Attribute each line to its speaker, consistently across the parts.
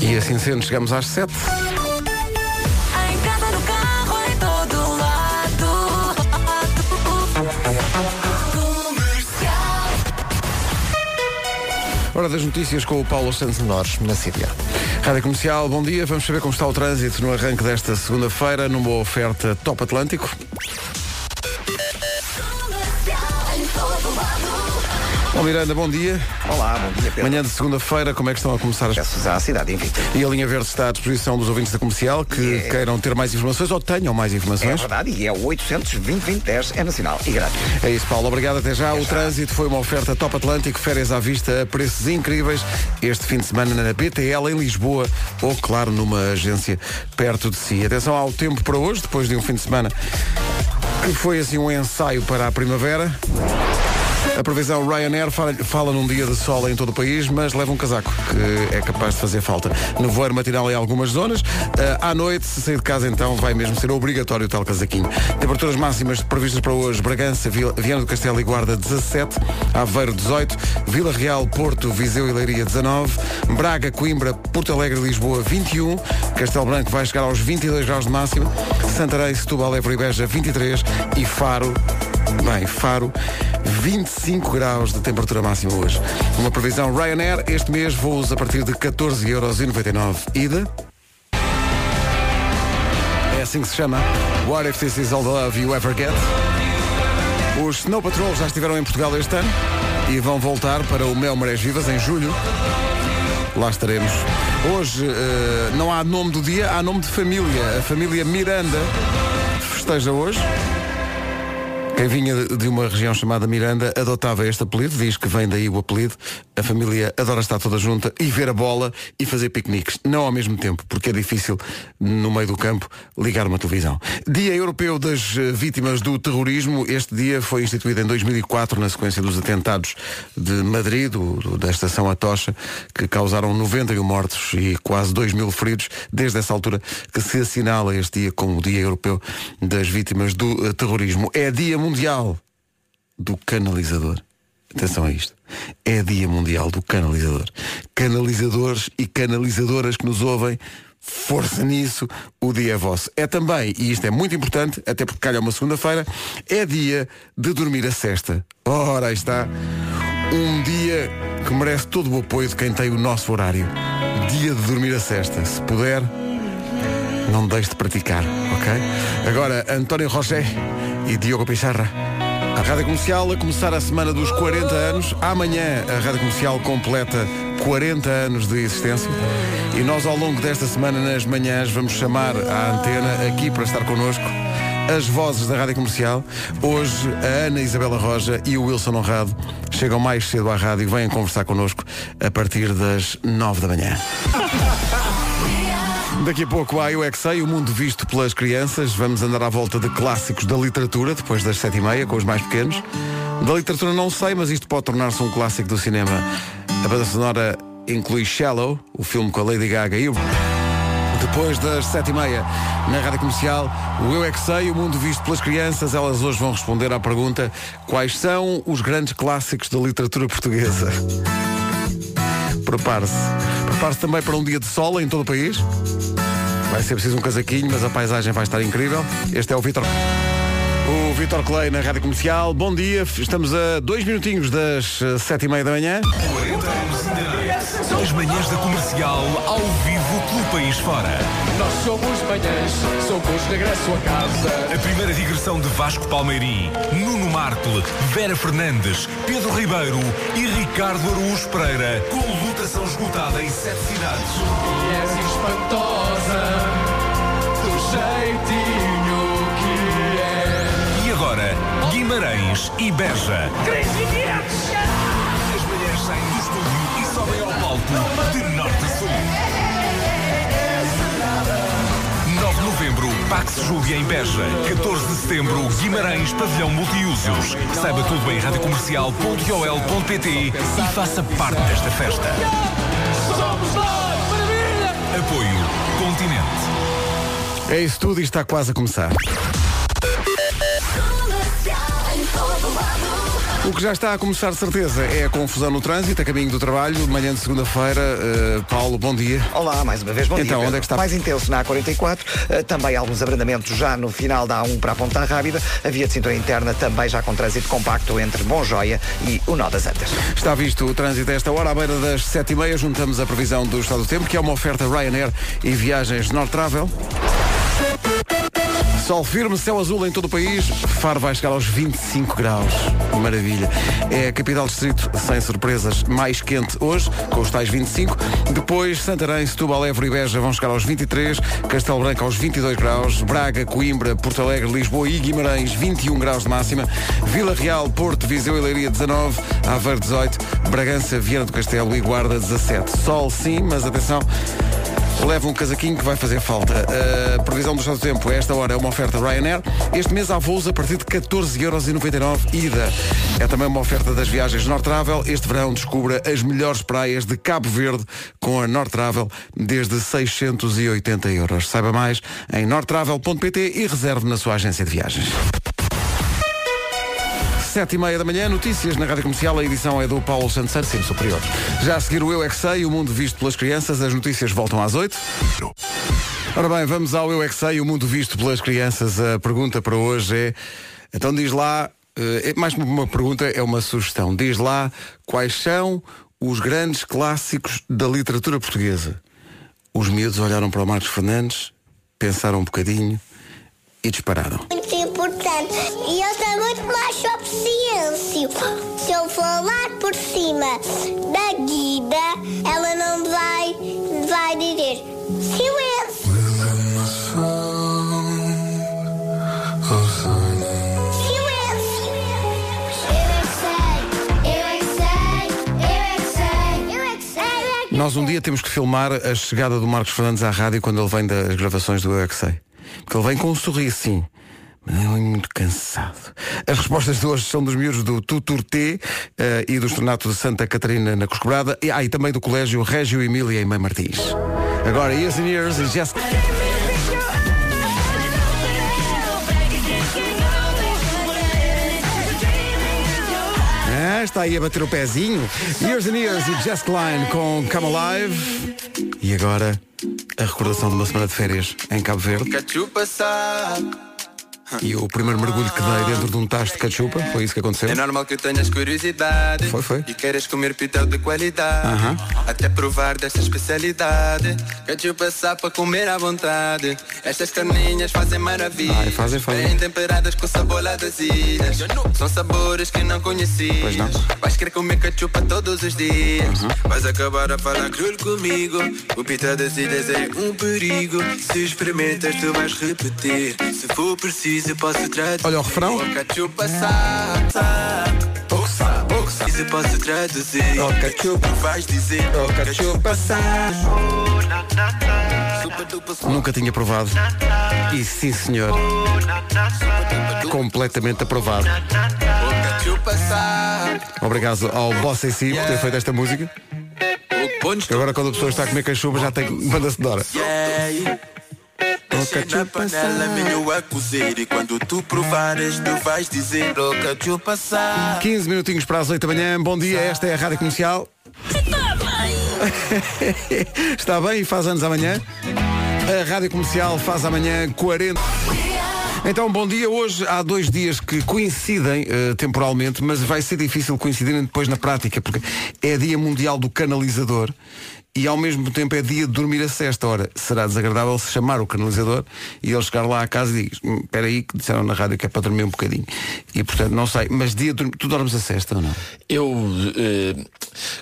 Speaker 1: E assim sendo, chegamos às 7.
Speaker 2: Em casa, no carro, é em todo lado.
Speaker 1: Hora das notícias com o Paulo Santos Menores, na Síria. Rádio Comercial, bom dia. Vamos saber como está o trânsito no arranque desta segunda-feira, numa oferta Top Atlântico. Ó Miranda, bom dia.
Speaker 3: Olá, bom dia, Pedro.
Speaker 1: Manhã de segunda-feira, como é que estão a começar as...
Speaker 3: Peças à cidade É invicta.
Speaker 1: E a linha verde está à disposição dos ouvintes da comercial que
Speaker 3: Yeah.
Speaker 1: queiram ter mais informações ou tenham mais
Speaker 3: É
Speaker 1: informações.
Speaker 3: verdade, e é o 820-2010, é nacional e grátis.
Speaker 1: É isso, Paulo. Obrigado até já. O trânsito foi uma oferta Top Atlântico, férias à vista, a preços incríveis. Este fim de semana na BTL em Lisboa ou, claro, numa agência perto de si. Atenção ao tempo para hoje, depois de um fim de semana que foi assim um ensaio para a primavera. A previsão Ryanair fala, fala num dia de sol em todo o país, mas leva um casaco, que é capaz de fazer falta. Nevoeiro matinal em algumas zonas. Ah, à noite, se sair de casa, então, vai mesmo ser obrigatório o tal casaquinho. Temperaturas máximas previstas para hoje. Bragança, Vila- Viana do Castelo e Guarda, 17. Aveiro, 18. Vila Real, Porto, Viseu e Leiria, 19. Braga, Coimbra, Porto Alegre e Lisboa, 21. Castelo Branco vai chegar aos 22 graus de máximo. Santarém, Setúbal, Évora e Beja, 23. E Faro, Bem, Faro, 25 graus de temperatura máxima hoje. Uma previsão Ryanair, este mês voos a partir de 14,99€ ida. É assim que se chama. What if this is all the love you ever get? Os Snow Patrol já estiveram em Portugal este ano e vão voltar para o Mel Marés Vivas em julho. Lá estaremos. Hoje eh, não há nome do dia, há nome de família. A família Miranda festeja hoje. Quem vinha de- de uma região chamada Miranda adotava este apelido, diz que vem daí o apelido. A família adora estar toda junta e ver a bola e fazer piqueniques. Não ao mesmo tempo, porque é difícil, no meio do campo, ligar uma televisão. Dia Europeu das eh, Vítimas do Terrorismo. Este dia foi instituído em 2004, na sequência dos atentados de Madrid, do- do- da estação Atocha, que causaram 91 mortos e quase 2 mil feridos. Desde essa altura que se assinala este dia como o Dia Europeu das Vítimas do eh, Terrorismo. É Dia Mundial do Canalizador. Atenção a isto. É Dia Mundial do Canalizador. Canalizadores e canalizadoras que nos ouvem, força nisso, o dia é vosso. É também, e isto é muito importante, até porque calha uma segunda-feira, é dia de dormir a sexta. Ora, aí está. Um dia que merece todo o apoio de quem tem o nosso horário. Dia de dormir a sexta. Se puder, não deixe de praticar, ok? Agora, António Roché e Diogo Pissarra. A Rádio Comercial a começar a semana dos 40 anos. Amanhã a Rádio Comercial completa 40 anos de existência. E nós ao longo desta semana, nas manhãs, vamos chamar à antena aqui para estar connosco as vozes da Rádio Comercial. Hoje a Ana Isabela Roja e o Wilson Honrado chegam mais cedo à rádio e vêm conversar connosco a partir das 9 da manhã. Daqui a pouco há Eu É Que Sei, o mundo visto pelas crianças. Vamos andar à volta de clássicos da literatura, depois das sete e meia, com os mais pequenos. Da literatura não sei, mas isto pode tornar-se um clássico do cinema. A banda sonora inclui Shallow, o filme com a Lady Gaga e o... Depois das sete e meia, na Rádio Comercial, o Eu É Que Sei, o mundo visto pelas crianças. Elas hoje vão responder à pergunta quais são os grandes clássicos da literatura portuguesa. Prepare-se. Prepare-se também para um dia de sol em todo o país. Vai ser preciso um casaquinho, mas a paisagem vai estar incrível. Este é o Vitor. O Vitor Clay na Rádio Comercial. Bom dia, f- estamos a dois minutinhos das eh, sete e meia da manhã.
Speaker 4: São as manhãs da comercial ao vivo pelo país fora.
Speaker 5: Nós somos manhãs, somos regresso a casa.
Speaker 4: A primeira digressão de Vasco Palmeirim, Nuno Marco, Vera Fernandes, Pedro Ribeiro e Ricardo Araújo Pereira, com lutação esgotada em sete cidades.
Speaker 5: E és é espantosa, do jeitinho que é.
Speaker 4: E agora, Guimarães e Beja. As manhãs saem do estúdio e sobem ao palco de norte a sul. 9 de novembro, Pax Júlia em Beja. 14 de setembro, Guimarães, Pavilhão Multiusos. Saiba tudo em radiocomercial.ol.pt e faça parte desta festa.
Speaker 5: Somos nós, maravilha!
Speaker 4: Apoio Continente.
Speaker 1: É isso tudo e está quase a começar.
Speaker 2: Comercial.
Speaker 1: O que já está a começar de certeza é a confusão no trânsito, a caminho do trabalho, manhã de segunda-feira. Eh, Paulo, bom dia.
Speaker 3: Olá, mais uma vez, bom dia.
Speaker 1: Então, onde
Speaker 3: Pedro.
Speaker 1: é que está?
Speaker 3: Mais intenso na A44, eh, também alguns abrandamentos já no final da A1 para a Ponta Rábida, a via de cintura interna também já com trânsito compacto entre Bonjoia e o Nó das Antas.
Speaker 1: Está visto o trânsito a esta hora, à beira das 7h30, juntamos a previsão do estado do tempo, que é uma oferta Ryanair e viagens North Travel. Sol firme, céu azul em todo o país. Faro vai chegar aos 25 graus. Maravilha. É a capital distrito, sem surpresas, mais quente hoje, com os tais 25. Depois, Santarém, Setúbal, Évora e Beja vão chegar aos 23. Castelo Branco aos 22 graus. Braga, Coimbra, Porto Alegre, Lisboa e Guimarães, 21 graus de máxima. Vila Real, Porto, Viseu e Leiria, 19. Aveiro, 18. Bragança, Viana do Castelo e Guarda, 17. Sol, sim, mas atenção... Leva um casaquinho que vai fazer falta. A previsão do estado do tempo a esta hora é uma oferta Ryanair. Este mês há voos a partir de 14,99€ ida. É também uma oferta das viagens North Travel. Este verão descubra as melhores praias de Cabo Verde com a North Travel desde 680 euros. Saiba mais em nortravel.pt e reserve na sua agência de viagens. Sete e meia da manhã, notícias na Rádio Comercial, a edição é do Paulo Santos Santos, sempre superior. Já a seguir o Eu É Que Sei, o mundo visto pelas crianças, as notícias voltam às oito. Ora bem, vamos ao Eu É Que Sei, o mundo visto pelas crianças. A pergunta para hoje é, então diz lá, eh, é mais que uma pergunta, é uma sugestão. Diz lá quais são os grandes clássicos da literatura portuguesa. Os miúdos olharam para o Marcos Fernandes, pensaram um bocadinho e dispararam.
Speaker 6: muito importante. E ele tem muito mais sobre ciência. Se eu falar por cima da guida, ela não vai, vai dizer silêncio. Silêncio. Eu é que sei, eu é que sei, eu é que sei, eu é que sei.
Speaker 1: Nós um dia temos que filmar a chegada do Marcos Fernandes à rádio quando ele vem das gravações do Eu É Que Sei. Porque ele vem com um sorriso, sim. Mas é muito cansado. As respostas de hoje são dos miúdos do Tutor T eh, e do Estornato de Santa Catarina na Coscobrada. E, ah, e também do Colégio Régio Emília em Mãe Martins. Agora, Years and Years e Jessica. Ah, está aí a bater o pezinho. Years and Years e Jess Klein com Come Alive. E agora, a recordação de uma semana de férias em Cabo Verde. E o primeiro mergulho que dei dentro de um tacho de cachupa, foi isso que aconteceu.
Speaker 7: É normal que tenhas curiosidade
Speaker 1: Foi, foi.
Speaker 7: E queiras comer pitel de qualidade
Speaker 1: Aham.
Speaker 7: Até provar desta especialidade Quero te passar para comer à vontade Estas carninhas fazem maravilha
Speaker 1: Ai, fazem, fazem.
Speaker 7: Bem temperadas com sabor lá das ilhas São sabores que não conhecias
Speaker 1: Pois não.
Speaker 7: Vais querer comer cachupa todos os dias Vais acabar a falar cruel comigo O pitel das ilhas é um perigo Se experimentas tu vais repetir Se for preciso posso traduzir
Speaker 1: Olha o refrão.
Speaker 7: Cachupa sabe, sabe. Isso eu posso traduzir.
Speaker 1: Oh, cachupa.
Speaker 7: Vais dizer.
Speaker 1: Oh, cachupa
Speaker 7: Super dupa, super
Speaker 1: Nunca tinha provado. E sim, senhor. Completamente aprovado.
Speaker 7: cachupa sabe.
Speaker 1: Obrigado ao Boss em si por ter feito esta música.
Speaker 7: O ponto
Speaker 1: Que agora, quando a pessoa está a comer cachupa, já tem banda sonora.
Speaker 7: yeah. Deixei na panela meio a cozer E quando tu provares tu vais dizer Oh, cachupa sabe
Speaker 1: 15 minutinhos para as 8 da manhã. Bom dia, esta é a Rádio Comercial. Está bem e faz anos amanhã. A Rádio Comercial faz amanhã 40. Então, bom dia. Hoje há dois dias que coincidem eh, temporalmente, mas vai ser difícil coincidirem depois na prática, porque é Dia Mundial do Canalizador e ao mesmo tempo é dia de dormir a sexta. Ora, será desagradável se chamar o canalizador e ele chegar lá à casa e diz, "Hum, espera aí, que disseram na rádio que é para dormir um bocadinho. E portanto, não sei, mas dia de dormir, tu dormes a sexta ou não?
Speaker 5: Eu, eh,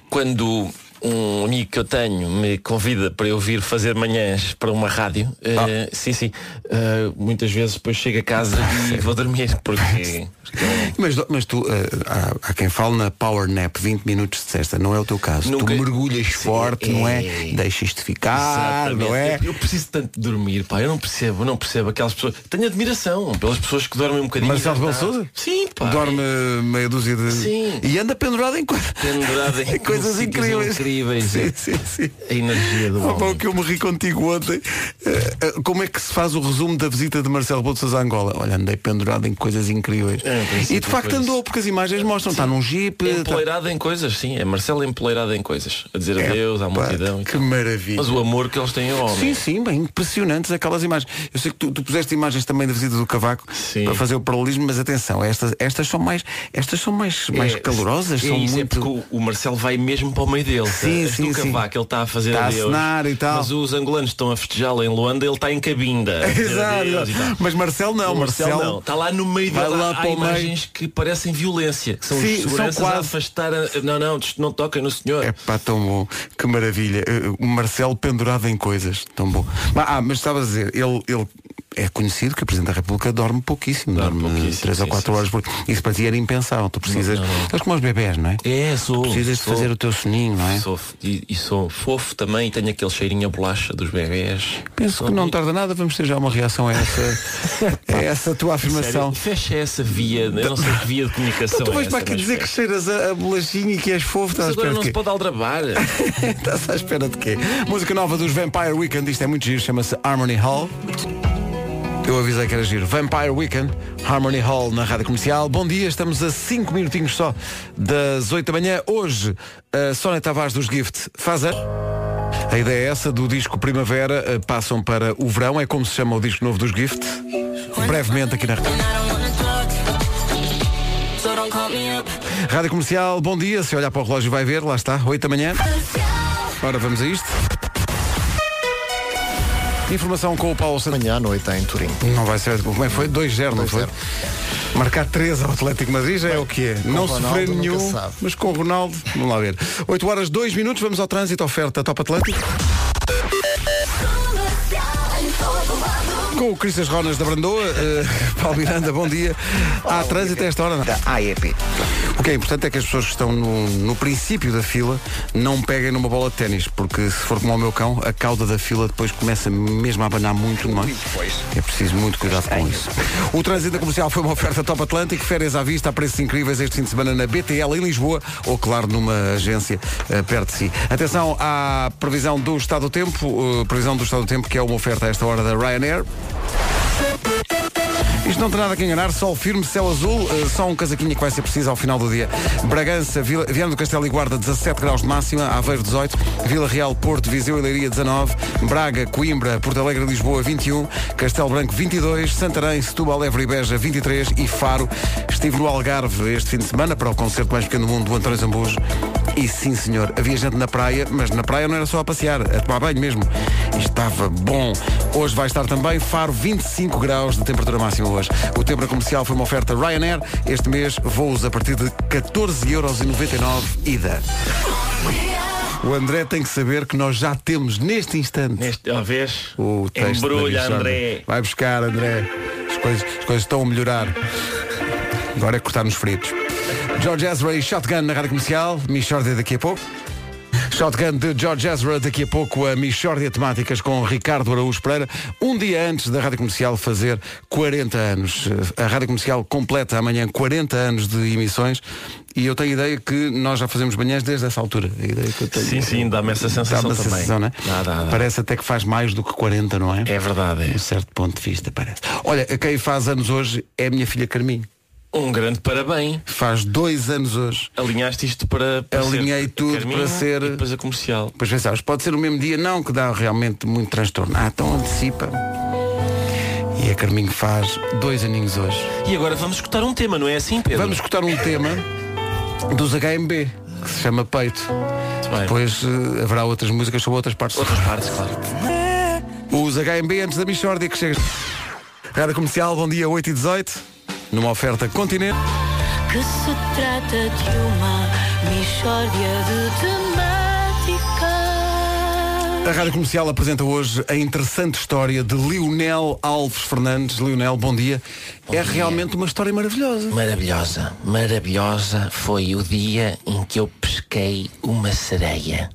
Speaker 5: quando um amigo que eu tenho me convida para eu vir fazer manhãs para uma rádio, eh,
Speaker 1: Ah.
Speaker 5: sim, sim, eh, muitas vezes depois chego a casa e vou dormir, porque
Speaker 1: Mas, do- mas tu, eh, há, há quem fale na power nap 20 minutos de sexta, não é o teu caso. Tu
Speaker 5: Nunca-
Speaker 1: mergulhas
Speaker 5: Sim,
Speaker 1: forte, não é?
Speaker 5: é.
Speaker 1: Deixas-te ficar,
Speaker 5: Exatamente.
Speaker 1: não é?
Speaker 5: Eu, eu preciso tanto de dormir, pá, eu não percebo, eu não percebo aquelas pessoas. Tenho admiração pelas pessoas que dormem um bocadinho.
Speaker 1: Marcelo
Speaker 5: e já
Speaker 1: Rebelo
Speaker 5: está.
Speaker 1: Sousa?
Speaker 5: Sim, pá.
Speaker 1: Dorme meia dúzia de.
Speaker 5: Sim.
Speaker 1: E anda pendurado em, co-
Speaker 5: Pendurado em
Speaker 1: coisas
Speaker 5: sítios
Speaker 1: incríveis.
Speaker 8: incríveis.
Speaker 1: Sim,
Speaker 8: é
Speaker 1: sim, sim.
Speaker 8: A energia do
Speaker 1: Ah, pá, o
Speaker 8: homem.
Speaker 1: que eu me ri contigo ontem. Eh, eh, Como é que se faz o resumo da visita de Marcelo Bolsas a Angola? Olha, andei pendurado em coisas incríveis.
Speaker 8: É, em princípio
Speaker 1: e de facto
Speaker 8: foi isso.
Speaker 1: andou, porque as imagens mostram. Está num jeep.
Speaker 8: um
Speaker 1: tá- está-
Speaker 8: Empoleirado em coisas, sim. É Marcelo empoleirado em coisas. A dizer adeus à
Speaker 1: É, Pá,
Speaker 8: multidão. e
Speaker 1: Que
Speaker 8: tal.
Speaker 1: maravilha.
Speaker 8: Mas o amor que eles têm ao homem. é.
Speaker 1: Sim, sim, bem impressionantes aquelas imagens. Eu sei que tu, tu puseste imagens também da visita do Cavaco
Speaker 8: Sim.
Speaker 1: para fazer o paralelismo, mas atenção, estas, estas são mais, estas são mais, mais
Speaker 8: É,
Speaker 1: calorosas,
Speaker 8: é
Speaker 1: são
Speaker 8: isso, é
Speaker 1: muito.
Speaker 8: porque o, o Marcelo vai mesmo para o meio dele.
Speaker 1: Sim,
Speaker 8: As
Speaker 1: sim,
Speaker 8: do
Speaker 1: sim.
Speaker 8: Cavaco, ele está a fazer
Speaker 1: Está a
Speaker 8: adeus.
Speaker 1: cenar e tal.
Speaker 8: Mas os angolanos estão a festejá-lo em Luanda, ele está em cabinda. a dizer
Speaker 1: Exato.
Speaker 8: adeus e tal.
Speaker 1: É Mas Marcelo não,
Speaker 8: O Marcelo,
Speaker 1: Marcelo.
Speaker 8: não, está lá no meio
Speaker 1: vai
Speaker 8: dele.
Speaker 1: lá
Speaker 8: há
Speaker 1: para o
Speaker 8: imagens que parecem violência, que são
Speaker 1: Sim,
Speaker 8: os
Speaker 1: são
Speaker 8: seguranças
Speaker 1: quase.
Speaker 8: a afastar a... Não, não, isto não toquem no senhor.
Speaker 1: É pá, tão bom. Que maravilha. Eh, O Marcelo pendurado em coisas. Tão bom. Mas, ah, mas estava a dizer, ele, ele é conhecido que o Presidente da República dorme pouquíssimo.
Speaker 8: Dorme
Speaker 1: Dorme,
Speaker 8: pouquíssimo,
Speaker 1: 3 ou
Speaker 8: sim,
Speaker 1: 4
Speaker 8: sim,
Speaker 1: horas por Isso para ti era impensável. Tu precisas.
Speaker 8: Não, não, não.
Speaker 1: És como os bebés, não é?
Speaker 8: É, sou.
Speaker 1: Precisas de
Speaker 8: sou,
Speaker 1: fazer o teu soninho, não é?
Speaker 8: sou f- e, e sou fofo também, tenho aquele cheirinho a bolacha dos bebés.
Speaker 1: Penso que não tarda nada, vamos ter já uma reação a essa, a essa tua afirmação.
Speaker 8: Sério, fecha essa via, eu não sei que via de comunicação.
Speaker 1: Então tu
Speaker 8: é
Speaker 1: vais
Speaker 8: essa,
Speaker 1: para aqui
Speaker 8: mas
Speaker 1: dizer que
Speaker 8: fecha.
Speaker 1: cheiras a, a bolachinha e que és fofo, estás à
Speaker 8: Mas agora
Speaker 1: espera
Speaker 8: não
Speaker 1: de quê?
Speaker 8: se pode aldrabar.
Speaker 1: Estás Tá à espera de quê? Música nova dos Vampire Weekend, isto é muito giro, chama-se Harmony Hall. Eu avisei que era giro. Vampire Weekend, Harmony Hall na Rádio Comercial. Bom dia, estamos a 5 minutinhos só das 8 da manhã. Hoje, a Sónia Tavares dos Gift faz anos. A ideia é essa, do disco Primavera, eh, passam para o verão, é como se chama o disco novo dos Gift. Brevemente aqui na Rádio. Rádio Comercial, bom dia. Se olhar para o relógio vai ver, lá está, 8 da manhã. Ora, vamos a isto. Informação com o Paulo Santos.
Speaker 9: Amanhã à noite em Turim.
Speaker 1: Não vai ser. Como é que foi? 2-0, não foi?
Speaker 9: 2-0.
Speaker 1: Marcar 3 ao Atlético de Madrid já é o que é. Não
Speaker 9: Ronaldo
Speaker 1: sofrer
Speaker 9: nunca
Speaker 1: nenhum,
Speaker 9: se sabe.
Speaker 1: mas com o Ronaldo, vamos lá ver. 8 horas, 2 minutos, vamos ao trânsito, oferta Top Atlântico. Com o Cristas Ronas da Brandoa, eh, Paulo Miranda, bom dia. Há trânsito a esta hora? Não.
Speaker 3: Da AEP.
Speaker 1: O que é importante é que as pessoas que estão no, no princípio da fila não peguem numa bola de ténis, porque se for como ao meu cão, a cauda da fila depois começa mesmo a abanar muito, não é? É preciso muito cuidado com isso. O trânsito comercial foi uma oferta top Atlântico, férias à vista, a preços incríveis este fim de semana na BTL em Lisboa, ou claro, numa agência eh, perto de si. Atenção à previsão do estado do tempo, eh, previsão do estado do tempo que é uma oferta a esta hora da Ryanair. Isto não tem nada a que enganar, sol firme, céu azul, eh, só um casaquinho que vai ser preciso ao final do dia. Bragança, Vila, Viana do Castelo e Guarda, 17 graus de máxima, Aveiro 18, Vila Real, Porto, Viseu e Leiria 19, Braga, Coimbra, Porto Alegre, Lisboa 21, Castelo Branco 22, Santarém, Setúbal, Évora e Beja 23 e Faro. Estive no Algarve este fim de semana para o concerto mais pequeno do mundo do António Zambujo e sim senhor, havia gente na praia, mas na praia não era só a passear, a tomar banho mesmo. E estava bom. Hoje vai estar também Faro 25 graus de temperatura máxima hoje. O tempo na comercial foi uma oferta Ryanair. Este mês voos a partir de 14,99€ ida. O André tem que saber que nós já temos neste instante
Speaker 8: Neste, ó, vês?
Speaker 1: o texto. da
Speaker 8: Embrulha,
Speaker 1: Michorda.
Speaker 8: André.
Speaker 1: Vai buscar, André. As coisas, as coisas estão a melhorar. Agora é cortar nos fritos. George Ezra e Shotgun na rádio comercial. Michordia daqui a pouco. Shotgun de George Ezra, daqui a pouco a Michórdia Temáticas com Ricardo Araújo Pereira, um dia antes da Rádio Comercial fazer 40 anos. A Rádio Comercial completa amanhã 40 anos de emissões e eu tenho ideia que nós já fazemos manhãs desde essa altura. A ideia que eu tenho.
Speaker 8: Sim, sim, dá-me essa sensação
Speaker 1: Dá-me a
Speaker 8: Então, também.
Speaker 1: sensação, não é?
Speaker 8: Dá, dá, dá.
Speaker 1: Parece até que faz mais do que 40, não é?
Speaker 8: É verdade.
Speaker 1: De um
Speaker 8: é.
Speaker 1: certo ponto de vista, parece. Olha, quem faz anos hoje é a minha filha Carminho.
Speaker 8: Um grande parabéns.
Speaker 1: Faz dois anos hoje.
Speaker 8: Alinhaste isto para, para
Speaker 1: Alinhei
Speaker 8: ser a
Speaker 1: tudo
Speaker 8: Carminho
Speaker 1: para ser-
Speaker 8: e depois a comercial.
Speaker 1: Pois pensavas, pode ser o mesmo dia? Não, que dá realmente muito transtorno. Ah, então antecipa. E a Carminho faz dois aninhos hoje.
Speaker 8: E agora vamos escutar um tema, não é assim, Pedro?
Speaker 1: Vamos escutar um tema dos HMB, que se chama Peito.
Speaker 8: Muito bem.
Speaker 1: Depois eh, haverá outras músicas sobre outras partes.
Speaker 8: Outras partes, claro.
Speaker 1: Os HMB antes da Michórdia que chega. Rádio Comercial, bom dia 8 e 18. Numa oferta continente.
Speaker 2: Que se trata de uma mistória de temática.
Speaker 1: A Rádio Comercial apresenta hoje a interessante história de Lionel Alves Fernandes. Lionel, bom dia. é
Speaker 8: dia.
Speaker 1: realmente uma história maravilhosa.
Speaker 8: Maravilhosa, maravilhosa foi o dia em que eu pesquei uma sereia.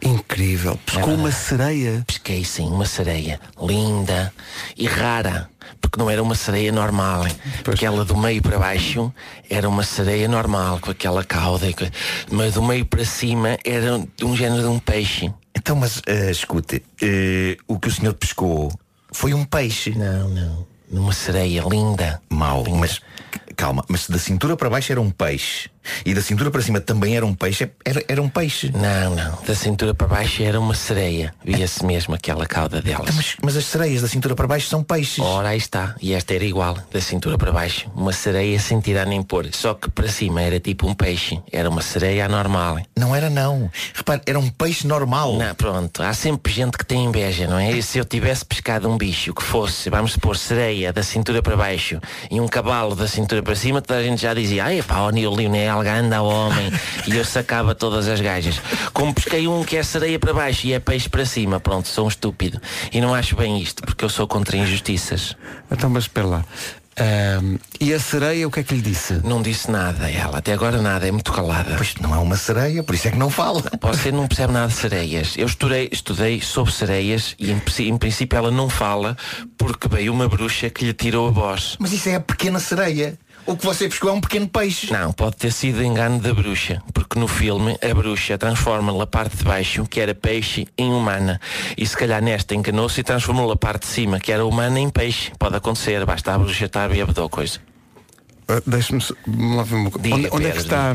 Speaker 1: Incrível. Pescou uma sereia.
Speaker 8: Pesquei sim, é uma sereia linda e rara, porque não era uma sereia normal, hein? porque ela do meio para baixo era uma sereia normal, com aquela cauda, e co- mas do meio para cima era de um género de um peixe.
Speaker 4: Então, mas eh, escute, eh, o que o senhor pescou foi um peixe.
Speaker 8: Não, não. Numa sereia linda.
Speaker 4: Mau,
Speaker 8: Linda.
Speaker 4: mas c- calma, mas se da cintura para baixo era um peixe e da cintura para cima também era um peixe, era, era um peixe.
Speaker 8: Não, não. Da cintura para baixo era uma sereia. Via-se mesmo aquela cauda delas.
Speaker 4: Então, Mas, mas as sereias da cintura para baixo são peixes.
Speaker 8: Ora, aí está. E esta era igual, da cintura para baixo. Uma sereia sem tirar nem pôr. Só que para cima era tipo um peixe. Era uma sereia anormal.
Speaker 4: Não era não. Repare, era um peixe normal.
Speaker 8: Não, pronto. Há sempre gente que tem inveja, não é? E se eu tivesse pescado um bicho que fosse, vamos supor, sereia da cintura para baixo e um cavalo da cintura para cima, toda a gente já dizia, ai pá, o Nil Lionel, ganda homem, e eu sacava todas as gajas. Como pesquei um que é sereia para baixo e é peixe para cima, pronto, sou um estúpido. E não acho bem isto, porque eu sou contra injustiças.
Speaker 1: Então, mas espera lá. Ahm, e a sereia, o que é que lhe disse?
Speaker 8: Não disse nada ela, até agora nada, é muito calada.
Speaker 4: Pois não é uma sereia, por isso é que não fala.
Speaker 8: Você não percebe nada de sereias. Eu esturei- estudei sobre sereias e em, psi- em princípio ela não fala porque veio uma bruxa que lhe tirou a voz.
Speaker 4: Mas isso é a pequena sereia. O que você pescou é um pequeno peixe.
Speaker 8: Não, pode ter sido engano da bruxa, porque no filme a bruxa transforma-la parte de baixo, que era peixe, em humana. E se calhar nesta enganou-se e transformou-la parte de cima, que era humana, em peixe. Pode acontecer, basta a bruxa estar bêbada ou coisa.
Speaker 1: Ah, Deixa-me. só- vamos lá ver uma coisa.
Speaker 8: Diga,
Speaker 1: Onde, onde é que
Speaker 8: Pedro,
Speaker 1: está,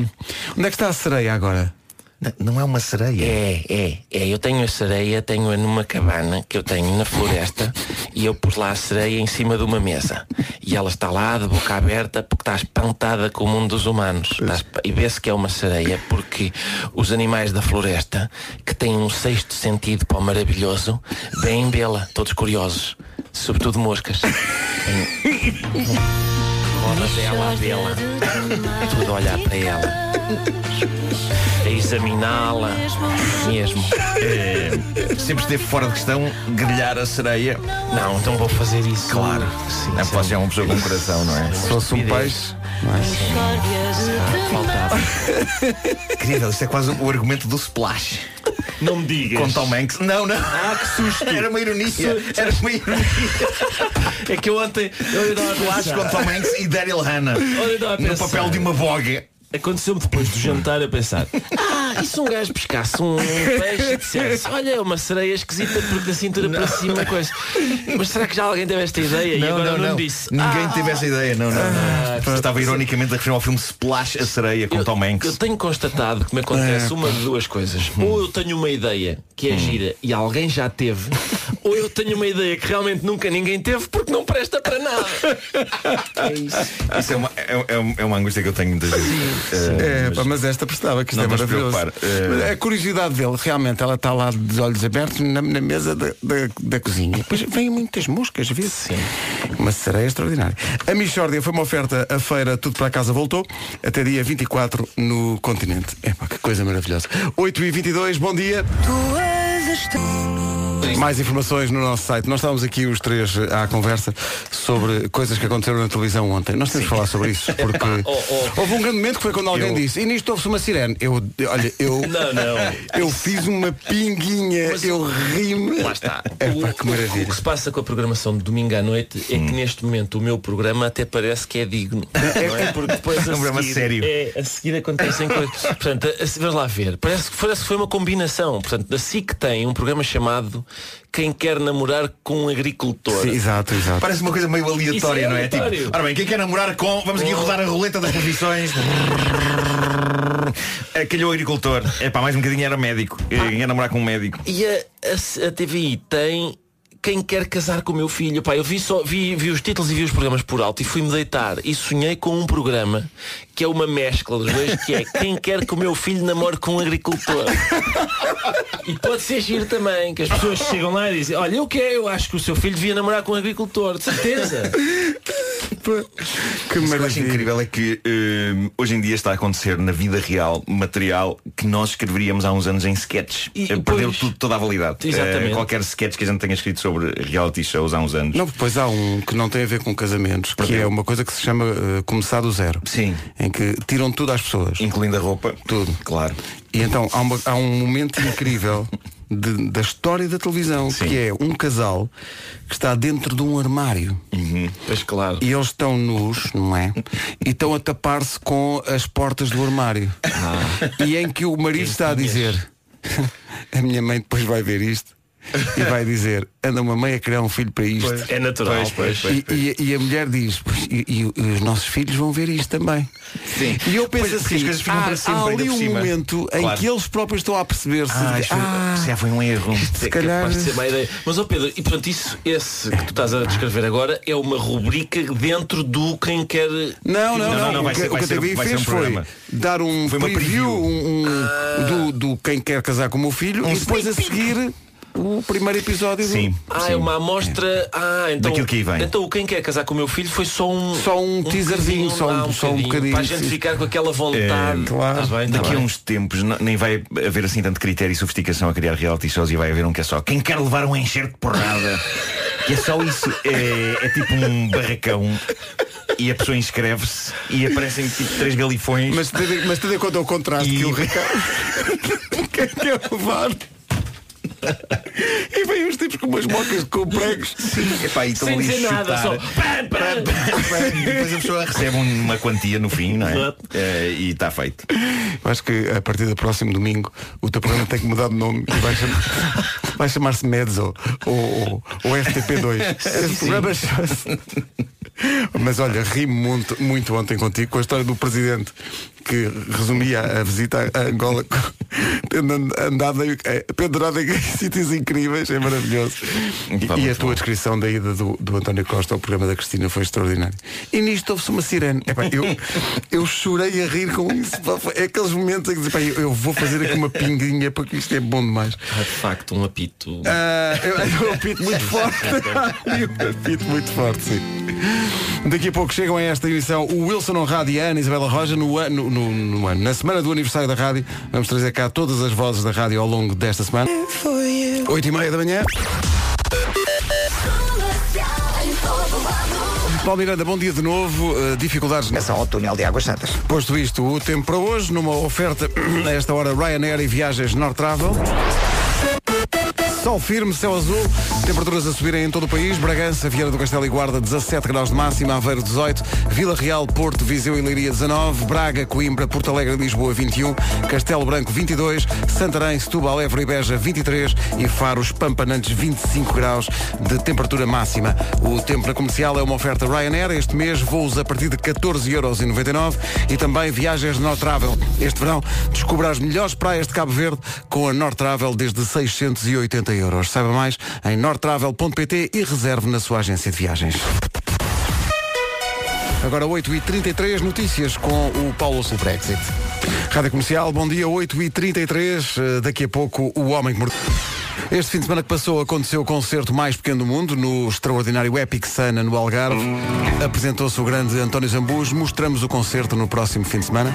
Speaker 1: onde é que está a sereia agora?
Speaker 4: N- Não é uma sereia.
Speaker 8: É, é, é. Eu tenho a sereia, tenho-a numa cabana que eu tenho na floresta e eu pus lá a sereia em cima de uma mesa. E ela está lá de boca aberta porque está espantada com o mundo dos humanos. Está esp- E vê-se que é uma sereia porque os animais da floresta, que têm um sexto sentido para o maravilhoso, veem vê-la, todos curiosos. Sobretudo moscas. Em- Roda dela a vê-la, tudo a olhar para ela, a examiná-la, mesmo.
Speaker 4: Sempre esteve fora de questão grelhar a sereia.
Speaker 8: Não, então vou fazer isso.
Speaker 4: Claro.
Speaker 8: Sim,
Speaker 4: É,
Speaker 8: sim.
Speaker 4: você é uma pessoa com coração, não é?
Speaker 1: Se fosse um peixe. não é?
Speaker 8: Faltava.
Speaker 4: Incrível, isto é quase o argumento do splash.
Speaker 8: Não me digas.
Speaker 4: Com Tom Hanks. Não, não.
Speaker 8: Ah, que susto.
Speaker 4: Era uma ironia. Era uma ironia.
Speaker 8: É que eu ontem. Eu ainda a
Speaker 4: Splash com Tom Hanks e Daryl Hannah.
Speaker 8: Olha, dá a
Speaker 4: No
Speaker 8: pensar.
Speaker 4: papel de uma voga.
Speaker 8: Aconteceu-me depois do jantar a pensar Ah, e se um gajo pescasse um peixe e dissesse Olha, é uma sereia esquisita porque da cintura para cima é coisa Mas será que já alguém teve esta ideia? e agora não, me disse
Speaker 4: Ninguém
Speaker 8: Ah,
Speaker 4: teve essa ideia, não, não, não. Estava ironicamente a referir ao filme Splash a sereia com
Speaker 8: eu,
Speaker 4: Tom
Speaker 8: eu
Speaker 4: Hanks.
Speaker 8: tenho constatado que me acontece uma de duas coisas. Ou eu tenho uma ideia que é gira e alguém já teve, ou eu tenho uma ideia que realmente nunca ninguém teve porque não presta para nada. É isso.
Speaker 4: Isso é uma, é, é uma- é uma angústia que eu tenho muitas vezes. Eh,
Speaker 1: É,
Speaker 4: mas-
Speaker 1: pá, mas esta prestava, que isto
Speaker 4: Não
Speaker 1: é
Speaker 4: tens de
Speaker 1: maravilhoso.
Speaker 4: preocupar, eh.
Speaker 1: Mas é A curiosidade dele, realmente, ela está lá de olhos abertos na, na mesa da, da, da cozinha. Depois vêm muitas moscas, vê Sim. Uma sereia extraordinária. A Michórdia foi uma oferta, a feira Tudo para Casa voltou, até dia 24 no continente. É pá, que coisa maravilhosa. 8h22, bom dia. Mais informações no nosso site. Nós estávamos aqui os três eh, à conversa sobre coisas que aconteceram na televisão ontem. Nós temos de falar sobre isso, porque
Speaker 8: oh,
Speaker 1: houve um grande momento que foi quando alguém
Speaker 4: Eu-
Speaker 1: disse, e nisto houve-se uma sirene. Eu, eu- olha, eu.
Speaker 8: Não, não.
Speaker 1: Eu fiz uma pinguinha,
Speaker 8: Mas-
Speaker 1: eu ri-me.
Speaker 8: Lá está.
Speaker 1: Epá,
Speaker 8: O-
Speaker 1: É, que
Speaker 8: O que
Speaker 1: maravilha.
Speaker 8: se passa com a programação de domingo à noite é que neste momento o meu programa até parece que é digno. não é? Porque depois a
Speaker 4: É um programa
Speaker 8: seguir,
Speaker 4: sério.
Speaker 8: É, a seguir acontecem coisas. Portanto, a- a- vamos lá ver. Parece, que- parece que foi uma combinação. Portanto, a SIC tem um programa chamado Quem Quer Namorar com um Agricultor.
Speaker 1: Sim, exato, exato.
Speaker 4: Parece uma coisa meio aleatória,
Speaker 8: Isso é
Speaker 4: não é?
Speaker 8: aleatório. Oh.
Speaker 4: Tipo, ora bem, quem quer namorar com. Vamos aqui rodar a roleta das profissões. Eh, Calhou agricultor. É pá, mais um bocadinho era médico.
Speaker 8: Ah.
Speaker 4: Eh, Quem quer namorar com um médico.
Speaker 8: E a, a- a TVI tem quem quer casar com o meu filho. Pá, eu vi, só, vi, vi os títulos e vi os programas por alto e fui-me deitar e sonhei com um programa que é uma mescla dos dois, que é quem quer que o meu filho namore com um agricultor. E pode ser giro também, que as pessoas chegam lá e dizem, olha, eu quero, eu acho que o seu filho devia namorar com um agricultor, de certeza.
Speaker 1: Que
Speaker 8: Mas o que eu acho
Speaker 1: maravilha.
Speaker 8: incrível é que hum, hoje em dia está a acontecer na vida real material que nós escreveríamos há uns anos em sketches.
Speaker 5: E,
Speaker 8: Eh, Perdeu
Speaker 5: pois.
Speaker 8: tudo, toda a validade.
Speaker 5: Exatamente.
Speaker 8: Eh, qualquer sketch que a gente tenha escrito sobre reality shows há uns anos.
Speaker 1: Não, depois há um que não tem a ver com casamentos, que
Speaker 8: Perdeu.
Speaker 1: é uma coisa que se chama eh, começar do zero.
Speaker 8: Sim.
Speaker 1: Em que tiram tudo às pessoas.
Speaker 8: Incluindo a roupa.
Speaker 1: Tudo.
Speaker 8: Claro.
Speaker 1: E então há, uma- há um momento incrível de- da história da televisão,
Speaker 8: Sim.
Speaker 1: que é um casal que está dentro de um armário.
Speaker 5: Pois claro.
Speaker 1: E eles estão nus, não é? E estão a tapar-se com as portas do armário.
Speaker 8: Ah.
Speaker 1: E em que o marido está a dizer, a minha mãe depois vai ver isto e vai dizer, anda uma mãe a criar um filho para isto.
Speaker 5: É natural,
Speaker 8: Pois, pois, pois.
Speaker 1: E, e- e a mulher diz, "Pois, e, e- e os nossos filhos vão ver isto também.
Speaker 8: Sim.
Speaker 1: E eu penso
Speaker 8: Pois,
Speaker 1: assim,
Speaker 8: assim, as coisas ficam
Speaker 1: há,
Speaker 8: para sempre,
Speaker 1: há
Speaker 8: ainda
Speaker 1: ali
Speaker 8: por
Speaker 1: um
Speaker 8: cima.
Speaker 1: momento em
Speaker 8: Claro.
Speaker 1: que eles próprios estão a aperceber-se de
Speaker 8: Ah,
Speaker 1: que,
Speaker 8: isto foi-
Speaker 1: "Ah,
Speaker 8: isto já foi um erro.
Speaker 1: se
Speaker 5: É capaz
Speaker 1: calhar
Speaker 5: de ser má ideia. Mas ó Pedro, e portanto isso, esse que tu estás a descrever agora é uma rubrica dentro do quem quer.
Speaker 1: Não, não,
Speaker 8: Não,
Speaker 1: não.
Speaker 8: não, não,
Speaker 1: o
Speaker 8: vai
Speaker 1: que,
Speaker 8: ser-
Speaker 1: o
Speaker 8: vai
Speaker 1: que a
Speaker 8: ser-
Speaker 1: TVI
Speaker 8: vai ser
Speaker 1: fez
Speaker 8: um
Speaker 1: foi
Speaker 8: programa.
Speaker 1: dar um
Speaker 8: Foi uma
Speaker 1: preview,
Speaker 8: preview. Ah. Um
Speaker 1: um- um- do, do quem quer casar com o meu filho e depois a seguir o primeiro episódio. do-
Speaker 8: Sim.
Speaker 5: Ah,
Speaker 8: sim.
Speaker 5: é uma amostra. Ah, então.
Speaker 8: Daquilo que aí vem.
Speaker 5: Então o quem quer casar com o meu filho foi só um.
Speaker 1: Só um teaserzinho,
Speaker 5: bocadinho,
Speaker 1: só um-
Speaker 5: lá,
Speaker 1: só um bocadinho,
Speaker 5: Para a gente
Speaker 1: sim.
Speaker 5: ficar com aquela vontade.
Speaker 8: É,
Speaker 1: claro.
Speaker 5: Tá bem, tá
Speaker 8: Daqui a
Speaker 5: bem.
Speaker 8: uns tempos não- nem vai haver assim tanto critério e sofisticação a criar reality shows e vai haver um que é só quem quer levar um encher de porrada. que é só isso. É, é tipo um barracão e a pessoa inscreve-se e aparecem tipo três galifões.
Speaker 1: Mas tendo, mas tendo em conta o contraste
Speaker 8: E-
Speaker 1: que o Ricardo é quem quer levar. E vem uns tipos com umas bocas com pregos.
Speaker 8: Epá, e estão
Speaker 5: Sem
Speaker 8: ali a
Speaker 5: dizer nada,
Speaker 8: chutar.
Speaker 5: só. Pam, pam.
Speaker 8: E Depois a pessoa recebe um, uma quantia no fim, não é?
Speaker 5: Exato.
Speaker 8: É, e está feito.
Speaker 1: Eu acho que a partir do próximo domingo o teu programa tem que mudar de nome e vai, chamar- vai chamar-se Medzo ou, ou, ou FTP2. Esse programa chama-se- Mas olha, ri muito, muito ontem contigo com a história do presidente que resumia a visita a Angola com- tendo and- andado em- eh, pendurado em sítios incríveis, é maravilhoso. E-
Speaker 8: Pá,
Speaker 1: E, a
Speaker 8: muito
Speaker 1: tua descrição da ida do, do António Costa ao programa da Cristina foi extraordinária. E nisto houve-se uma sirene. Epá, eu, eu chorei a rir com isso. Pá, foi- É aqueles momentos em que dizia, eu, eu vou fazer aqui uma pinguinha porque isto é bom demais.
Speaker 5: Ah, de facto, um apito.
Speaker 1: Ah, eu, eu apito muito forte. eu apito muito forte, sim. Daqui a pouco chegam a esta emissão o Wilson Honrado e a Ana Isabela Roja no ano, no, no ano. Na semana do aniversário da rádio, vamos trazer cá todas as vozes da rádio ao longo desta semana. 8 e meia da manhã. Paulo Miranda, bom dia de novo. Uh, dificuldades nessa.
Speaker 3: Atenção É ao túnel de Águas Santas.
Speaker 1: Posto isto, o tempo para hoje, numa oferta a esta hora Ryanair e viagens North Travel. Sol firme, céu azul, temperaturas a subirem em todo o país. Bragança, Vieira do Castelo e Guarda, 17 graus de máxima, Aveiro 18, Vila Real, Porto, Viseu e Leiria 19, Braga, Coimbra, Porto Alegre e Lisboa 21, Castelo Branco 22, Santarém, Setúbal, Évora e Beja 23 e Faros, Pampanantes 25 graus de temperatura máxima. O tempo na comercial é uma oferta Ryanair. Este mês voos a partir de 14,99€ e também viagens North Travel. Este verão descubra as melhores praias de Cabo Verde com a North Travel desde 680 euros. Saiba mais em nortravel.pt e reserve na sua agência de viagens. Agora 8h33, notícias com o Paulo sobre Brexit. Rádio Comercial, bom dia, 8h33, eh, daqui a pouco o Homem que Mordeu. Este fim de semana que passou aconteceu o concerto mais pequeno do mundo, no extraordinário Epic Sana, no Algarve. Apresentou-se o grande António Zambus, mostramos o concerto no próximo fim de semana.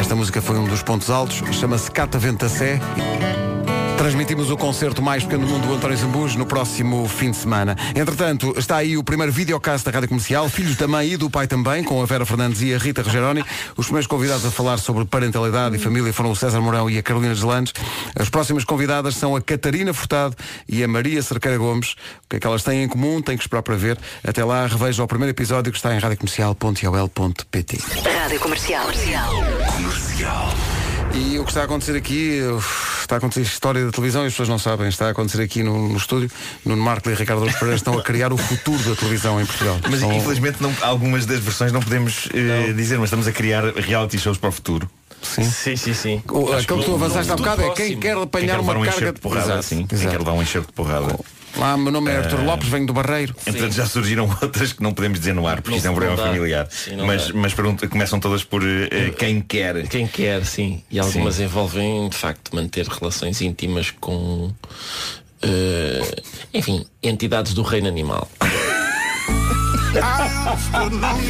Speaker 1: Esta música foi um dos pontos altos, chama-se Catavento Sé Transmitimos o concerto mais pequeno do mundo do António Zambujo no próximo fim de semana. Entretanto, está aí o primeiro videocast da Rádio Comercial, Filhos da Mãe e do Pai também, com a Vera Fernandes e a Rita Rogeroni. Os primeiros convidados a falar sobre parentalidade e família foram o César Mourão e a Carolina Gelandes. As próximas convidadas são a Catarina Furtado e a Maria Cerqueira Gomes. O que é que elas têm em comum? Tem que esperar para ver. Até lá, reveja o primeiro episódio que está em radiocomercial.ol.pt
Speaker 4: Rádio Comercial.
Speaker 1: E o que está a acontecer aqui, uf, está a acontecer história da televisão e as pessoas não sabem, está a acontecer aqui no, no estúdio, Nuno Marco e Ricardo Alves Pereira estão a criar o futuro da televisão em Portugal. Então,
Speaker 8: Mas
Speaker 1: São-
Speaker 8: infelizmente não- algumas das versões não podemos eh, dizer, mas estamos a criar reality shows para o futuro.
Speaker 5: Sim, sim, sim.
Speaker 1: O- aquele que tu
Speaker 5: não-
Speaker 1: avançaste há
Speaker 5: não-
Speaker 1: bocado é
Speaker 5: tudo
Speaker 1: quem
Speaker 5: próximo.
Speaker 1: quer
Speaker 8: Quem
Speaker 1: apanhar
Speaker 8: quer levar
Speaker 1: uma
Speaker 8: um
Speaker 1: carga
Speaker 8: enxerto de porrada,
Speaker 1: Exato,
Speaker 8: sim. Quem
Speaker 1: exato.
Speaker 8: quer levar um enxerto de porrada.
Speaker 1: Lá, meu nome é Artur Lopes, venho do Barreiro.
Speaker 8: Entretanto já surgiram outras que não podemos dizer no ar, porque
Speaker 5: Não
Speaker 8: isto é um
Speaker 5: se
Speaker 8: programa
Speaker 5: dá.
Speaker 8: familiar.
Speaker 5: Sim, não
Speaker 8: mas
Speaker 5: dá.
Speaker 8: mas pergunta- começam todas por eh, eh, quem quer.
Speaker 5: Quem quer, sim. E algumas envolvem, de facto, manter relações íntimas com. eh, enfim, entidades do reino animal.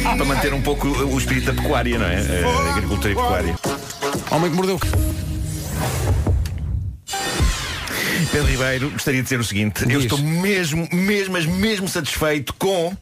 Speaker 8: Para manter um pouco o espírito da pecuária, não é? A agricultura e pecuária.
Speaker 1: Homem que mordeu.
Speaker 8: Pedro Ribeiro, gostaria de dizer o seguinte: eu
Speaker 1: Diz.
Speaker 8: estou mesmo, mesmo, mas mesmo satisfeito com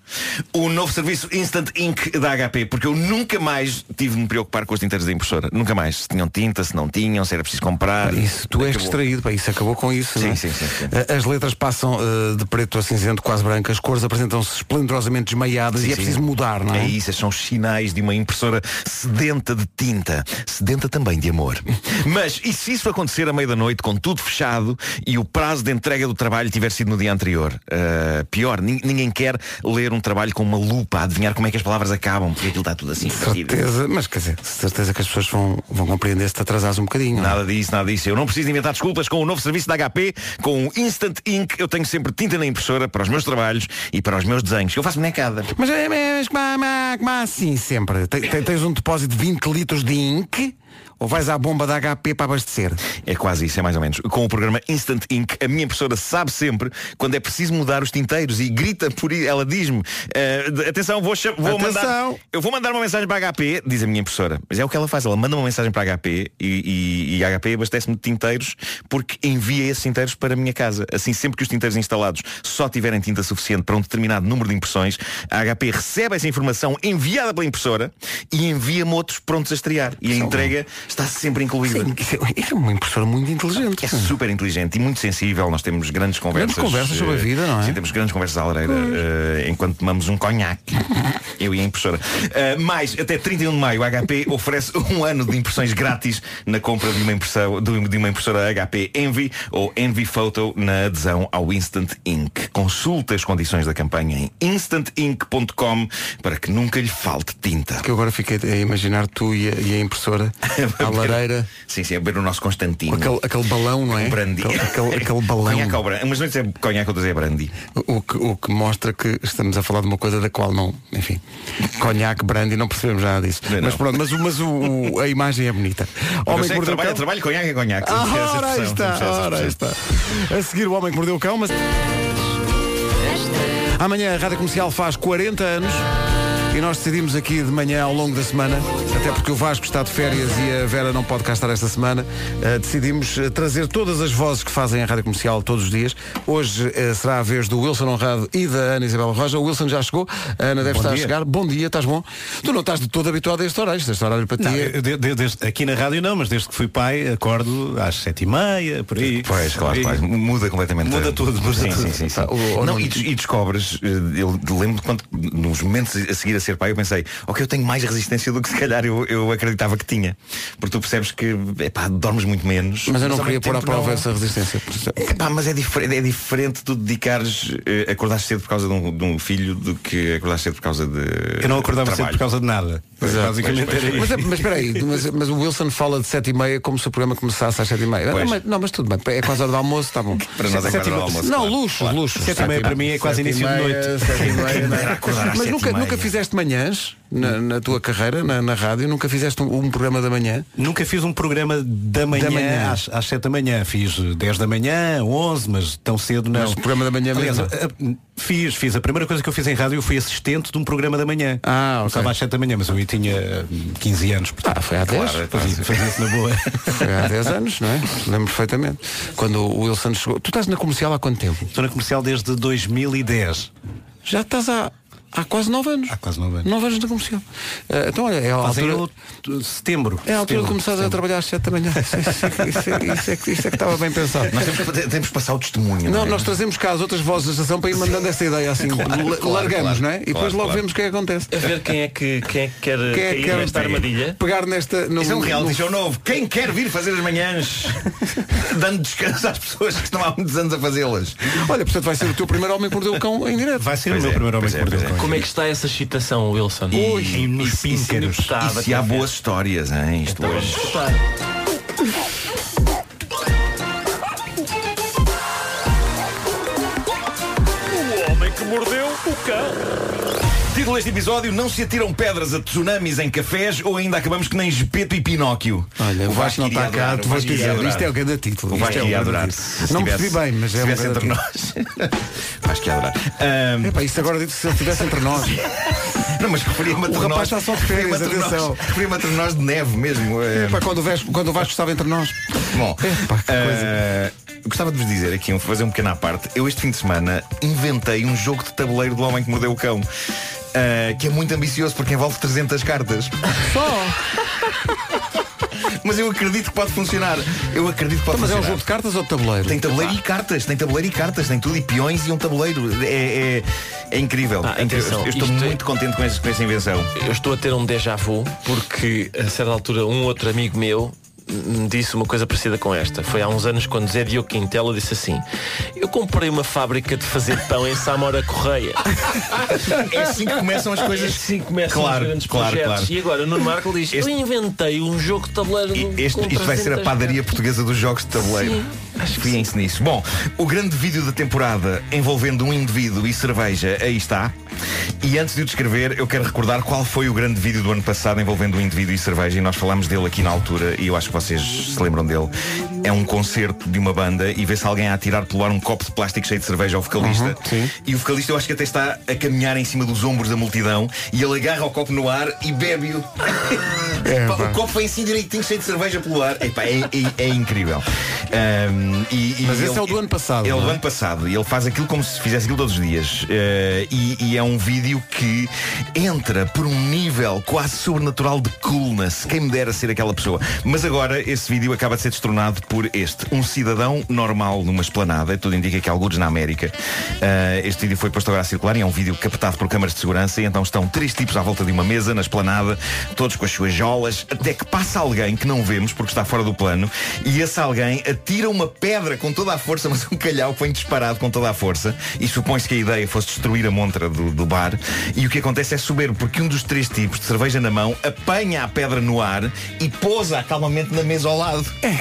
Speaker 8: o novo serviço Instant Ink da HP, porque eu nunca mais tive de me preocupar com as tintas da impressora. Nunca mais. Se tinham tinta, se não tinham, se era preciso comprar.
Speaker 1: Ah, Isso, tu és
Speaker 8: Acabou.
Speaker 1: distraído, pá, isso acabou com isso.
Speaker 8: Sim,
Speaker 1: não é?
Speaker 8: sim, sim, sim.
Speaker 1: Ah, As letras passam ah, de preto a cinzento, quase brancas, as cores apresentam-se esplendorosamente desmaiadas
Speaker 8: Sim,
Speaker 1: e é
Speaker 8: sim.
Speaker 1: preciso mudar, não é?
Speaker 8: É isso, esses são os sinais de uma impressora sedenta de tinta, sedenta também de amor. Mas e se isso acontecer à meia da noite, com tudo fechado e o prazo de entrega do trabalho tiver sido no dia anterior? Ah, pior, nin- ninguém quer ler um trabalho com uma lupa, adivinhar como é que as palavras acabam, porque aquilo está tudo assim. perdido.
Speaker 1: Certeza, mas quer dizer, certeza que as pessoas vão, vão compreender se te atrasares um bocadinho. não é?
Speaker 8: Nada disso, nada disso. Eu não preciso inventar desculpas com o novo serviço da HP, com o Instant Ink. Eu tenho sempre tinta na impressora para os meus trabalhos e para os meus desenhos. que Eu faço bonecada.
Speaker 1: Mas, é- mas como, há- como há- como há assim sempre? Te- te- Tens um depósito de 20 litros de ink ou vais à bomba da HP para abastecer?
Speaker 8: É quase isso, é mais ou menos. Com o programa Instant Ink, a minha impressora sabe sempre quando é preciso mudar os tinteiros e grita por i- ela diz-me, "Eh, de- atenção, vou, cha- vou mandar.
Speaker 1: Atenção.
Speaker 8: Eu vou mandar uma mensagem para a HP, diz a minha impressora. Mas é o que ela faz, ela manda uma mensagem para a HP e, e- e a HP abastece-me de tinteiros porque envia esses tinteiros para a minha casa. Assim, sempre que os tinteiros instalados só tiverem tinta suficiente para um determinado número de impressões, a HP recebe essa informação enviada pela impressora e envia-me outros prontos a estrear. E a entrega está sempre incluída.
Speaker 1: Sim, isso é- isso é uma impressora muito inteligente.
Speaker 8: É super inteligente e muito sensível. Nós temos grandes conversas.
Speaker 1: conversas sobre a
Speaker 8: eh,
Speaker 1: vida, não é?
Speaker 8: Sim, temos grandes conversas à lareira eh, enquanto tomamos um conhaque. eu e a impressora. Eh, mais, até 31 de maio, a HP oferece um ano de impressões grátis na compra de uma, impressão, de de uma impressora HP Envy ou Envy Photo na adesão ao Instant Ink. Consulte as condições da campanha em instantink.com para que nunca lhe falte tinta.
Speaker 1: Que eu agora fiquei a imaginar tu e a, e a impressora à lareira,
Speaker 8: Sim, sim, a beber o nosso Constantino.
Speaker 1: aquele, aquele balão, não é?
Speaker 8: um Brandy.
Speaker 1: Aquele, aquele, aquele balão.
Speaker 8: Conhaque ao brandy. Umas noites é conhaque, outras é brandy.
Speaker 1: O que, o que mostra que estamos a falar de uma coisa da qual não, enfim, conhaque, brandy, não percebemos nada disso.
Speaker 8: Não,
Speaker 1: Mas
Speaker 8: não.
Speaker 1: pronto, mas, o- mas o- o- a imagem é bonita.
Speaker 8: Homem
Speaker 1: que
Speaker 8: sei que
Speaker 1: Mordeu o
Speaker 8: trabalha,
Speaker 1: Cão-
Speaker 8: trabalho, conhaque é conhaque. Temos que ter
Speaker 1: Ah,
Speaker 8: essa
Speaker 1: ora aí
Speaker 8: expressão,
Speaker 1: está,
Speaker 8: temos que ter essa é
Speaker 1: ora aí
Speaker 8: expressão.
Speaker 1: está. A seguir o homem que mordeu o cão, mas. Amanhã a Rádio Comercial faz 40 anos e nós decidimos aqui de manhã ao longo da semana, até porque o Vasco está de férias e a Vera não pode cá estar esta semana, eh, decidimos eh, trazer todas as vozes que fazem a Rádio Comercial todos os dias. Hoje eh, será a vez do Wilson Honrado e da Ana Isabel Roja. O Wilson já chegou, a Ana deve estar a
Speaker 4: dia.
Speaker 1: chegar. Bom dia, estás bom? Tu não estás de todo habituado a este horário, este horário para ti
Speaker 4: Não,
Speaker 1: é-
Speaker 4: eu de- de- desde- aqui na rádio não, mas desde que fui pai acordo às sete e meia, por aí.
Speaker 8: Pois, claro,
Speaker 4: Por aí.
Speaker 8: claro. Muda completamente.
Speaker 4: Muda
Speaker 8: a-
Speaker 4: tudo, muda
Speaker 8: sim,
Speaker 4: tudo. Ah,
Speaker 8: sim, sim, sim.
Speaker 1: Pá, o- o-
Speaker 8: não, e, des- e descobres, eh, eu lembro quando, nos momentos a seguir a ser pai, eu pensei, ok, eu tenho mais resistência do que se calhar eu, eu acreditava que tinha. Porque tu percebes que, epá, dormes muito menos.
Speaker 1: Mas eu não
Speaker 8: ao
Speaker 1: queria
Speaker 8: mesmo
Speaker 1: pôr à
Speaker 8: tempo
Speaker 1: prova
Speaker 8: não-
Speaker 1: essa resistência.
Speaker 8: Epá, mas é diferente, é diferente tu dedicares, eh, acordares cedo por causa de um, de um filho do que acordares cedo por causa de.
Speaker 4: Eu não acordava
Speaker 8: trabalho.
Speaker 4: sempre por causa de nada. Basicamente
Speaker 8: É, pois,
Speaker 4: era
Speaker 1: Mas,
Speaker 4: isso.
Speaker 1: é- mas espera aí, mas, mas o Wilson fala de 7h30 como se o programa começasse às 7h30. Não,
Speaker 8: Pois.
Speaker 1: Ah, mas, não, mas tudo bem, é quase hora do almoço, está bom.
Speaker 8: Para nós
Speaker 4: Sete
Speaker 8: é quase
Speaker 4: e
Speaker 8: hora do
Speaker 4: meia.
Speaker 8: almoço.
Speaker 1: Não,
Speaker 8: claro.
Speaker 1: luxo, luxo.
Speaker 4: Sete e meia para mim é quase
Speaker 1: Sete e
Speaker 4: início de
Speaker 1: meia,
Speaker 4: noite.
Speaker 1: sete e meia,
Speaker 8: Quem dera acordar às
Speaker 1: Mas
Speaker 8: sete e
Speaker 1: nunca,
Speaker 8: meia.
Speaker 1: nunca fizeste manhãs na, na tua carreira, na, na rádio, nunca fizeste um, um programa da manhã.
Speaker 4: Nunca fiz um programa da manhã,
Speaker 1: Da manhã.
Speaker 4: Às, às 7 da manhã. Fiz eh, 10 da manhã, 11, mas tão cedo não.
Speaker 1: Mas programa da manhã
Speaker 4: Aliás,
Speaker 1: mesmo?
Speaker 4: a- a- fiz, fiz. A primeira coisa que eu fiz em rádio, eu fui assistente de um programa da manhã.
Speaker 1: Ah, ok.
Speaker 4: Começava às 7 da manhã, mas eu aí tinha eh, 15 anos, portanto,
Speaker 1: Ah, foi há 10.
Speaker 8: Claro,
Speaker 4: fazia- fazia-se na boa.
Speaker 1: Foi há 10 anos, não é? Lembro perfeitamente. Quando o Wilson chegou. Tu estás na comercial há quanto tempo?
Speaker 4: Estou na comercial desde 2010.
Speaker 1: Já estás há, há quase 9 anos.
Speaker 4: Há quase nove anos.
Speaker 1: 9 anos na comercial. Ah, então, olha, é a
Speaker 4: Fazem
Speaker 1: altura-
Speaker 4: eu, setembro.
Speaker 1: É a altura
Speaker 4: Setembro,
Speaker 1: de começares a
Speaker 4: setembro.
Speaker 1: trabalhar às 7 da manhã. Isso, é- isso é- isso é que- isso é que estava bem pensado.
Speaker 8: Nós temos, que- temos que passar o testemunho.
Speaker 1: Não,
Speaker 8: é?
Speaker 1: nós trazemos cá as outras vozes da estação para ir mandando essa ideia assim. la-
Speaker 8: claro,
Speaker 1: largamos,
Speaker 8: claro.
Speaker 1: não é? E depois
Speaker 8: Claro,
Speaker 1: logo
Speaker 8: claro.
Speaker 1: vemos o que é que acontece.
Speaker 5: A ver quem é que, quem é que quer
Speaker 1: Quem é que
Speaker 5: cair
Speaker 1: quer-
Speaker 5: nesta armadilha.
Speaker 1: Pegar nesta. No,
Speaker 8: Isso é um reality
Speaker 1: no-
Speaker 8: show novo. Quem quer vir fazer as manhãs, dando descanso às pessoas que estão há muitos anos a fazê-las.
Speaker 1: Olha, portanto, vai ser o teu primeiro homem que mordeu o cão em direto.
Speaker 4: Vai ser
Speaker 8: Pois
Speaker 4: o meu
Speaker 8: é,
Speaker 4: primeiro homem
Speaker 8: pois
Speaker 4: que
Speaker 8: é,
Speaker 4: mordeu
Speaker 8: pois
Speaker 4: o
Speaker 8: é.
Speaker 4: cão.
Speaker 5: Como é que está essa excitação, Wilson?
Speaker 4: Ui,
Speaker 5: E-
Speaker 4: nos
Speaker 5: isso- isso ainda
Speaker 4: píncaros.
Speaker 5: gostava
Speaker 8: E
Speaker 5: de
Speaker 8: se há
Speaker 5: ver.
Speaker 8: boas histórias, hein? Isto hoje. Título deste episódio, não se atiram pedras a tsunamis em cafés ou ainda acabamos que nem Gepeto e Pinóquio.
Speaker 1: Olha, o Vasco
Speaker 8: Vasco
Speaker 1: não
Speaker 8: iria
Speaker 1: está cá,
Speaker 8: adorar,
Speaker 1: tu
Speaker 8: o
Speaker 1: vais
Speaker 8: Vasco iria
Speaker 1: dizer,
Speaker 8: adorar.
Speaker 1: isto é o grande título.
Speaker 8: O
Speaker 1: isto
Speaker 8: Vasco
Speaker 1: é o
Speaker 8: ia
Speaker 1: grande
Speaker 8: adorar.
Speaker 1: título.
Speaker 8: se
Speaker 1: Não
Speaker 8: tivesse-
Speaker 1: percebi bem, mas
Speaker 8: se
Speaker 1: é um
Speaker 8: tivesse
Speaker 1: grande
Speaker 8: entre
Speaker 1: título. É.
Speaker 8: nós. Vasco ia adorar. Ahm,
Speaker 1: Epá, isso agora dito se ele estivesse entre nós.
Speaker 8: não, mas referia-me a
Speaker 1: O
Speaker 8: entre
Speaker 1: rapaz está
Speaker 8: nós.
Speaker 1: só de férias,
Speaker 8: referia-me a entre
Speaker 1: atenção.
Speaker 8: nós- Referia-me a entre nós de neve mesmo. eh,
Speaker 1: Epá, quando o Vasco, quando o Vasco estava entre nós.
Speaker 8: Bom,
Speaker 1: Epá, que
Speaker 8: eh, gostava de vos dizer aqui, um- fazer um pequeno à parte. Eu este fim de semana inventei um jogo de tabuleiro do Homem que Mordeu o Cão. eh, que é muito ambicioso porque envolve 300 cartas. Mas eu acredito que pode funcionar. Então, Eu acredito que pode
Speaker 1: Mas é um
Speaker 8: funcionar.
Speaker 1: jogo de cartas ou de tabuleiro?
Speaker 8: Tem tabuleiro e cartas, tem tabuleiro e cartas, tem tudo e peões e um tabuleiro. É, é- é incrível.
Speaker 5: Pá,
Speaker 8: É incrível.
Speaker 5: atenção,
Speaker 8: eu estou
Speaker 5: isto é-
Speaker 8: muito contente com, este- com esta invenção.
Speaker 5: Eu estou a ter um déjà vu porque a certa altura um outro amigo meu me disse uma coisa parecida com esta. Foi há uns anos quando Zé Diogo Quintela disse assim Eu comprei uma fábrica de fazer pão em Samora Correia.
Speaker 8: É assim que começam as coisas.
Speaker 5: Assim começam
Speaker 8: Claro,
Speaker 5: os grandes
Speaker 8: claro,
Speaker 5: projetos.
Speaker 8: claro.
Speaker 5: E agora o Nuno Marco diz
Speaker 8: Este-
Speaker 5: Eu inventei um jogo de tabuleiro
Speaker 8: E Este,
Speaker 5: com
Speaker 8: isto vai ser a
Speaker 5: 300
Speaker 8: padaria portuguesa dos jogos de tabuleiro. Fiem-se nisso. Bom, o grande vídeo da temporada envolvendo um indivíduo e cerveja, aí está. E antes de o descrever, eu quero recordar qual foi o grande vídeo do ano passado envolvendo um indivíduo e cerveja. E nós falámos dele aqui na altura e eu acho que vocês se lembram dele. É um concerto de uma banda e vê-se alguém a atirar pelo ar um copo de plástico cheio de cerveja ao vocalista. e o vocalista eu acho que até está a caminhar em cima dos ombros da multidão e ele agarra o copo no ar e bebe-o.
Speaker 1: É,
Speaker 8: Pá, o copo foi assim direitinho, cheio de cerveja pelo ar. Epá, é, é- é incrível. Ahm, e- e
Speaker 1: Mas esse é o do ano passado,
Speaker 8: É o
Speaker 1: não
Speaker 8: do
Speaker 1: é?
Speaker 8: ano passado. E ele faz aquilo como se fizesse aquilo todos os dias. Eh, e, e é um vídeo que entra por um nível quase sobrenatural de coolness. Quem me dera ser aquela pessoa. Mas agora esse vídeo acaba de ser destronado por este. Um cidadão normal numa esplanada, tudo indica que é alguns na América. Eh, este vídeo foi posto agora a circular e é um vídeo captado por câmaras de segurança. E então estão três tipos à volta de uma mesa na esplanada, todos com as suas jolas, até que passa alguém que não vemos porque está fora do plano. E esse alguém atira uma pedra com toda a força, mas um calhau que vem disparado com toda a força. E supõe-se que a ideia fosse destruir a montra do, do bar. E o que acontece é soberbo, porque um dos três tipos de cerveja na mão apanha a pedra no ar e pousa calmamente na mesa ao lado. É,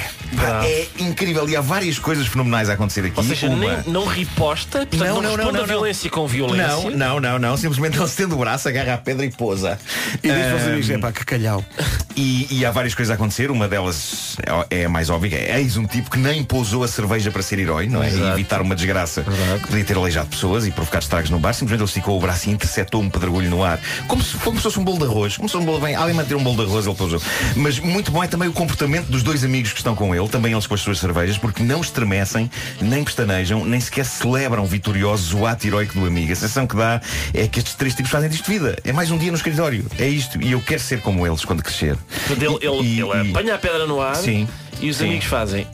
Speaker 8: é incrível. E há várias coisas fenomenais a acontecer aqui.
Speaker 5: Ou seja,
Speaker 8: Uma-
Speaker 5: nem, não riposta, portanto, não, responde à violência com violência.
Speaker 8: Não, não, não, não. Simplesmente ele estende o braço, agarra a pedra e pousa.
Speaker 1: E diz para os
Speaker 8: Ahm,
Speaker 1: amigos, epá, que calhau.
Speaker 8: eh, e, e há várias coisas a acontecer, uma delas é, é a mais óbvia, é eis um tipo que nem pousou a cerveja para ser herói, não é? E evitar uma desgraça que podia ter aleijado pessoas e provocar estragos no bar, simplesmente ele esticou o braço e interceptou um pedregulho no ar. Como se, como se fosse um bolo de arroz, como se fosse um bolo bem, alguém manter um bolo de arroz, ele pousou. Mas muito bom é também o comportamento dos dois amigos que estão com ele, também eles com as suas cervejas, porque não estremecem, nem pestanejam, nem sequer celebram vitoriosos o ato heroico do amigo. A sensação que dá é que estes três tipos fazem disto vida. É mais um dia no escritório. É isto. E eu quero ser como eles quando crescer.
Speaker 5: Portanto, ele, ele, é
Speaker 8: E-
Speaker 5: ele
Speaker 8: e-
Speaker 5: apanha a pedra no ar
Speaker 8: Sim,
Speaker 5: e os
Speaker 8: sim.
Speaker 5: amigos fazem.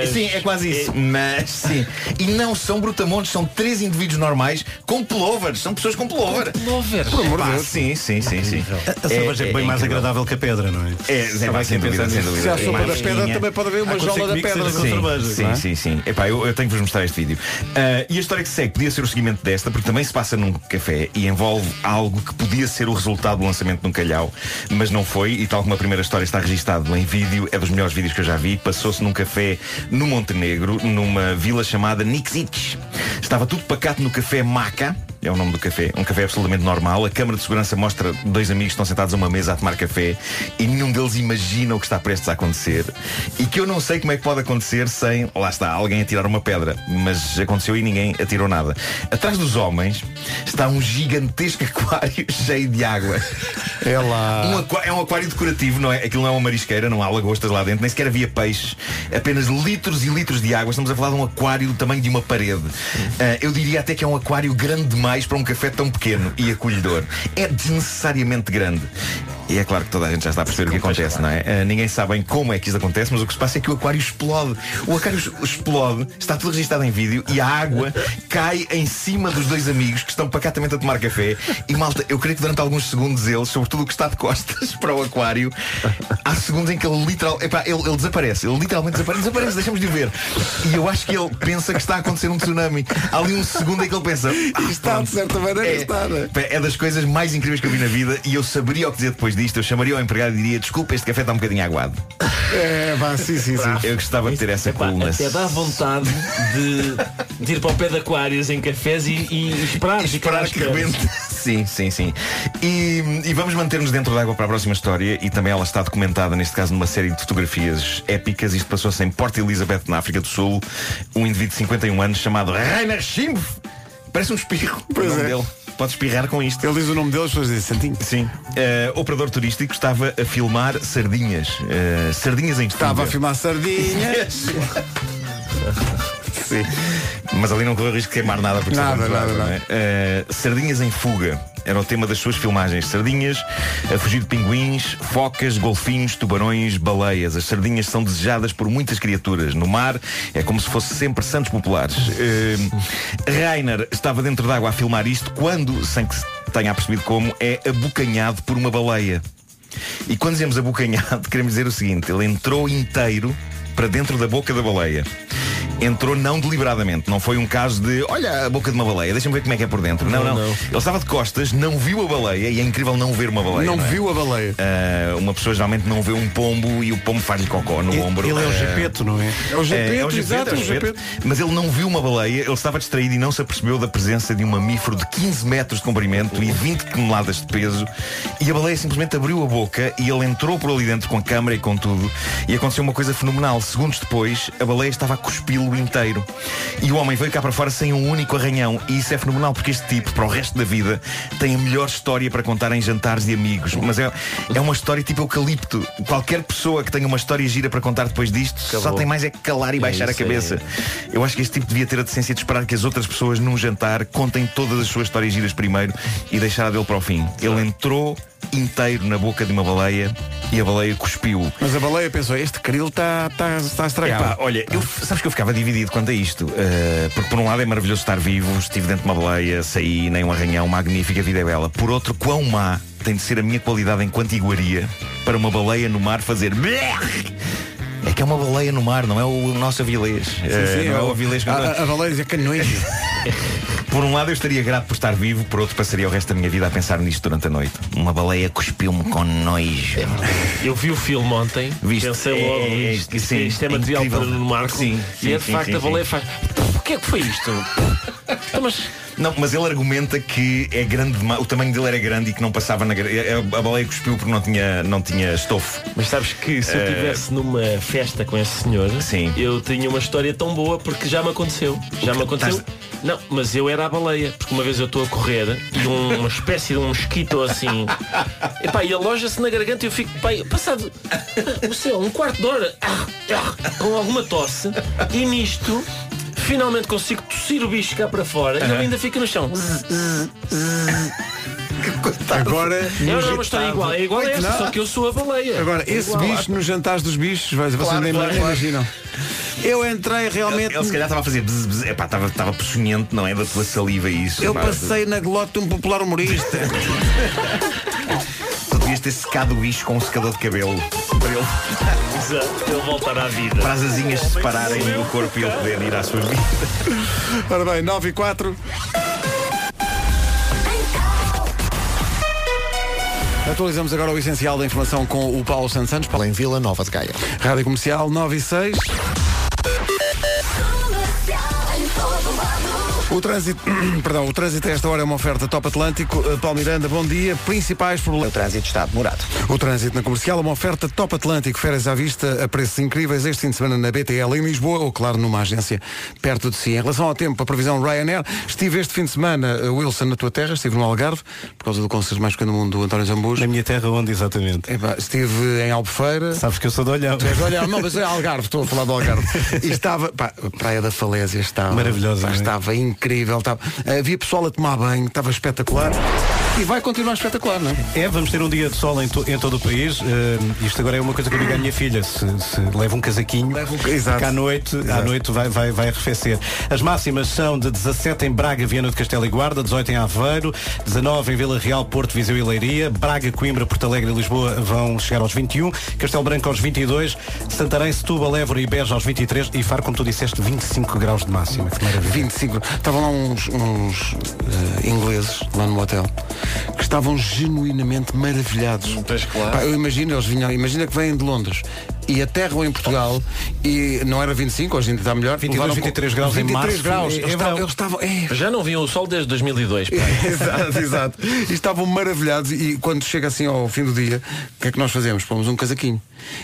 Speaker 5: Mas.
Speaker 8: Sim, é quase isso. Mas sim. E não são brutamontes, são três indivíduos normais com pullovers. São pessoas com pullover.
Speaker 5: Pullover.
Speaker 8: Por amor de Deus. Sim, sim, sim, sim.
Speaker 4: A cerveja é, bem mais
Speaker 8: incrível.
Speaker 4: agradável que a pedra, não é?
Speaker 8: É,
Speaker 4: Só vai
Speaker 8: é pá, sem
Speaker 4: quem
Speaker 8: dúvida,
Speaker 4: pensa
Speaker 8: sem
Speaker 4: nisso.
Speaker 8: dúvida. É
Speaker 1: Se há sopa
Speaker 8: Mais
Speaker 1: da pedra,
Speaker 8: fininha.
Speaker 1: também pode haver uma
Speaker 4: Há coisa
Speaker 1: jola da
Speaker 4: comigo que
Speaker 1: pedra.
Speaker 4: seja com
Speaker 8: Sim,
Speaker 4: cerveja,
Speaker 8: sim,
Speaker 4: não é?
Speaker 8: sim, sim. Epá, eu, eu tenho que vos mostrar este vídeo. Ah, e a história que segue podia ser o seguimento desta, porque também se passa num café e envolve algo que podia ser o resultado do lançamento de um calhau, mas não foi, e tal como a primeira história está registado em vídeo, é dos melhores vídeos que eu já vi, passou-se num café no Montenegro, numa vila chamada Nixites. Estava tudo pacato no café Maca, é o nome do café, um café absolutamente normal. A câmara de segurança mostra dois amigos que estão sentados a uma mesa a tomar café e nenhum deles imagina o que está prestes a acontecer. E que eu não sei como é que pode acontecer sem, lá está, alguém atirar uma pedra. Mas aconteceu e ninguém atirou nada. Atrás dos homens está um gigantesco aquário cheio de água.
Speaker 1: É
Speaker 8: Um
Speaker 1: lá.
Speaker 8: aqua- é um aquário decorativo, não é? Aquilo não é uma marisqueira, não há lagostas lá dentro, nem sequer havia peixes. Apenas litros e litros de água. Estamos a falar de um aquário do tamanho de uma parede. Ah, eu diria até que é um aquário grande demais para um café tão pequeno e acolhedor. É desnecessariamente grande. E é claro que toda a gente já está a perceber o que acontece, não é? Ah, ninguém sabe bem como é que isso acontece, mas o que se passa é que o aquário explode. O aquário es- explode, está tudo registado em vídeo e a água cai em cima dos dois amigos que estão pacatamente a tomar café. E malta, eu creio que durante alguns segundos ele, sobretudo o que está de costas para o aquário, há segundos em que ele literal. Epá, ele, ele desaparece, ele literalmente desaparece, desaparece, deixamos de o ver. E eu acho que ele pensa que está a acontecer um tsunami. Há ali um segundo em que ele pensa. "Ah,
Speaker 1: Está, de certa maneira,
Speaker 8: é,
Speaker 1: está. né?
Speaker 8: pá, é das coisas mais incríveis que eu vi na vida e eu saberia o que dizer depois disto. Eu chamaria ao empregado e diria, desculpa, este café está um bocadinho aguado.
Speaker 1: É, vá, sim, sim, sim.
Speaker 8: Eu gostava de ter essa
Speaker 5: Ah, Epá,
Speaker 8: coluna.
Speaker 5: até dá vontade de, de ir para o pé de aquários em cafés e, e esperar,
Speaker 8: Esperar
Speaker 5: ficar à
Speaker 8: que
Speaker 5: espera.
Speaker 8: rebente. Sim, sim, sim. E, e vamos manter-nos dentro da água para a próxima história e também ela está documentada, neste caso, numa série de fotografias épicas. Isto passou-se em Port Elizabeth, na África do Sul. Um indivíduo de 51 anos chamado Rainer Schimpf. Parece um espirro. o
Speaker 5: é.
Speaker 8: nome dele. Pode espirrar com isto.
Speaker 1: Ele diz o nome dele, as pessoas dizem Santinho.
Speaker 8: Sim. Eh, operador turístico estava a filmar sardinhas. Eh, sardinhas em
Speaker 1: Estava a
Speaker 8: Tuga.
Speaker 1: filmar sardinhas.
Speaker 8: Sim. Mas ali não correu risco de queimar nada porque
Speaker 1: Nada,
Speaker 8: estava
Speaker 1: nada,
Speaker 8: muito lado,
Speaker 1: nada.
Speaker 8: não é? Uh, Sardinhas em fuga era o tema das suas filmagens. Sardinhas a fugir de pinguins, focas, golfinhos, tubarões, baleias. As sardinhas são desejadas por muitas criaturas. No mar é como se fosse sempre santos populares. Uh, Rainer estava dentro d'água a filmar isto quando, sem que se tenha percebido como, é abocanhado por uma baleia. E quando dizemos abocanhado, queremos dizer o seguinte, ele entrou inteiro para dentro da boca da baleia. Entrou não deliberadamente, não foi um caso de olha a boca de uma baleia, deixa-me ver como é que é por dentro. Não, não. Ele estava de costas, não viu a baleia, e é incrível não ver uma baleia.
Speaker 1: Não
Speaker 8: é?
Speaker 1: viu a baleia.
Speaker 8: Ah, uma pessoa geralmente não vê um pombo e o pombo faz-lhe cocó no ombro.
Speaker 1: um
Speaker 4: Ele é o
Speaker 8: Ah,
Speaker 4: Gepeto, não é?
Speaker 1: É o
Speaker 8: é, é
Speaker 1: Gepeto,
Speaker 8: o
Speaker 1: exato, é
Speaker 8: Gepeto, é
Speaker 1: o
Speaker 8: o Gepeto.
Speaker 1: Gepeto.
Speaker 8: Mas ele não viu uma baleia, ele estava distraído e não se apercebeu da presença de um mamífero de 15 metros de comprimento e 20 toneladas de peso. E a baleia simplesmente abriu a boca e ele entrou por ali dentro com a câmara e com tudo. E aconteceu uma coisa fenomenal. Segundos depois, a baleia estava a cuspi-lo inteiro. E o homem veio cá para fora sem um único arranhão. E isso é fenomenal porque este tipo, para o resto da vida, tem a melhor história para contar em jantares de amigos. Mas é, é uma história tipo eucalipto. Qualquer pessoa que tenha uma história gira para contar depois disto, só
Speaker 5: Acabou.
Speaker 8: tem mais é que calar e baixar a
Speaker 5: isso aí.
Speaker 8: cabeça. Eu acho que este tipo devia ter a decência de esperar que as outras pessoas num jantar contem todas as suas histórias giras primeiro e deixar a dele para o fim. Ele entrou inteiro na boca de uma baleia e a baleia cuspiu.
Speaker 1: Mas a baleia pensou, este caril está tá, tá estragado.
Speaker 8: Epá, olha, eu, sabes que eu ficava dividido quanto a isto. Uh, porque por um lado é maravilhoso estar vivo, estive dentro de uma baleia, saí, nem um arranhão, magnífica, a vida é bela. Por outro, quão má tem de ser a minha qualidade enquanto iguaria para uma baleia no mar fazer. "Blech!" É que é uma baleia no mar, não é o nosso avilés.
Speaker 1: Sim, sim, Ah,
Speaker 8: não é
Speaker 1: eu-
Speaker 8: o avilés que
Speaker 1: a, a- a baleia dizia canões.
Speaker 8: Por um lado eu estaria grato por estar vivo, por outro passaria o resto da minha vida a pensar nisto durante a noite. Uma baleia cuspiu-me com nojo.
Speaker 5: Eu vi o filme ontem,
Speaker 8: Viste?
Speaker 5: pensei
Speaker 8: É,
Speaker 5: logo,
Speaker 8: é,
Speaker 5: isto,
Speaker 8: é,
Speaker 5: isto,
Speaker 8: sim,
Speaker 5: isto é
Speaker 8: é
Speaker 5: material
Speaker 8: incrível.
Speaker 5: para o Marco.
Speaker 8: Sim,
Speaker 5: e
Speaker 8: sim,
Speaker 5: é de
Speaker 8: sim,
Speaker 5: facto
Speaker 8: sim,
Speaker 5: a baleia faz. O que é que foi isto? Então, mas
Speaker 8: Não, mas ele argumenta que é grande demais, o tamanho dele era grande e que não passava na gra- é, a- A baleia cuspiu porque não tinha, não tinha estofo.
Speaker 5: Mas sabes que se eu estivesse numa festa com esse senhor,
Speaker 8: Eh, Sim.
Speaker 5: eu tinha uma história tão boa porque já me aconteceu. Já me aconteceu.
Speaker 8: Estás-
Speaker 5: Não, mas eu era a baleia, porque uma vez eu estou a correr e um- uma espécie de um mosquito assim. Epá, e aloja-se na garganta e eu fico pai, passado o céu, um quarto de hora ah, ah, com alguma tosse e nisto finalmente consigo tossir o bicho cá para fora e ele ainda fica no chão.
Speaker 1: Agora,
Speaker 5: É uma história igual, é igual a esta,
Speaker 1: Não.
Speaker 5: só que eu sou a baleia.
Speaker 1: agora
Speaker 5: É
Speaker 1: esse
Speaker 5: igual.
Speaker 1: bicho nos jantares dos bichos, vais- vocês
Speaker 8: Claro,
Speaker 1: nem
Speaker 8: claro, claro.
Speaker 1: imaginam. Eu entrei
Speaker 8: Ele,
Speaker 1: realmente.
Speaker 8: ele se calhar estava a fazer bzz, bzz. Epá, estava, estava peçonhento, não é? Da tua saliva e isso.
Speaker 1: Eu
Speaker 8: Pá,
Speaker 1: passei na glote de um popular humorista.
Speaker 8: Tu devias ter secado o bicho com um secador de cabelo. Para ele,
Speaker 5: Exato, ele voltará à vida.
Speaker 8: para as asinhas se separarem do corpo e ele poder ir à sua vida.
Speaker 1: Ora bem, 9 e 4. Atualizamos agora o essencial da informação com o Paulo Santos Santos. Paulo,
Speaker 10: Em Vila Nova de Gaia.
Speaker 1: Rádio Comercial 9 e 6. O trânsito, perdão, o trânsito a esta hora é uma oferta Top Atlântico. Eh, Paulo Miranda, bom dia. Principais problemas.
Speaker 3: O trânsito está demorado.
Speaker 1: O trânsito na comercial é uma oferta top Atlântico, férias à vista, a preços incríveis este fim de semana na BTL em Lisboa ou, claro, numa agência perto de si. Em relação ao tempo, a previsão Ryanair, estive este fim de semana, eh, Wilson, na tua terra, estive no Algarve, por causa do concerto mais pequeno do mundo do António Zambujo.
Speaker 4: Na minha terra onde, exatamente?
Speaker 1: Epá, estive em Albufeira.
Speaker 4: Sabes que eu sou de olhão.
Speaker 1: Mas olha, não, mas é Algarve, estou a falar do Algarve. E estava, pá, a Praia da Falésia estava.
Speaker 4: Maravilhosa,
Speaker 1: pá,
Speaker 4: não é?
Speaker 1: Estava incrível. Estava, havia pessoal a tomar banho, estava espetacular. E vai continuar espetacular, não é?
Speaker 4: É, vamos ter um dia de sol em, to- em todo o país. Eh, isto agora é uma coisa que eu digo à minha filha. Se, se leva um casaquinho,
Speaker 1: Leva um ca- Exato.
Speaker 4: que à noite, à noite vai, vai, vai arrefecer. As máximas são de 17 em Braga, Viana de Castelo e Guarda, 18 em Aveiro, 19 em Vila Real, Porto, Viseu e Leiria, Braga, Coimbra, Porto Alegre e Lisboa vão chegar aos 21, Castelo Branco aos 22, Santarém, Setúbal, Évora e Beja aos 23 e Faro, como tu disseste, 25 graus de máxima. Que maravilha.
Speaker 1: 25. Estavam lá uns, uns, eh, ingleses, lá no hotel, que estavam genuinamente maravilhados.
Speaker 5: Pois, claro.
Speaker 1: Pá, eu imagino, eles vinham, imagina que vêm de Londres e aterram em Portugal e não era 25, hoje ainda está melhor.
Speaker 4: 22,
Speaker 1: levaram com-
Speaker 4: 23 graus em
Speaker 1: 23
Speaker 4: março,
Speaker 1: graus.
Speaker 4: é- é
Speaker 1: Eles estavam-
Speaker 4: verão.
Speaker 1: eles estavam. é,
Speaker 5: Já não viam o sol desde 2002. pá.
Speaker 1: exato, exato. E estavam maravilhados e quando chega assim ao fim do dia, o que é que nós fazemos? Pomos um casaquinho.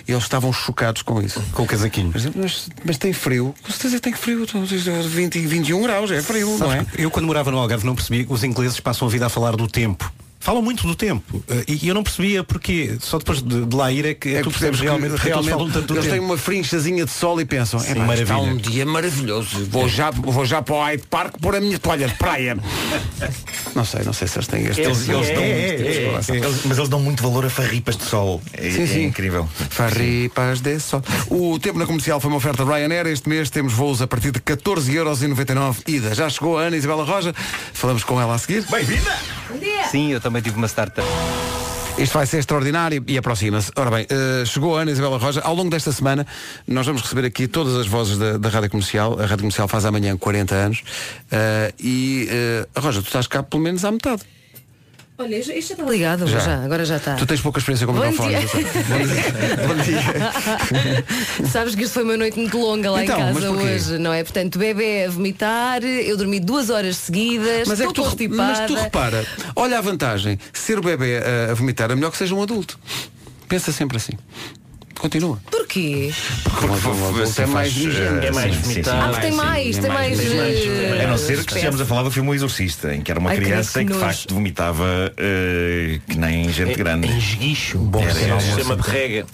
Speaker 1: E eles estavam chocados com isso.
Speaker 4: Com o casaquinho.
Speaker 1: Mas, mas, mas tem frio? Com certeza tem frio. Então, 20, 21 graus, é frio, não é?
Speaker 4: Sabes que Eu quando morava no Algarve não percebi que os ingleses passam a vida a falar do tempo. Falam muito do tempo. Eh, E e eu não percebia porque só depois de, de lá ir é que
Speaker 1: É
Speaker 4: tu
Speaker 1: que percebes
Speaker 4: percebes realmente
Speaker 1: que
Speaker 4: porque
Speaker 1: realmente
Speaker 4: eles
Speaker 8: um
Speaker 4: falam tanto do
Speaker 1: eles têm
Speaker 4: tempo.
Speaker 1: uma frinchazinha de sol e pensam, é pá, está
Speaker 4: maravilha."
Speaker 1: um dia maravilhoso, vou já, vou já para o Hyde Park pôr a minha toalha de praia. não sei, não sei se eles têm este. tipo
Speaker 8: Eles, eles
Speaker 4: É,
Speaker 8: dão,
Speaker 4: é, é,
Speaker 8: eles-
Speaker 4: é.
Speaker 8: eles- mas eles dão muito valor a farripas de sol. É,
Speaker 1: Sim,
Speaker 8: é
Speaker 1: sim.
Speaker 8: incrível.
Speaker 1: Farripas de sol. O tempo na comercial foi uma oferta Ryanair. Este mês temos voos a partir de 14,99€ ida. Já chegou a Ana Isabela Roja. Falamos com ela a seguir.
Speaker 8: Bem-vinda!
Speaker 4: É.
Speaker 10: Sim, eu também tive uma startup.
Speaker 1: Isto vai ser extraordinário e aproxima-se. Ora bem, eh, chegou a Ana Isabela Roja. Ao longo desta semana, nós vamos receber aqui todas as vozes da, da Rádio Comercial. A Rádio Comercial faz amanhã 40 anos. Eh, e, eh, Roja, tu estás cá pelo menos à metade.
Speaker 2: Olha, isto já está ligado,
Speaker 1: Já.
Speaker 2: já. agora já está.
Speaker 1: Tu tens pouca experiência com
Speaker 2: Bom
Speaker 1: microfones.
Speaker 2: dia.
Speaker 1: eu sei. Bom dia.
Speaker 2: Sabes que isto foi uma noite muito longa lá
Speaker 1: Então,
Speaker 2: em
Speaker 1: mas
Speaker 2: casa
Speaker 1: porquê?
Speaker 2: hoje, não é? Portanto, o bebê a vomitar, eu dormi duas horas seguidas,
Speaker 1: Mas, é que
Speaker 2: estou
Speaker 1: tu, re-
Speaker 2: constipada.
Speaker 1: mas tu repara, olha a vantagem. Ser o bebê a, a vomitar é melhor que seja um adulto. Pensa sempre assim. Continua.
Speaker 2: Porquê?
Speaker 1: Porque, um adulto
Speaker 8: Assim
Speaker 1: é mais
Speaker 8: faz, eh,
Speaker 1: vigente.
Speaker 5: É mais
Speaker 8: sim, sim,
Speaker 5: vomitar.
Speaker 8: sim.
Speaker 2: Ah, tem
Speaker 5: sim,
Speaker 2: mais, tem mais.
Speaker 5: tem mais,
Speaker 2: eh,
Speaker 5: tem mais.
Speaker 8: A não ser que
Speaker 2: espécie.
Speaker 8: estejamos a falar do filme O Exorcista, em que era uma
Speaker 2: Ai, que
Speaker 8: criança que de
Speaker 2: nojo.
Speaker 8: facto vomitava eh, que
Speaker 10: É,
Speaker 8: nem gente grande.
Speaker 5: Em esguicho.
Speaker 8: Era-
Speaker 5: Era um
Speaker 8: era-
Speaker 5: sistema de rega.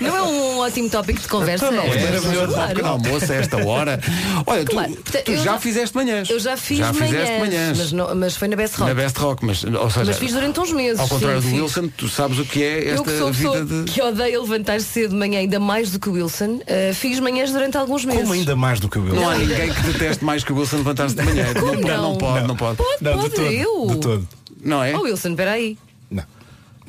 Speaker 2: Não é um ótimo tópico de conversa.
Speaker 1: Então não,
Speaker 2: é?
Speaker 1: era melhor dar um
Speaker 2: Claro.
Speaker 1: pequeno almoço a esta hora. Olha, tu-
Speaker 2: Claro.
Speaker 1: tu,
Speaker 2: Portanto, eu
Speaker 1: já fizeste manhãs.
Speaker 2: Eu já fiz
Speaker 1: Já fizeste
Speaker 2: manhãs,
Speaker 1: manhãs.
Speaker 2: Mas, não- mas foi na Best Rock.
Speaker 1: Na Best Rock, mas, ou seja,
Speaker 2: Mas fiz durante uns meses.
Speaker 1: ao contrário
Speaker 2: sim,
Speaker 1: do
Speaker 2: fiz.
Speaker 1: Wilson, tu sabes o que é
Speaker 2: Eu
Speaker 1: esta
Speaker 2: que sou a pessoa
Speaker 1: vida de.
Speaker 2: que odeia levantar cedo de manhã, ainda mais do que o Wilson, eh, fiz manhãs durante alguns meses.
Speaker 4: Como
Speaker 1: é?
Speaker 4: ainda mais do que o
Speaker 1: Não há
Speaker 4: eu.
Speaker 1: ninguém que deteste mais que o Wilson levantar-se de manhã.
Speaker 2: Como
Speaker 1: pode,
Speaker 2: não?
Speaker 1: não pode, não pode.
Speaker 2: Pode,
Speaker 4: Não, de
Speaker 2: pode,
Speaker 4: todo,
Speaker 2: eu.
Speaker 4: de todo.
Speaker 1: Não é?
Speaker 2: Oh Wilson, peraí.
Speaker 4: Não.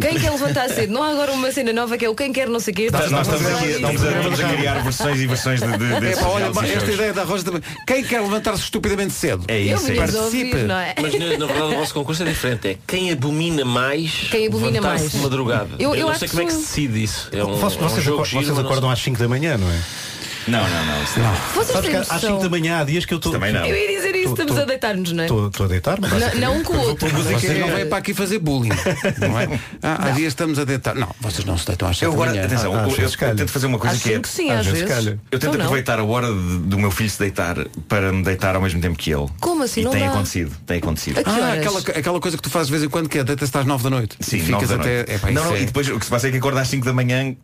Speaker 2: Quem quer levantar cedo? Não há agora uma cena nova que é o quem quer não sei o quê.
Speaker 8: Nós nós estamos aqui
Speaker 2: Peraí.
Speaker 8: estamos a, estamos a criar versões e versões de, de,
Speaker 1: É
Speaker 8: desses
Speaker 1: pá, olha,
Speaker 8: reality shows.
Speaker 1: esta ideia da Rosa também. Quem quer levantar-se estupidamente cedo?
Speaker 8: É
Speaker 2: Eu
Speaker 8: isso, é
Speaker 2: me
Speaker 8: isso.
Speaker 1: Participe.
Speaker 2: ouvir, não é?
Speaker 5: Mas na, na verdade o vosso concurso é diferente. É quem abomina mais
Speaker 2: Quem abomina
Speaker 5: levantar-se
Speaker 2: mais.
Speaker 5: de madrugada.
Speaker 2: Eu- eu
Speaker 5: não
Speaker 2: acho
Speaker 5: sei como é que
Speaker 2: que
Speaker 5: se decide isso. É um,
Speaker 4: Vocês,
Speaker 5: é um
Speaker 4: vocês
Speaker 5: jogo
Speaker 4: acor-
Speaker 5: giro,
Speaker 4: vocês
Speaker 5: mas não
Speaker 4: acordam às 5 da manhã, não é?
Speaker 8: Não, não, não. isso não.
Speaker 2: Vocês
Speaker 4: Sabes que
Speaker 2: têm
Speaker 4: às 5 da
Speaker 2: noção.
Speaker 4: manhã há dias que eu estou.
Speaker 8: Também não.
Speaker 2: Eu ia dizer isso,
Speaker 4: Tô-
Speaker 2: estamos
Speaker 4: tô-
Speaker 2: a deitar-nos, não é?
Speaker 4: Estou a deitar-me.
Speaker 2: Não, não um com o outro.
Speaker 1: Vocês
Speaker 8: é-
Speaker 1: não vêm para aqui fazer bullying, não é? Ah, há dias estamos a deitar. Não, vocês não se deitam às 7
Speaker 8: Eu
Speaker 1: da
Speaker 8: agora,
Speaker 1: manhã.
Speaker 8: atenção,
Speaker 4: Ah,
Speaker 8: eu-
Speaker 4: às
Speaker 8: eu,
Speaker 4: vezes calha.
Speaker 8: tento fazer uma coisa
Speaker 2: Às
Speaker 8: que é.
Speaker 2: 5 sim, às
Speaker 4: vezes
Speaker 2: vezes.
Speaker 4: calha.
Speaker 8: Eu tento
Speaker 2: Então não.
Speaker 8: aproveitar a hora de- do meu filho se deitar para me deitar ao mesmo tempo que ele.
Speaker 2: Como assim?
Speaker 8: E
Speaker 2: Não
Speaker 8: tem
Speaker 2: dá.
Speaker 8: acontecido, tem acontecido.
Speaker 2: A que
Speaker 1: Ah,
Speaker 2: horas?
Speaker 1: aquela, aquela coisa que tu fazes de vez em quando que é deitas-te às 9 da noite.
Speaker 8: Sim,
Speaker 1: e ficas
Speaker 8: nove da
Speaker 1: até.
Speaker 8: noite.
Speaker 1: É, pá,
Speaker 8: não,
Speaker 1: isso
Speaker 8: não,
Speaker 1: é-
Speaker 8: e depois o que se passa é que acorda às 5 da manhã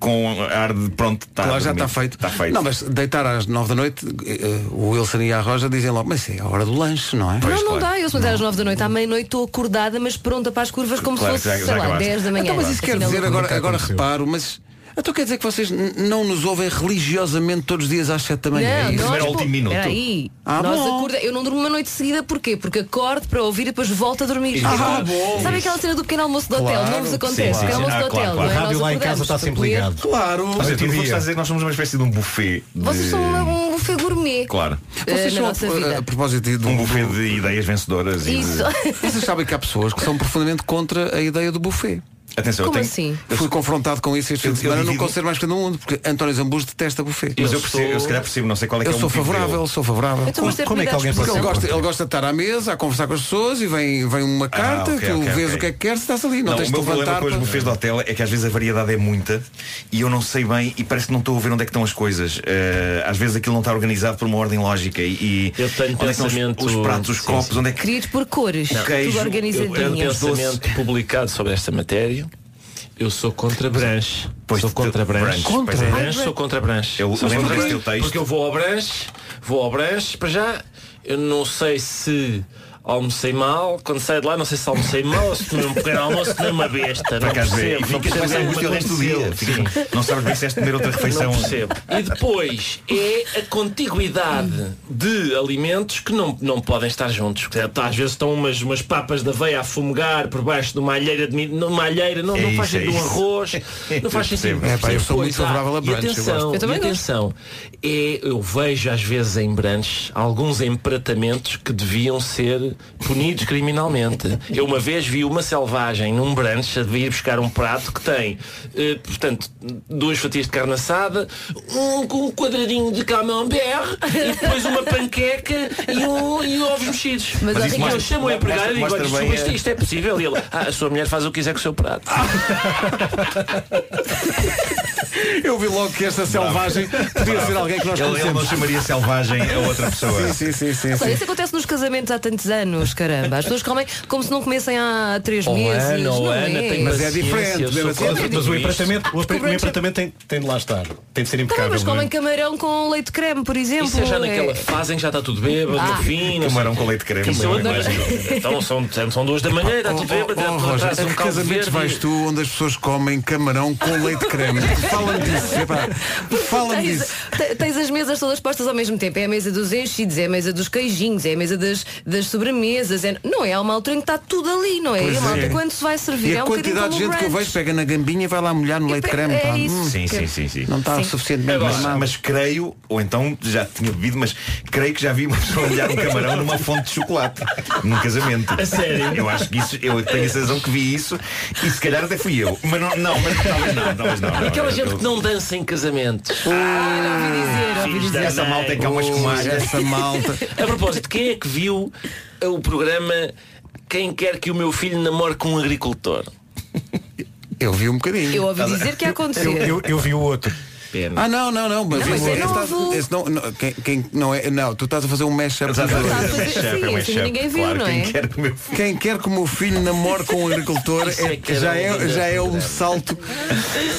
Speaker 8: com um ar de pronto, tá
Speaker 1: Claro, já
Speaker 8: dormido.
Speaker 1: está feito.
Speaker 8: Está feito.
Speaker 1: Não, mas deitar às 9 da noite, eh, eh, o Wilson e a Roja dizem logo, mas é a hora do lanche, não é?
Speaker 8: Pois,
Speaker 2: não, não
Speaker 8: claro.
Speaker 2: dá. Eu sou às 9 da noite. À meia-noite estou acordada, mas pronta para as curvas como
Speaker 8: Claro,
Speaker 2: se fosse,
Speaker 8: já- já
Speaker 2: sei lá,
Speaker 8: acabaste.
Speaker 2: 10 da manhã. Assim,
Speaker 1: Então, mas isso quer
Speaker 2: Afinal,
Speaker 1: dizer, agora,
Speaker 4: nunca
Speaker 1: agora
Speaker 4: aconteceu.
Speaker 1: reparo, mas. Então quer dizer que vocês n- não nos ouvem religiosamente todos os dias às 7 da manhã? é
Speaker 2: Não,
Speaker 1: isso?
Speaker 2: nós,
Speaker 8: era o
Speaker 2: pô,
Speaker 8: último minuto.
Speaker 2: Peraí.
Speaker 1: Ah,
Speaker 2: nós
Speaker 1: bom.
Speaker 2: acorda... Eu não durmo uma noite seguida, porquê? Porque acordo para ouvir e depois volto a dormir.
Speaker 1: Ah, bom.
Speaker 2: Sabe aquela cena do pequeno almoço do hotel?
Speaker 1: Claro.
Speaker 2: Não vos acontece?
Speaker 8: Sim, sim,
Speaker 2: pequeno
Speaker 8: sim.
Speaker 2: almoço
Speaker 8: Ah,
Speaker 2: do hotel.
Speaker 8: claro,
Speaker 2: não
Speaker 4: A
Speaker 2: é? Nós
Speaker 4: rádio lá em
Speaker 2: acordamos
Speaker 4: casa está
Speaker 2: para
Speaker 4: sempre
Speaker 2: comer.
Speaker 4: ligado.
Speaker 1: Claro!
Speaker 8: Ou seja, tu no fundo
Speaker 4: Multidia.
Speaker 8: estás a dizer que nós somos uma espécie de um buffet. De...
Speaker 2: Vocês são um buffet gourmet.
Speaker 8: Claro.
Speaker 1: Vocês
Speaker 2: eh, na
Speaker 1: são,
Speaker 2: nossa
Speaker 1: eh,
Speaker 2: vida.
Speaker 1: a propósito de
Speaker 8: Um buffet de ideias vencedoras e de-
Speaker 2: Isso.
Speaker 1: Vocês sabem que há pessoas que são profundamente contra a ideia do buffet.
Speaker 8: Atenção,
Speaker 2: Como
Speaker 8: eu tenho.
Speaker 2: assim?
Speaker 1: Eu fui confrontado com isso este fim
Speaker 8: Eu-
Speaker 1: de
Speaker 8: eu
Speaker 1: semana, não
Speaker 8: divido-
Speaker 1: consigo mais que no mundo, porque António Zambus detesta buffet.
Speaker 8: Mas eu,
Speaker 5: Eu
Speaker 8: percebo, eu se
Speaker 5: sou-
Speaker 8: calhar percebo, não sei qual é
Speaker 1: Eu
Speaker 8: que é o
Speaker 1: sou
Speaker 8: motivo
Speaker 1: favorável,
Speaker 8: dele.
Speaker 1: sou favorável.
Speaker 2: Então, mas ter
Speaker 4: como é que
Speaker 2: comida à
Speaker 4: alguém
Speaker 1: Porque
Speaker 4: pode
Speaker 1: ele
Speaker 2: disposição.
Speaker 1: gosta, ele gosta de estar à mesa, a conversar com as pessoas e vem, vem uma carta,
Speaker 8: Ah, ok,
Speaker 1: tu
Speaker 8: ok,
Speaker 1: vês
Speaker 8: ok.
Speaker 1: o que é que queres, estás ali, não, tens
Speaker 8: o
Speaker 1: de
Speaker 8: meu
Speaker 1: te
Speaker 8: problema
Speaker 1: levantar.
Speaker 8: com os
Speaker 1: para-
Speaker 8: bufês de hotel é que às vezes a variedade é muita e eu não sei bem e parece que não estou a ver onde é que estão as coisas. Eh, às vezes aquilo não está organizado por uma ordem lógica e, e
Speaker 5: Eu tenho
Speaker 8: onde é que estão os-
Speaker 5: pensamento-
Speaker 8: os, pratos, os
Speaker 5: sim,
Speaker 8: copos,
Speaker 5: sim.
Speaker 8: onde é que
Speaker 2: Queridos por cores.
Speaker 8: Não.
Speaker 2: Tudo
Speaker 8: Queijo,
Speaker 5: Eu tenho um
Speaker 2: organizadinho.
Speaker 5: pensamento publicado sobre esta matéria. Eu sou contra branche.
Speaker 8: Pois,
Speaker 5: sou
Speaker 8: tu-
Speaker 5: contra branche.
Speaker 8: branche, Contra? pois é.
Speaker 5: branche, sou contra branche.
Speaker 8: Eu
Speaker 5: Sabes
Speaker 8: lembro
Speaker 5: porquê?
Speaker 8: desse teu texto.
Speaker 5: Porque eu vou ao branche, vou ao branche, para já, eu não sei se almocei mal, quando saio de lá não sei se almocei mal ou se comi um pequeno almoço comi uma besta. Não
Speaker 8: Para cá ver.
Speaker 5: percebo,
Speaker 8: é, E
Speaker 5: não
Speaker 8: ficas com
Speaker 5: percebo bem
Speaker 8: essa
Speaker 5: o que
Speaker 8: angústia o resto do dia.
Speaker 5: aconteceu. Sim.
Speaker 8: Ficas- Não sabes bem se és de comer outra refeição.
Speaker 5: Não percebo. E depois é a contiguidade de alimentos que não, não podem estar juntos. Quer dizer, Às vezes estão umas, umas papas da veia a fumegar por baixo de uma alheira de milho, numa alheira, não,
Speaker 8: É
Speaker 5: não faz
Speaker 8: isso, é
Speaker 5: sentido um
Speaker 8: isso.
Speaker 5: arroz, não faz
Speaker 8: Eu
Speaker 5: sentido.
Speaker 8: percebo. É,
Speaker 1: pá, eu sou
Speaker 5: Pois
Speaker 1: muito
Speaker 5: há.
Speaker 1: favorável a brunch, eu
Speaker 5: E atenção,
Speaker 1: gosto.
Speaker 2: Eu também
Speaker 5: e
Speaker 2: gosto.
Speaker 5: atenção é, eu vejo às vezes em branches alguns empratamentos que deviam ser punidos criminalmente. Eu uma vez vi uma selvagem num branch a vir buscar um prato que tem, eh, portanto, duas fatias de carne assada, um com um quadradinho de camembert e depois uma panqueca e, um, e ovos mexidos.
Speaker 2: Mas
Speaker 5: Mas,
Speaker 2: olha
Speaker 5: isso
Speaker 2: que
Speaker 5: eu
Speaker 2: isto-
Speaker 5: chamo o empregado e digo,
Speaker 2: mostra
Speaker 5: olha,
Speaker 2: bem
Speaker 5: desculpa, isto,
Speaker 2: a-
Speaker 5: isto é possível. E ele, ah, a sua mulher faz o que quiser com o seu prato.
Speaker 1: Eu vi logo que esta selvagem podia ser alguém que nós
Speaker 8: Ele- ele
Speaker 1: conhecemos.
Speaker 8: não chamaria selvagem a outra pessoa.
Speaker 1: Sim, sim, sim. sim,
Speaker 2: Sei,
Speaker 1: sim.
Speaker 2: isso acontece nos casamentos há tantos anos, caramba. As pessoas comem como se não comessem há três meses. não é?
Speaker 4: mas é diferente. mesmo assim.
Speaker 2: Mas
Speaker 4: Mas o empratamento, o
Speaker 2: Descobrimos-
Speaker 4: empratamento tem, tem de lá estar. Tem de ser
Speaker 2: Também,
Speaker 4: impecável.
Speaker 2: mas
Speaker 4: não é?
Speaker 1: um.
Speaker 2: comem camarão com leite de creme, por exemplo.
Speaker 5: Isso é já
Speaker 2: é-
Speaker 5: naquela fase em que já está tudo bêbado,
Speaker 2: Ah.
Speaker 5: no fim.
Speaker 8: Camarão com leite de creme,
Speaker 5: Isso
Speaker 8: não é
Speaker 5: anda-
Speaker 8: mais?
Speaker 5: então são, são duas da manhã, está tudo bêbado,
Speaker 1: Oh,
Speaker 5: está-
Speaker 1: Roger,
Speaker 5: está-se um
Speaker 1: que
Speaker 5: caldo
Speaker 1: casamentos
Speaker 5: verde.
Speaker 1: vais tu onde as pessoas comem camarão com leite de creme? Fala-me disso, epá. Fala-me
Speaker 2: Tens,
Speaker 1: disso.
Speaker 2: te- tens as mesas todas postas ao mesmo tempo. É a mesa dos enchidos, é a mesa dos queijinhos, é a mesa das, das sobremesas. é- Não é? Há uma altura em que está tudo ali, não é?
Speaker 1: Pois
Speaker 2: e a malta,
Speaker 1: é.
Speaker 2: quando se vai servir,
Speaker 1: E
Speaker 2: é
Speaker 1: a
Speaker 2: um bocadinho
Speaker 1: quantidade de
Speaker 2: como
Speaker 1: gente que eu
Speaker 2: brunch.
Speaker 1: vejo pega na gambinha e vai lá molhar no leite de creme.
Speaker 2: é
Speaker 1: pá.
Speaker 2: isso.
Speaker 1: Hum.
Speaker 8: Sim, sim, sim, sim.
Speaker 1: Não está
Speaker 8: Sim.
Speaker 1: suficientemente
Speaker 8: Mas,
Speaker 1: mamado.
Speaker 8: mas creio, ou então já tinha bebido, mas creio que já vi uma pessoa olhar um camarão numa fonte de chocolate num casamento.
Speaker 5: A sério?
Speaker 8: Eu acho que isso, eu tenho a sensação que vi isso e se calhar até fui eu. Mas não, não, mas talvez não, talvez não. não.
Speaker 5: Aquela
Speaker 8: Eu-
Speaker 5: gente que não dança em casamentos.
Speaker 8: ouvi dizer. Essa malta é que há umas
Speaker 5: Ui,
Speaker 8: comalhas.
Speaker 1: Oh, essa malta.
Speaker 5: A propósito, quem é que viu o programa Quem quer que o meu filho namore com um agricultor?
Speaker 1: Eu vi um bocadinho.
Speaker 2: Eu ouvi dizer que ia acontecer.
Speaker 4: Eu, eu- eu vi o outro.
Speaker 5: Pena.
Speaker 1: Ah não, não, não, mas
Speaker 2: Não,
Speaker 1: isso-
Speaker 2: mas é
Speaker 1: esse tá-
Speaker 2: novo.
Speaker 1: esse não, não, quem, quem- não é, não, tu estás a fazer um mashup.
Speaker 8: Estás a fazer
Speaker 2: Estás a
Speaker 8: um
Speaker 2: fazer- sim,
Speaker 8: mashup, é um
Speaker 2: assim
Speaker 8: mashup,
Speaker 2: ninguém viu,
Speaker 8: claro,
Speaker 2: não
Speaker 8: quem
Speaker 2: é?
Speaker 8: quer que o meu filho-
Speaker 1: Quem quer que o meu filho namore com um agricultor
Speaker 5: Isso é
Speaker 1: é-
Speaker 5: que era
Speaker 1: já,
Speaker 5: um
Speaker 1: é,
Speaker 5: grande
Speaker 1: já é um salto.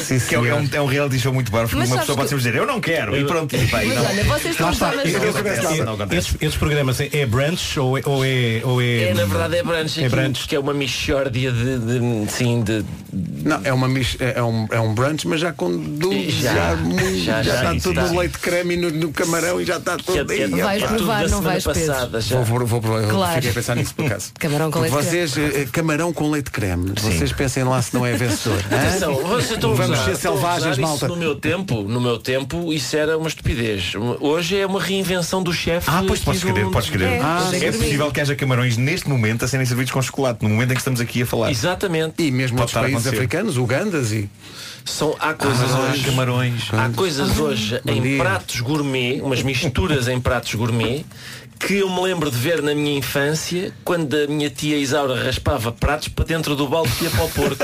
Speaker 1: Sim,
Speaker 8: que é, é
Speaker 1: senhor.
Speaker 8: um, é um reality show muito bárbaro,
Speaker 2: Mas
Speaker 8: porque
Speaker 2: sabes
Speaker 8: uma pessoa
Speaker 2: que-
Speaker 8: pode sempre dizer eu não quero e pronto, e pá, e
Speaker 2: Mas
Speaker 8: não.
Speaker 2: olha, vocês estão já nas
Speaker 8: Não acontece,
Speaker 4: Esses-
Speaker 8: não acontece.
Speaker 4: esses, esses programas é, é brunch ou é. Ou é, ou é,
Speaker 5: É, na verdade é branche
Speaker 4: É
Speaker 5: aquilo,
Speaker 4: brunch.
Speaker 5: que é uma mixórdia de, de- sim, de,
Speaker 1: Não, é, uma, mis- é, é um, é um brunch, mas já com do, já,
Speaker 5: Já,
Speaker 1: muito- já,
Speaker 5: já, já,
Speaker 1: está
Speaker 5: sim,
Speaker 1: tudo
Speaker 5: sim,
Speaker 1: no
Speaker 5: sim.
Speaker 1: leite de creme e no, no camarão e já está
Speaker 5: que é,
Speaker 1: tudo.
Speaker 5: que é,
Speaker 1: Ih,
Speaker 2: Vais
Speaker 5: é tudo
Speaker 2: provar,
Speaker 5: da
Speaker 2: não
Speaker 5: semana
Speaker 2: vais, Pedro.
Speaker 5: passada, já.
Speaker 1: Vou, vou, vou provar, eu
Speaker 2: Claro.
Speaker 1: fiquei a pensar nisso por acaso.
Speaker 2: Camarão com
Speaker 1: Porque
Speaker 2: leite de
Speaker 1: vocês, eh, camarão com leite de creme, vocês pensem lá se não é vencedor. hã?
Speaker 5: Atenção, vocês estão a
Speaker 1: Vamos
Speaker 5: usar-
Speaker 1: ser
Speaker 5: estão a
Speaker 1: selvagens,
Speaker 5: usar isso
Speaker 1: malta.
Speaker 5: No meu tempo, no meu tempo, isso era uma estupidez. Hoje é uma reinvenção do chefe.
Speaker 8: Ah, pois
Speaker 5: aqui
Speaker 8: podes
Speaker 5: do-
Speaker 8: querer, podes querer.
Speaker 2: É, Ah,
Speaker 8: é
Speaker 2: sim.
Speaker 8: possível que haja camarões neste momento a serem servidos com chocolate, no momento em que estamos aqui a falar.
Speaker 5: Exatamente.
Speaker 1: E mesmo
Speaker 8: Pode
Speaker 1: outros
Speaker 8: estar a
Speaker 1: países
Speaker 8: acontecer.
Speaker 1: africanos, Ugandas e.
Speaker 5: São, há coisas
Speaker 1: Ah,
Speaker 5: hoje.
Speaker 8: camarões.
Speaker 5: Há coisas hoje
Speaker 1: Bom
Speaker 5: em
Speaker 1: dia.
Speaker 5: pratos gourmet, umas misturas em pratos gourmet, que eu me lembro de ver na minha infância, quando a minha tia Isaura raspava pratos para dentro do balde que ia para o porco.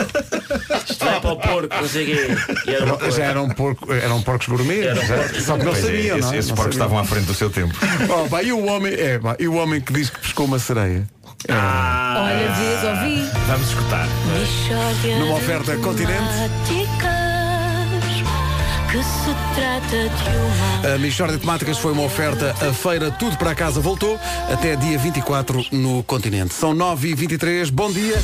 Speaker 5: Isto vai para o porco, não sei o quê. E era uma coisa.
Speaker 1: Já é. eram, porco, eram porcos gourmet,
Speaker 5: Eram
Speaker 1: já-
Speaker 5: porcos.
Speaker 1: só que não
Speaker 8: Pois é,
Speaker 1: sabiam,
Speaker 8: esse-
Speaker 1: não é?
Speaker 8: Esses
Speaker 1: Não
Speaker 8: porcos
Speaker 1: sabiam.
Speaker 8: estavam à frente do seu tempo.
Speaker 1: Oh, pá, e o homem, é, pá, e o homem que diz que pescou uma sereia? É.
Speaker 5: Ah.
Speaker 2: Olha, vês, ouvi.
Speaker 8: Vamos escutar.
Speaker 11: Mixórdia
Speaker 1: Numa
Speaker 11: de
Speaker 1: oferta Continente.
Speaker 11: temáticas, Que se trata de uma
Speaker 1: A Michórdia de Temáticas foi uma oferta. A feira Tudo para Casa voltou até dia 24 no continente. São 9h23. Bom dia.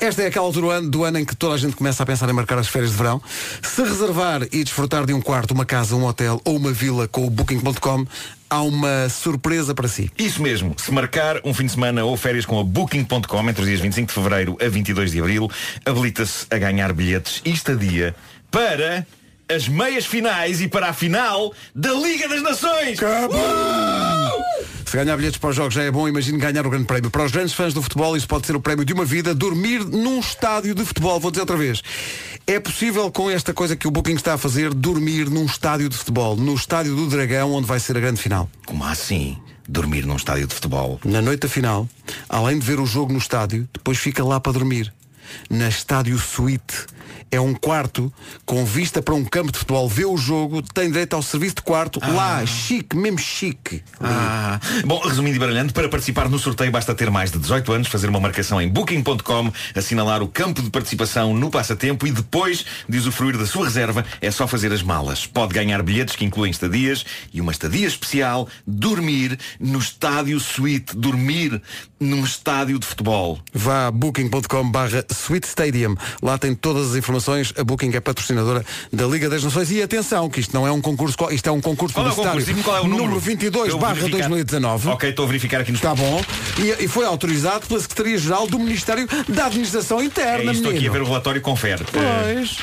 Speaker 1: Esta é aquela altura do ano, do ano em que toda a gente começa a pensar em marcar as férias de verão. Se reservar e desfrutar de um quarto, uma casa, um hotel ou uma vila com o Booking.com, há uma surpresa para si.
Speaker 8: Isso mesmo, se marcar um fim de semana ou férias com a Booking.com entre os dias 25 de Fevereiro a 22 de Abril, habilita-se a ganhar bilhetes e estadia para as meias finais e para a final da Liga das Nações!
Speaker 1: Se ganhar bilhetes para os jogos já é bom, imagine ganhar o grande prémio. Para os grandes fãs do futebol, isso pode ser o prémio de uma vida, dormir num estádio de futebol. Vou dizer outra vez. É possível com esta coisa que o Booking está a fazer, dormir num estádio de futebol, no estádio do Dragão, onde vai ser a grande final.
Speaker 8: Como assim? Dormir num estádio de futebol?
Speaker 1: Na noite da final, além de ver o jogo no estádio, depois fica lá para dormir. Na estádio suíte. É um quarto com vista para um campo de futebol. Vê o jogo, tem direito ao serviço de quarto. Lá, chique, mesmo chique.
Speaker 8: Ah. Bom, resumindo e baralhando, para participar no sorteio basta ter mais de 18 anos, fazer uma marcação em booking.com, assinalar o campo de participação no passatempo e depois de usufruir da sua reserva é só fazer as malas. Pode ganhar bilhetes que incluem estadias e uma estadia especial, dormir no estádio suíte, dormir num estádio de futebol.
Speaker 1: Vá a booking.com barra Sweet Stadium. Lá tem todas as informações. A Booking é patrocinadora da Liga das Nações. E atenção, que isto não é um concurso, co- isto é um concurso
Speaker 8: Qual é o
Speaker 1: publicitário.
Speaker 8: concurso? Diz-me qual é o número.
Speaker 1: número 22
Speaker 8: Eu vou
Speaker 1: barra
Speaker 8: verificar.
Speaker 1: 2019.
Speaker 8: Ok, estou a verificar aqui nos
Speaker 1: Está bom. E, e foi autorizado pela Secretaria-Geral do Ministério da Administração
Speaker 8: É
Speaker 1: Interna,
Speaker 8: isto, estou aqui a
Speaker 1: menino.
Speaker 8: ver o relatório, confere. Eh,
Speaker 1: Pois.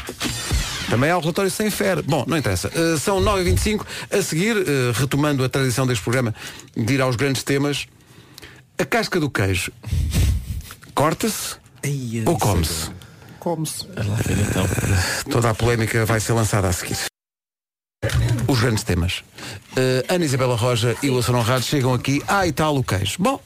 Speaker 1: Também há o relatório sem fer. Bom, não interessa. Eh, são 9h25. A seguir, eh, retomando a tradição deste programa de ir aos grandes temas, A casca do queijo corta-se ou come-se? Eh,
Speaker 4: Come-se.
Speaker 1: Toda a polémica vai ser lançada a seguir. Os grandes temas. Eh, Ana Isabela Roja e Wilson Honrado chegam aqui a tal o queijo. Bom,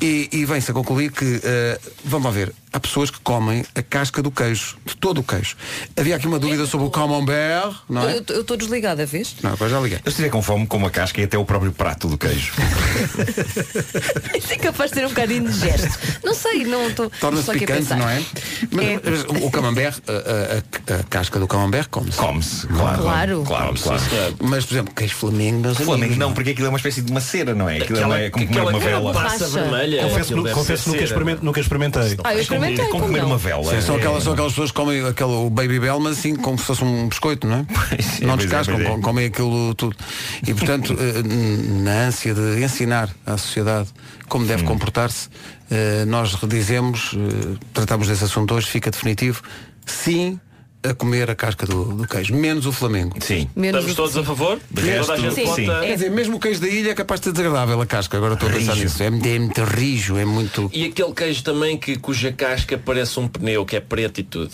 Speaker 1: e, e vem-se a concluir que, eh, vamos lá ver, há pessoas que comem a casca do queijo, de todo o queijo. Havia aqui uma dúvida sobre o camembert, não é?
Speaker 2: Eu- Eu estou desligada, vês?
Speaker 1: Não, agora já liguei.
Speaker 8: Eu estiver com fome, como a casca e até o próprio prato do queijo.
Speaker 2: Isso é capaz de ter um bocadinho de gesto. Não sei, não estou.
Speaker 1: Torna-se
Speaker 2: estou aqui a
Speaker 1: picante,
Speaker 2: pensar.
Speaker 1: não é? Mas, mas o- o camembert, eh, a, a- a- a casca do camembert come-se.
Speaker 8: Come-se, claro.
Speaker 2: Claro.
Speaker 8: Claro, claro.
Speaker 1: Mas, por exemplo, queijo Flamengo, meus
Speaker 8: Flamengo
Speaker 1: amigos,
Speaker 8: não, porque aquilo é uma espécie de uma cera, não é? Aquilo
Speaker 4: Aquela-
Speaker 8: não é como comer
Speaker 4: aquela-
Speaker 8: uma
Speaker 4: aquela
Speaker 8: vela.
Speaker 4: massa Passa. vermelha, Confesso aquilo nu- deve confesso ser nunca cera. experimento- nunca experimentei.
Speaker 2: Ah, eu experimentei,
Speaker 8: É Como comer
Speaker 2: então
Speaker 8: uma
Speaker 2: não.
Speaker 8: vela.
Speaker 1: Sim, são,
Speaker 8: É.
Speaker 1: aquelas, são aquelas pessoas que comem aquele, o Baby Bell, mas assim como se fosse um biscoito, não é? não
Speaker 8: pois é,
Speaker 1: descascam,
Speaker 8: pois é.
Speaker 1: com- comem aquilo tudo. E portanto, eh, n- na ânsia de ensinar à sociedade como deve comportar-se, eh, nós dizemos, eh, tratamos desse assunto hoje, fica definitivo, sim a comer a casca do, do queijo, menos o Flamengo.
Speaker 8: Sim.
Speaker 2: Menos
Speaker 5: Estamos todos a favor? Toda a gente
Speaker 1: Sim.
Speaker 5: vota-
Speaker 1: Quer dizer, mesmo o queijo da ilha é capaz de ser desagradável a casca, agora estou a pensar
Speaker 5: Rijo.
Speaker 1: nisso. É, muito- é muito rijo, é muito.
Speaker 5: E aquele queijo também que, cuja casca parece um pneu, que é preto e tudo.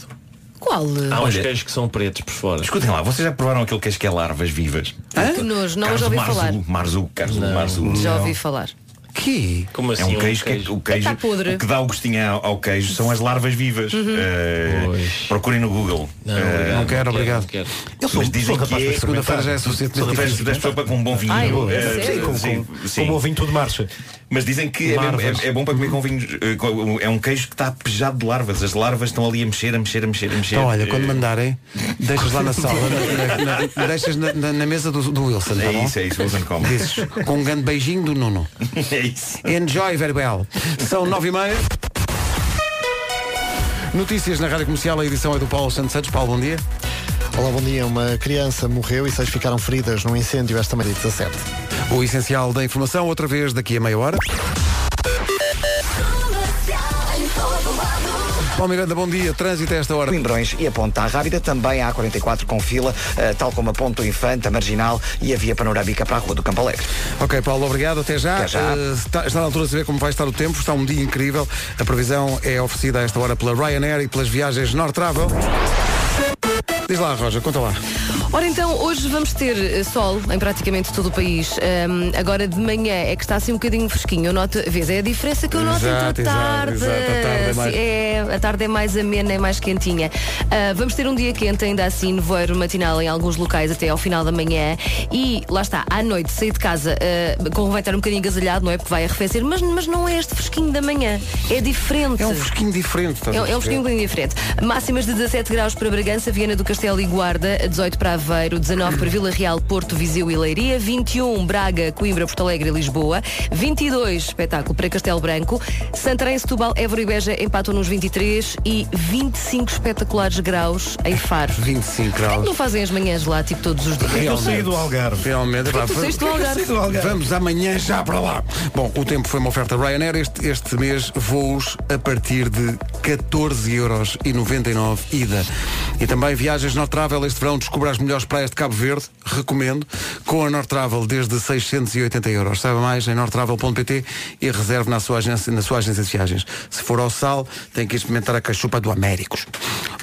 Speaker 2: Qual?
Speaker 5: Há uns
Speaker 8: Olha.
Speaker 5: queijos que são pretos por fora.
Speaker 8: Escutem lá, vocês já provaram aquele queijo que é larvas vivas?
Speaker 2: Ah, Que nojo, não, eu
Speaker 8: Carlos
Speaker 2: já ouvi
Speaker 8: Marzu,
Speaker 2: falar.
Speaker 8: Marzu, Carlos Marzu.
Speaker 2: Já ouvi falar.
Speaker 1: Que?
Speaker 8: Como
Speaker 5: assim
Speaker 8: É um
Speaker 5: um
Speaker 8: queijo, que
Speaker 5: queijo?
Speaker 8: o queijo
Speaker 2: Está podre. Uhum.
Speaker 8: o que dá o gostinho ao, ao queijo são as larvas vivas. Eh, procurem no Google.
Speaker 1: Não,
Speaker 8: Eh,
Speaker 1: obrigado, não quero, obrigado.
Speaker 8: não quero.
Speaker 1: Eu sou-
Speaker 8: Mas
Speaker 1: sou
Speaker 8: dizem
Speaker 1: capaz
Speaker 8: que
Speaker 1: para
Speaker 8: é,
Speaker 1: experimentar. Sou capaz de
Speaker 8: Segunda-feira das pessoas com um bom vinho.
Speaker 2: Ai, é
Speaker 8: Eh,
Speaker 2: sério?
Speaker 4: com,
Speaker 8: sim,
Speaker 4: com,
Speaker 8: sim.
Speaker 4: com o vinho tudo marcha.
Speaker 8: Mas dizem que é, mesmo-
Speaker 4: Larvas.
Speaker 8: é- é bom para comer com vinhos. eh, com- É um queijo que está pejado de larvas. As larvas estão ali a mexer, a mexer, a mexer, a mexer.
Speaker 1: Então olha,
Speaker 8: Eh,
Speaker 1: quando mandarem, deixas lá na sala, na- na- na- deixas na, na- na mesa do, do Wilson, tá
Speaker 8: É
Speaker 1: bom?
Speaker 8: isso, é isso, Wilson come.
Speaker 1: Dizes, com um grande beijinho do Nuno.
Speaker 8: É isso.
Speaker 1: Enjoy very well. São nove e meia. Notícias na Rádio Comercial, a edição é do Paulo Santos Santos. Paulo, bom dia.
Speaker 12: Olá, bom dia. Uma criança morreu e seis ficaram feridas num incêndio esta manhã de 17.
Speaker 1: O essencial da informação, outra vez daqui a meia hora. Paulo Miranda, bom dia. Trânsito a esta hora.
Speaker 3: Coimbrões e a Ponta Rábida, também a A44 com fila, eh, tal como a Ponto Infante, a Marginal e a Via Panorâmica para a Rua do Campo Alegre.
Speaker 1: Ok, Paulo, obrigado. Até já.
Speaker 3: Até já.
Speaker 1: Eh, está, está na altura de saber como vai estar o tempo. Está um dia incrível. A previsão é oferecida a esta hora pela Ryanair e pelas viagens North Travel. Diz lá, Roja, conta lá.
Speaker 2: Ora então, hoje vamos ter eh, sol em praticamente todo o país. Ahm, agora de manhã é que está assim um bocadinho fresquinho. Eu noto, vês, é a diferença que eu noto
Speaker 1: Exato,
Speaker 2: entre a
Speaker 1: exato,
Speaker 2: tarde.
Speaker 1: exato. A tarde é
Speaker 2: Sim,
Speaker 1: mais-
Speaker 2: é, a tarde é mais amena, é mais quentinha. Ah, vamos ter um dia quente, ainda assim, nevoeiro matinal em alguns locais até ao final da manhã. E lá está, à noite, sair de casa, ah, convém estar um bocadinho agasalhado, não é? Porque vai arrefecer, mas, mas não é este fresquinho da manhã. É diferente.
Speaker 1: É um fresquinho diferente. estás a
Speaker 2: É, é um
Speaker 1: perceber?
Speaker 2: fresquinho um bocadinho diferente. Máximas de 17 graus para Bragança, Viana do Castelo e Guarda, 18 para Aveiro, 19 para Vila Real, Porto, Viseu e Leiria, 21 Braga, Coimbra, Porto Alegre e Lisboa, 22 espetáculo para Castelo Branco, Santarém, Setúbal, Évora e Beja empatam nos 23 e 25 espetaculares graus em Faro.
Speaker 1: 25
Speaker 2: Por que é que
Speaker 1: graus.
Speaker 2: não fazem as manhãs lá, tipo todos os dias?
Speaker 1: Algarve. Realmente,
Speaker 2: Porquê que tu saíste do Porquê que eu Algarve? saí do Algarve?
Speaker 1: Vamos amanhã já para lá. Bom, o tempo foi uma oferta Ryanair. Este, este mês voos a partir de 14,99€ ida. E também viagens North Travel este verão. Descubra as melhores praias de Cabo Verde. Recomendo. Com a North Travel desde 680 euros. Saiba mais em nortravel.pt e reserve na sua, agência, na sua agência de viagens. Se for ao sal, tem que experimentar a cachupa do Américos.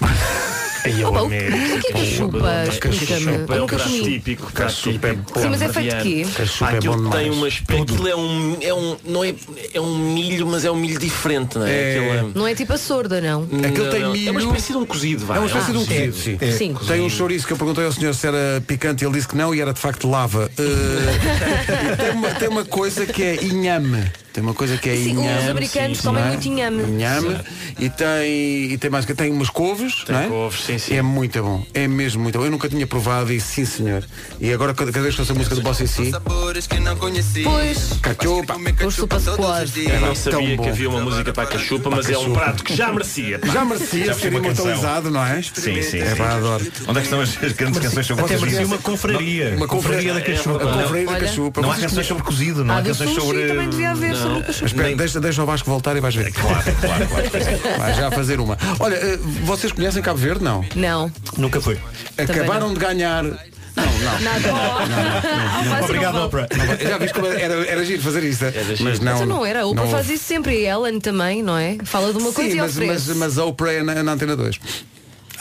Speaker 2: Opa, o- o que é cachupa?
Speaker 1: Eh,
Speaker 2: Explica-me.
Speaker 5: é
Speaker 2: Eu
Speaker 5: um
Speaker 2: nunca
Speaker 5: prato
Speaker 2: comi.
Speaker 5: típico. prato
Speaker 1: Cachupa é
Speaker 5: típico
Speaker 1: bom.
Speaker 2: Sim, mas é feito de quê?
Speaker 1: Cachupa é bom
Speaker 5: Aquilo tem
Speaker 1: demais.
Speaker 5: uma espécie. Aquilo é um, é um. Não é, é um milho, mas é um milho diferente, não é?
Speaker 1: É.
Speaker 5: Aquilo
Speaker 2: Não é tipo a sorda, não?
Speaker 5: é...
Speaker 1: Aquilo
Speaker 5: Não,
Speaker 1: tem
Speaker 5: não. É uma
Speaker 1: milho.
Speaker 5: espécie de um cozido, vai.
Speaker 1: É uma espécie de um
Speaker 5: cozido.
Speaker 1: cozido, sim.
Speaker 2: É, Sim.
Speaker 1: Tem um chouriço que eu perguntei ao senhor se era picante e ele disse que não e era de facto lava. Eh, tem, uma, tem uma coisa que é inhame. Tem uma coisa que é
Speaker 2: Sim, os
Speaker 1: inhame.
Speaker 2: americanos
Speaker 1: não
Speaker 2: comem
Speaker 1: é?
Speaker 2: muito inhame.
Speaker 1: Inhame. E tem, e tem mais que tem umas couves,
Speaker 5: Tem
Speaker 1: não é?
Speaker 5: couves, sim, sim.
Speaker 1: É muito bom. É mesmo muito bom. Eu nunca tinha provado e sim, senhor. E agora cada cada vez que ouço a música do Bossa em si,
Speaker 7: Sabores que não conheci.
Speaker 2: Pois.
Speaker 1: cachupa.
Speaker 2: Os sopa squad.
Speaker 5: Eu não
Speaker 1: É tão
Speaker 5: sabia
Speaker 1: bom.
Speaker 5: que havia uma música para a cachupa, mas é um
Speaker 1: cachupa.
Speaker 5: prato que já merecia. pá.
Speaker 1: Já merecia
Speaker 8: Já
Speaker 1: ser
Speaker 8: foi uma canção.
Speaker 1: imortalizado, não é?
Speaker 8: Sim, sim.
Speaker 1: É
Speaker 8: sim.
Speaker 1: pá, adoro.
Speaker 8: Onde é que estão as, as grandes canções sobre
Speaker 4: Até
Speaker 8: vocês?
Speaker 4: merecia
Speaker 8: Não-
Speaker 4: uma confraria.
Speaker 1: Uma confraria da
Speaker 4: cachupa.
Speaker 1: A confraria da
Speaker 2: Olha.
Speaker 1: cachupa.
Speaker 8: Não, há
Speaker 1: Vocês
Speaker 8: canções sobre cozido, não há
Speaker 2: Ah, do
Speaker 8: canções
Speaker 2: sushi
Speaker 8: sobre.
Speaker 2: também devia haver sobre o cachupa.
Speaker 1: Espera, deixa, deixa o Vasco voltar e vais ver.
Speaker 8: Claro, claro, claro.
Speaker 1: Vai já fazer uma. Olha, eh, vocês conhecem Cabo Verde, não?
Speaker 2: Não.
Speaker 4: Nunca foi.
Speaker 1: Acabaram de ganhar Não, não.
Speaker 2: Nada.
Speaker 1: Obrigado, Oprah. Já viste como era, era giro fazer isso, né? mas não.
Speaker 2: Então não era. A Oprah
Speaker 1: não
Speaker 2: faz
Speaker 1: houve.
Speaker 2: isso sempre. E a Ellen também, não é? Fala de uma coisa
Speaker 1: Sim,
Speaker 2: e
Speaker 1: mas, mas,
Speaker 2: oferece.
Speaker 1: mas a Oprah é na, na Antena 2.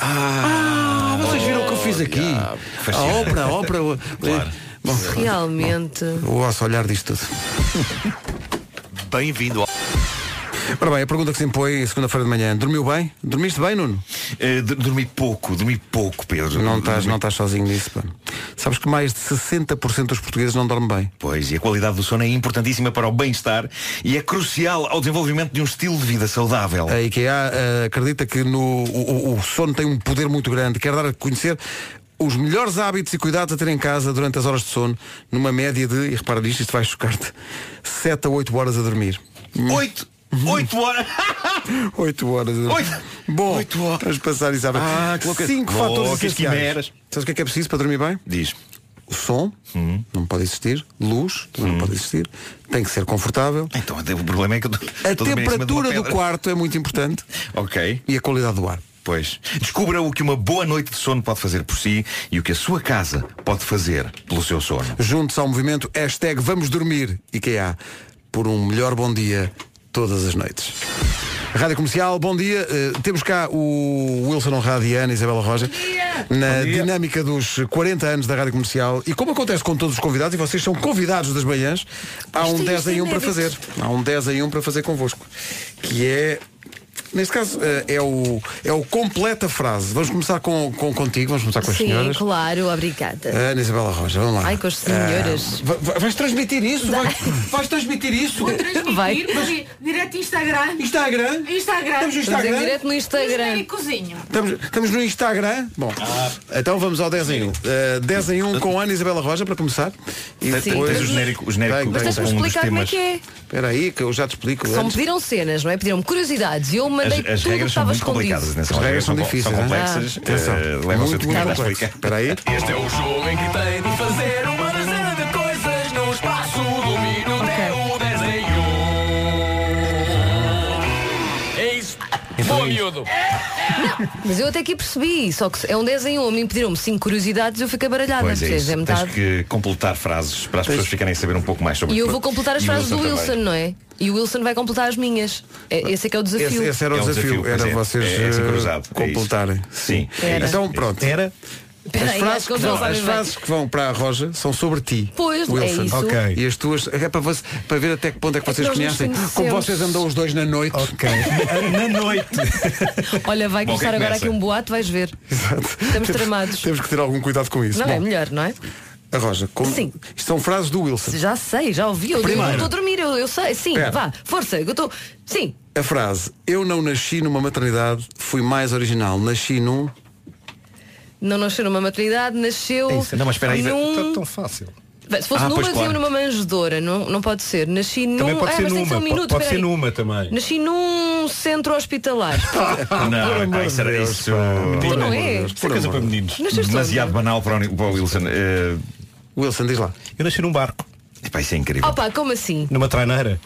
Speaker 1: Ah, vocês viram o que eu fiz aqui?
Speaker 8: Ah,
Speaker 1: a Oprah, a Oprah. o- Bom,
Speaker 2: Realmente.
Speaker 1: o osso olhar disto tudo.
Speaker 8: Bem-vindo ao.
Speaker 1: Ora bem, a pergunta que se impõe segunda-feira de manhã. Dormiu bem? Dormiste bem, Nuno?
Speaker 8: Eh, dormi pouco, dormi pouco, Pedro.
Speaker 1: Não tá- estás, não estás sozinho nisso, pá. Sabes que mais de 60% dos portugueses não dormem bem.
Speaker 8: Pois, e a qualidade do sono é importantíssima para o bem-estar e é crucial ao desenvolvimento de um estilo de vida saudável.
Speaker 1: A IKEA eh, acredita que no, o, o- o sono tem um poder muito grande. Quer dar a conhecer os melhores hábitos e cuidados a ter em casa durante as horas de sono, numa média de, e repara nisto, isto vai chocar-te, 7 a 8 horas a dormir. 8!
Speaker 8: 8 horas!
Speaker 1: 8 horas. a dormir. Bom, vamos passar isso à frente.
Speaker 8: Ah, que loucura.
Speaker 1: 5 fatores
Speaker 8: Loucas
Speaker 1: essenciais.
Speaker 8: quimeras.
Speaker 1: Sabes o que é que é preciso para dormir bem?
Speaker 8: Diz.
Speaker 1: O som,
Speaker 8: Hum.
Speaker 1: não pode existir. Luz, também não pode existir. Tem que ser confortável.
Speaker 8: Então, o problema é que eu tô-
Speaker 1: A
Speaker 8: tô a dormir em cima de uma
Speaker 1: temperatura do
Speaker 8: pedra.
Speaker 1: quarto é muito importante.
Speaker 8: Ok.
Speaker 1: E a qualidade do ar.
Speaker 8: Pois. Descubra o que uma boa noite de sono pode fazer por si e o que a sua casa pode fazer pelo seu sono.
Speaker 1: Junte-se ao movimento hashtag Vamos Dormir IKEA por um melhor bom dia todas as noites. Rádio Comercial, bom dia. Eh, temos cá o Wilson Honrado e a Ana Isabela Roja na dinâmica dos 40 anos da Rádio Comercial. E como acontece com todos os convidados, e vocês são convidados das manhãs, há um
Speaker 13: Isto é-
Speaker 1: 10
Speaker 13: isto é
Speaker 1: em 1 para
Speaker 13: inédito.
Speaker 1: fazer. Há um 10 em 1 para fazer convosco. Que é. Neste caso, eh, é o, é o completa frase. Vamos começar com, com, contigo, vamos começar com as
Speaker 2: Sim,
Speaker 1: senhoras.
Speaker 2: claro, obrigada.
Speaker 1: Ana Isabela Roja, vamos lá.
Speaker 2: Ai, com as senhoras.
Speaker 1: Ah, va- va- vais transmitir isso? Vai- Vais, transmitir isso?
Speaker 2: Vai.
Speaker 14: Transmitir direto Instagram.
Speaker 1: Instagram?
Speaker 14: Instagram.
Speaker 1: Estamos no Instagram? Estamos em direto
Speaker 2: no Instagram.
Speaker 14: Cozinha e cozinho.
Speaker 1: Estamos, estamos no Instagram? Bom,
Speaker 8: Ah.
Speaker 1: então vamos ao 10 em 1. 10 em 1 com Ana Isabela Roja para começar. E
Speaker 8: Tem- tens o genérico- o genérico
Speaker 1: Tem,
Speaker 8: Mas
Speaker 1: tem, um
Speaker 8: tens que
Speaker 1: tem.
Speaker 8: me
Speaker 2: explicar como é que é.
Speaker 1: Espera aí, que eu já te explico.
Speaker 2: Só me
Speaker 1: antes.
Speaker 2: pediram cenas, não é? Pediram-me curiosidades. e Eu mandei
Speaker 1: As- as
Speaker 2: tudo o que
Speaker 1: regras são
Speaker 2: estava
Speaker 1: muito
Speaker 2: escondido.
Speaker 1: complicadas, né? As regras são difíceis,
Speaker 8: são
Speaker 1: né?
Speaker 8: complexas,
Speaker 1: Ah. Atenção.
Speaker 8: eh, levam o seu
Speaker 1: Muito, muito
Speaker 8: tempo a
Speaker 1: complexo.
Speaker 8: explicar.
Speaker 1: Espera aí.
Speaker 15: Este é o jogo em que tem de fazer uma dezena de coisas num espaço do minuto. É um desenho. É isso.
Speaker 1: Então
Speaker 15: Boa, miúdo.
Speaker 2: Mas eu até aqui percebi, só que é um 10 em 1, me pediram-me 5 curiosidades e eu fiquei baralhada,
Speaker 8: Pois é,
Speaker 2: percebes?
Speaker 8: isso.
Speaker 2: É
Speaker 8: Tens
Speaker 2: metade.
Speaker 8: que completar frases para as pessoas ficarem a saber um pouco mais sobre
Speaker 2: E eu
Speaker 8: o-
Speaker 2: vou completar as
Speaker 8: E o
Speaker 2: frases do Wilson,
Speaker 8: também.
Speaker 2: não é? E o Wilson vai completar as minhas. É- Esse é que é o desafio.
Speaker 1: Esse, esse era o
Speaker 8: É um
Speaker 1: desafio,
Speaker 8: desafio,
Speaker 1: era
Speaker 8: pois é.
Speaker 1: vocês
Speaker 8: É, é
Speaker 1: eh,
Speaker 8: sincronizado, é
Speaker 1: completarem. Sim.
Speaker 2: Era.
Speaker 1: Então pronto. Era.
Speaker 2: Peraí,
Speaker 1: As frases,
Speaker 2: acho que
Speaker 1: que
Speaker 2: eles
Speaker 1: vão,
Speaker 2: não sabem
Speaker 1: as
Speaker 2: bem.
Speaker 1: frases que vão para a Roja são sobre ti.
Speaker 2: Pois, é
Speaker 1: Wilson.
Speaker 2: isso. Ok.
Speaker 1: E as tuas, é para, você- para ver até que ponto é que
Speaker 2: É que
Speaker 1: vocês
Speaker 2: nós nos
Speaker 1: conhecem.
Speaker 2: conhecemos.
Speaker 1: Como vocês andam os dois na noite. Ok. na noite.
Speaker 2: Olha, vai
Speaker 1: Bom,
Speaker 2: começar
Speaker 1: quem
Speaker 2: agora
Speaker 1: começa?
Speaker 2: aqui um boato, vais ver. Estamos tramados.
Speaker 1: Temos que ter algum cuidado com isso.
Speaker 2: Não,
Speaker 1: Bom,
Speaker 2: é melhor, não é?
Speaker 1: a Roja, como-
Speaker 2: Sim.
Speaker 1: isto são frases do Wilson.
Speaker 2: Já sei, já ouvi. Eu eu
Speaker 1: Primeiro.
Speaker 2: não estou a dormir, eu, eu sei. Sim,
Speaker 1: Espera.
Speaker 2: vá, força, eu estou. Sim,
Speaker 1: A frase, eu não nasci numa maternidade, fui mais original, nasci num.
Speaker 2: não nasceu numa maternidade,
Speaker 1: É
Speaker 2: nasceu. Num...
Speaker 1: tão fácil.
Speaker 2: Bem, Se fosse
Speaker 1: Ah,
Speaker 2: numa,
Speaker 1: pois,
Speaker 2: dizia
Speaker 1: claro.
Speaker 2: numa manjedoura, não, não pode ser. Nasci num.
Speaker 1: Também pode
Speaker 2: Ah,
Speaker 1: ser
Speaker 2: mas tem que
Speaker 1: numa,
Speaker 2: um
Speaker 1: pode-
Speaker 2: minuto,
Speaker 1: pode
Speaker 2: espera
Speaker 1: ser
Speaker 2: aí.
Speaker 1: numa também.
Speaker 2: Nasci num centro hospitalar. Ah,
Speaker 8: Não, pá, isso era isso.
Speaker 2: Então não é.
Speaker 8: Isso é coisa para meninos.
Speaker 2: Mas vocês
Speaker 8: Demasiado banal para o para o Wilson.
Speaker 1: Wilson, diz lá.
Speaker 8: Eu nasci num barco. Epá, isso é incrível.
Speaker 2: Opa, como assim?
Speaker 8: Numa traineira.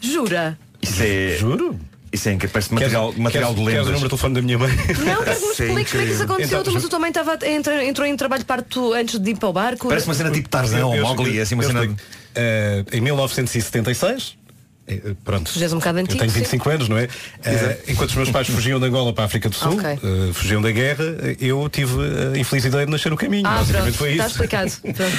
Speaker 2: Jura?
Speaker 8: Isso é. Juro? Isso é incrível. Parece material, material de lendas.
Speaker 4: queres o número de telefone da minha mãe?
Speaker 2: Não, quero que me expliques como é que isso aconteceu. tu, mas tu também estava, entra- entrou em trabalho parto antes de ir para o barco.
Speaker 8: Parece uma cena tipo Tarzan ou Mowgli, assim uma
Speaker 4: eu
Speaker 8: cena.
Speaker 4: explico. Eh, em 1976, eh, pronto.
Speaker 2: Tu já és um bocado antigo,
Speaker 4: Eu tenho
Speaker 2: sim.
Speaker 4: 25 anos, não é? Eh, enquanto os meus pais fugiam da Angola para a África do Sul,
Speaker 2: Ok.
Speaker 4: eh, fugiam da guerra, eh, eu tive a infeliz ideia de nascer no caminho.
Speaker 2: Ah, pronto,
Speaker 4: Basicamente foi
Speaker 2: está
Speaker 4: isso.
Speaker 2: explicado.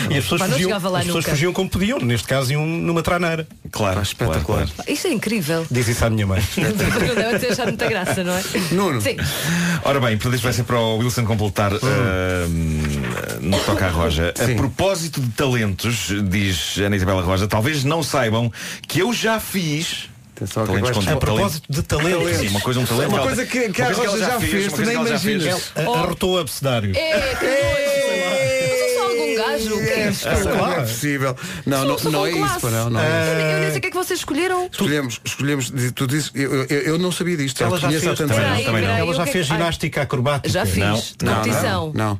Speaker 2: Pronto.
Speaker 4: E as pessoas,
Speaker 2: Pá, não
Speaker 4: fugiam,
Speaker 2: chegava lá
Speaker 4: as pessoas
Speaker 2: nunca.
Speaker 4: fugiam como podiam, neste caso iam numa traneira.
Speaker 8: Claro, espetacular.
Speaker 2: Isto é incrível.
Speaker 4: Diz isso à minha mãe.
Speaker 2: Deve ter achado muita graça, não é?
Speaker 8: Nuno.
Speaker 2: Sim.
Speaker 8: Ora bem, portanto isto vai ser para o Wilson
Speaker 4: Hum.
Speaker 8: completar ah, no que toca à Roja. A propósito de talentos, diz Ana Isabela Roja, talvez não saibam que eu já fiz.
Speaker 1: é
Speaker 8: Talentos
Speaker 4: vais-
Speaker 8: contra
Speaker 4: A propósito de talentos.
Speaker 8: Sim, uma coisa, um talento.
Speaker 4: Uma
Speaker 8: ela-
Speaker 4: coisa que- que
Speaker 8: uma
Speaker 4: a
Speaker 8: coisa ela
Speaker 4: Roja já fez,
Speaker 8: uma coisa
Speaker 4: nem
Speaker 8: que ela já fez.
Speaker 4: imaginas. Ela- Oh. arrotou o abecedário.
Speaker 2: É, que nojo. Mas eu sou algum gajo. O que é isto?
Speaker 1: Não é possível. Não,
Speaker 2: Sou-
Speaker 1: não,
Speaker 2: sou
Speaker 1: não
Speaker 2: com
Speaker 1: é isso,
Speaker 2: classe.
Speaker 1: pá, não, não é isso.
Speaker 2: Eu nem- Eu nem sei o que é que vocês escolheram.
Speaker 1: Escolhemos, escolhemos, tu dizes, eu, eu, eu não sabia disto, já
Speaker 4: Ela já
Speaker 1: conheço há
Speaker 4: fez,
Speaker 1: tantos
Speaker 4: também não,
Speaker 1: anos.
Speaker 4: também não. Ela
Speaker 2: eu
Speaker 4: já
Speaker 2: que-
Speaker 4: fez
Speaker 2: ai.
Speaker 4: ginástica acrobática.
Speaker 2: Já fiz. Competição.
Speaker 1: não.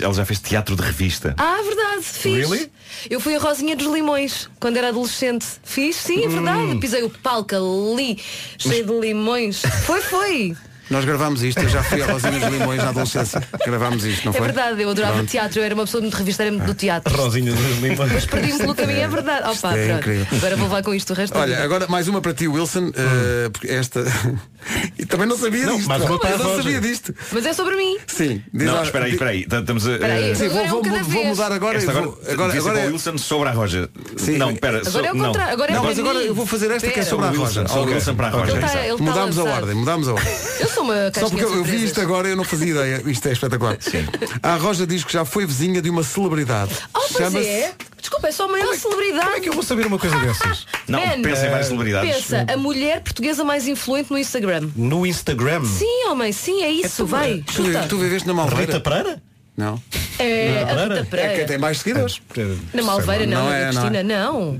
Speaker 8: Ela já fez teatro de revista.
Speaker 2: Ah, verdade, fiz.
Speaker 8: Really?
Speaker 2: Eu fui a Rosinha dos Limões quando era adolescente.
Speaker 1: Hum.
Speaker 2: Fiz, sim, é verdade. Pisei o palco ali, cheio de limões. Foi, foi.
Speaker 1: Nós gravámos isto, eu já fui a Rosinha dos Limões na adolescência. Gravámos isto, não
Speaker 2: é
Speaker 1: foi?
Speaker 2: verdade, eu adorava
Speaker 1: Pronto.
Speaker 2: teatro, eu era uma pessoa muito revisteira do teatro.
Speaker 4: Rosinha dos Limões.
Speaker 2: Mas perdi-me pelo caminho, é verdade.
Speaker 1: Isto
Speaker 2: Opa,
Speaker 1: é
Speaker 2: pronto.
Speaker 1: incrível.
Speaker 2: Agora vou levar com isto o resto da
Speaker 1: Olha,
Speaker 2: vida.
Speaker 1: agora mais uma para ti, Wilson, eh, porque esta. e também não sabia
Speaker 8: Hum. Não,
Speaker 1: disto.
Speaker 8: mais uma para
Speaker 1: eu
Speaker 8: a
Speaker 1: não
Speaker 8: Rosa.
Speaker 1: sabia disto.
Speaker 2: Mas é sobre mim.
Speaker 1: Sim, diz
Speaker 8: Não,
Speaker 1: lá-
Speaker 8: espera aí,
Speaker 1: di-
Speaker 8: espera aí. T- Estamos a. eh,
Speaker 2: Espera aí,
Speaker 1: Eh, Sim, vou,
Speaker 2: agora é um
Speaker 1: vou-
Speaker 2: cada
Speaker 1: vou
Speaker 2: vez.
Speaker 1: mudar agora.
Speaker 8: Esta
Speaker 1: e
Speaker 8: agora,
Speaker 1: vou- agora, agora
Speaker 8: é...
Speaker 1: é-
Speaker 8: o Wilson sobre a Roja. Não, espera.
Speaker 2: Agora
Speaker 8: so-
Speaker 2: é o
Speaker 8: não.
Speaker 2: contrário, agora é
Speaker 1: Não,
Speaker 2: para
Speaker 1: mas agora
Speaker 2: mim.
Speaker 1: eu vou fazer esta que é
Speaker 2: Pera.
Speaker 1: sobre a
Speaker 8: Sobre o Wilson,
Speaker 1: Rosa.
Speaker 8: sobre o
Speaker 1: Ok.
Speaker 8: Wilson para a Rosa.
Speaker 1: Ok.
Speaker 2: Ele tá- ele tá
Speaker 1: Mudamos a
Speaker 2: lançado.
Speaker 1: ordem, mudamos a ordem.
Speaker 2: Eu sou uma
Speaker 1: Só porque
Speaker 2: caixinha de
Speaker 1: eu, eu vi
Speaker 2: surpresas.
Speaker 1: isto agora eu não fazia ideia. Isto é espetacular. A Roja diz que já foi vizinha de uma celebridade.
Speaker 2: Oh, pois é. Desculpa, é só a maior celebridade.
Speaker 4: Como é que eu vou saber uma coisa dessas?
Speaker 8: Não,
Speaker 2: Man,
Speaker 8: pensa em várias celebridades.
Speaker 2: Pensa, a mulher portuguesa mais influente no Instagram.
Speaker 4: No Instagram.
Speaker 2: Sim, homem, sim, é isso, vai.
Speaker 1: Tu, vi-
Speaker 2: Chuta.
Speaker 1: tu viveste na Malveira?
Speaker 4: Rita Pereira?
Speaker 1: Não.
Speaker 2: É,
Speaker 4: Não,
Speaker 2: a Rita
Speaker 4: era.
Speaker 1: É quem
Speaker 2: Pereira.
Speaker 1: tem mais seguidores.
Speaker 2: Na Malveira, não,
Speaker 1: Não
Speaker 2: não
Speaker 1: é, não
Speaker 2: Cristina, não.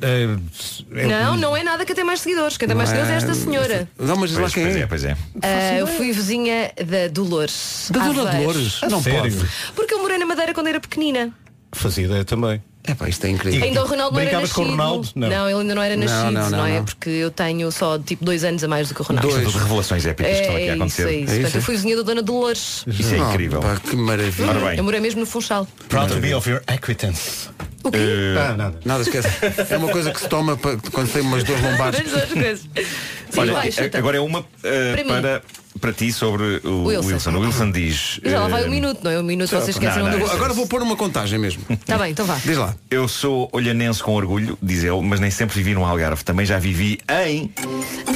Speaker 4: É,
Speaker 2: Não, não é nada que tem mais seguidores. Quem tem mais seguidores é esta senhora.
Speaker 1: Ah, Não, mas diz lá
Speaker 8: Pois,
Speaker 1: quem
Speaker 8: pois
Speaker 1: é.
Speaker 8: é, pois é.
Speaker 2: Ah, eu fui vizinha da Dolores.
Speaker 1: Da Dona
Speaker 2: Aveiro.
Speaker 1: Dolores.
Speaker 4: A
Speaker 1: Não
Speaker 4: sério?
Speaker 1: pode.
Speaker 2: Porque eu morei na Madeira quando era pequenina.
Speaker 4: Fazia ideia também.
Speaker 1: É pá, isto é incrível.
Speaker 2: Ainda o Ronaldo não era
Speaker 4: Brincavas
Speaker 2: nascido.
Speaker 4: com o Ronaldo? Não.
Speaker 2: Não. ele ainda não era
Speaker 1: Não,
Speaker 2: nascido,
Speaker 1: não,
Speaker 2: não,
Speaker 1: não,
Speaker 2: é?
Speaker 1: não.
Speaker 2: Porque eu tenho só tipo dois anos a mais do que o Ronaldo.
Speaker 1: Dois.
Speaker 8: é Tudo de revelações épicas que estão aqui
Speaker 2: É,
Speaker 8: a
Speaker 2: isso, é
Speaker 8: acontecer.
Speaker 2: isso.
Speaker 1: É isso,
Speaker 2: Portanto,
Speaker 1: é?
Speaker 2: eu fui vizinha da Dona Dolores.
Speaker 8: Isso é
Speaker 1: Ah,
Speaker 8: incrível.
Speaker 1: pá, que maravilha.
Speaker 8: Ora bem.
Speaker 2: Eu morei mesmo no Funchal.
Speaker 4: Proud to be of your
Speaker 1: é,
Speaker 4: acquaintance.
Speaker 2: O quê?
Speaker 4: Ah, nada.
Speaker 1: Nada, esquece. É uma coisa que se toma pa- quando tem umas duas lombares.
Speaker 2: Todas as coisas. Sim,
Speaker 8: Olha,
Speaker 2: vai, chuta.
Speaker 8: agora é uma uh,
Speaker 2: Para mim.
Speaker 8: para, para ti sobre o
Speaker 2: Wilson.
Speaker 8: Wilson. O Wilson diz.
Speaker 2: E Já lá vai
Speaker 8: uh,
Speaker 2: um minuto, não é? Um minuto, vocês esquecem
Speaker 8: não,
Speaker 2: onde eu
Speaker 8: não,
Speaker 2: vou.
Speaker 1: Agora vou pôr uma contagem mesmo.
Speaker 2: Tá bem, então vá.
Speaker 1: Diz lá.
Speaker 8: Eu sou olhanense com orgulho, diz ele, mas nem sempre vivi no Algarve. Também já vivi em.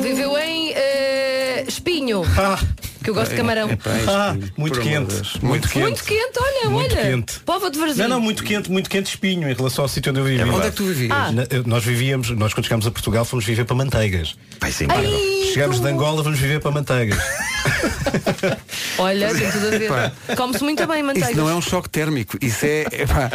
Speaker 2: Viveu em eh, Espinho,
Speaker 4: Ah,
Speaker 2: que eu gosto de camarão.
Speaker 1: Epá, isto-
Speaker 4: ah,
Speaker 1: por
Speaker 4: muito
Speaker 1: amor
Speaker 4: quente.
Speaker 1: de Deus.
Speaker 4: Muito quente.
Speaker 2: Muito quente, olha,
Speaker 4: Muito
Speaker 2: olha.
Speaker 4: quente.
Speaker 2: Pova de Varzim.
Speaker 4: Não, não, muito quente, muito quente espinho em relação ao sítio onde eu vivia.
Speaker 8: verdade.
Speaker 1: Onde é que tu vivias?
Speaker 2: Ah.
Speaker 4: Na- eu- nós vivíamos, nós quando chegámos a Portugal fomos viver para Manteigas.
Speaker 8: Vai ser
Speaker 2: Ai,
Speaker 8: incrível.
Speaker 4: Chegámos
Speaker 2: tu-
Speaker 4: de Angola, vamos viver para Manteigas.
Speaker 2: Olha, tem tudo a ver. Come-se muito bem manteiga.
Speaker 1: Isso não é um choque térmico, isso é. epá,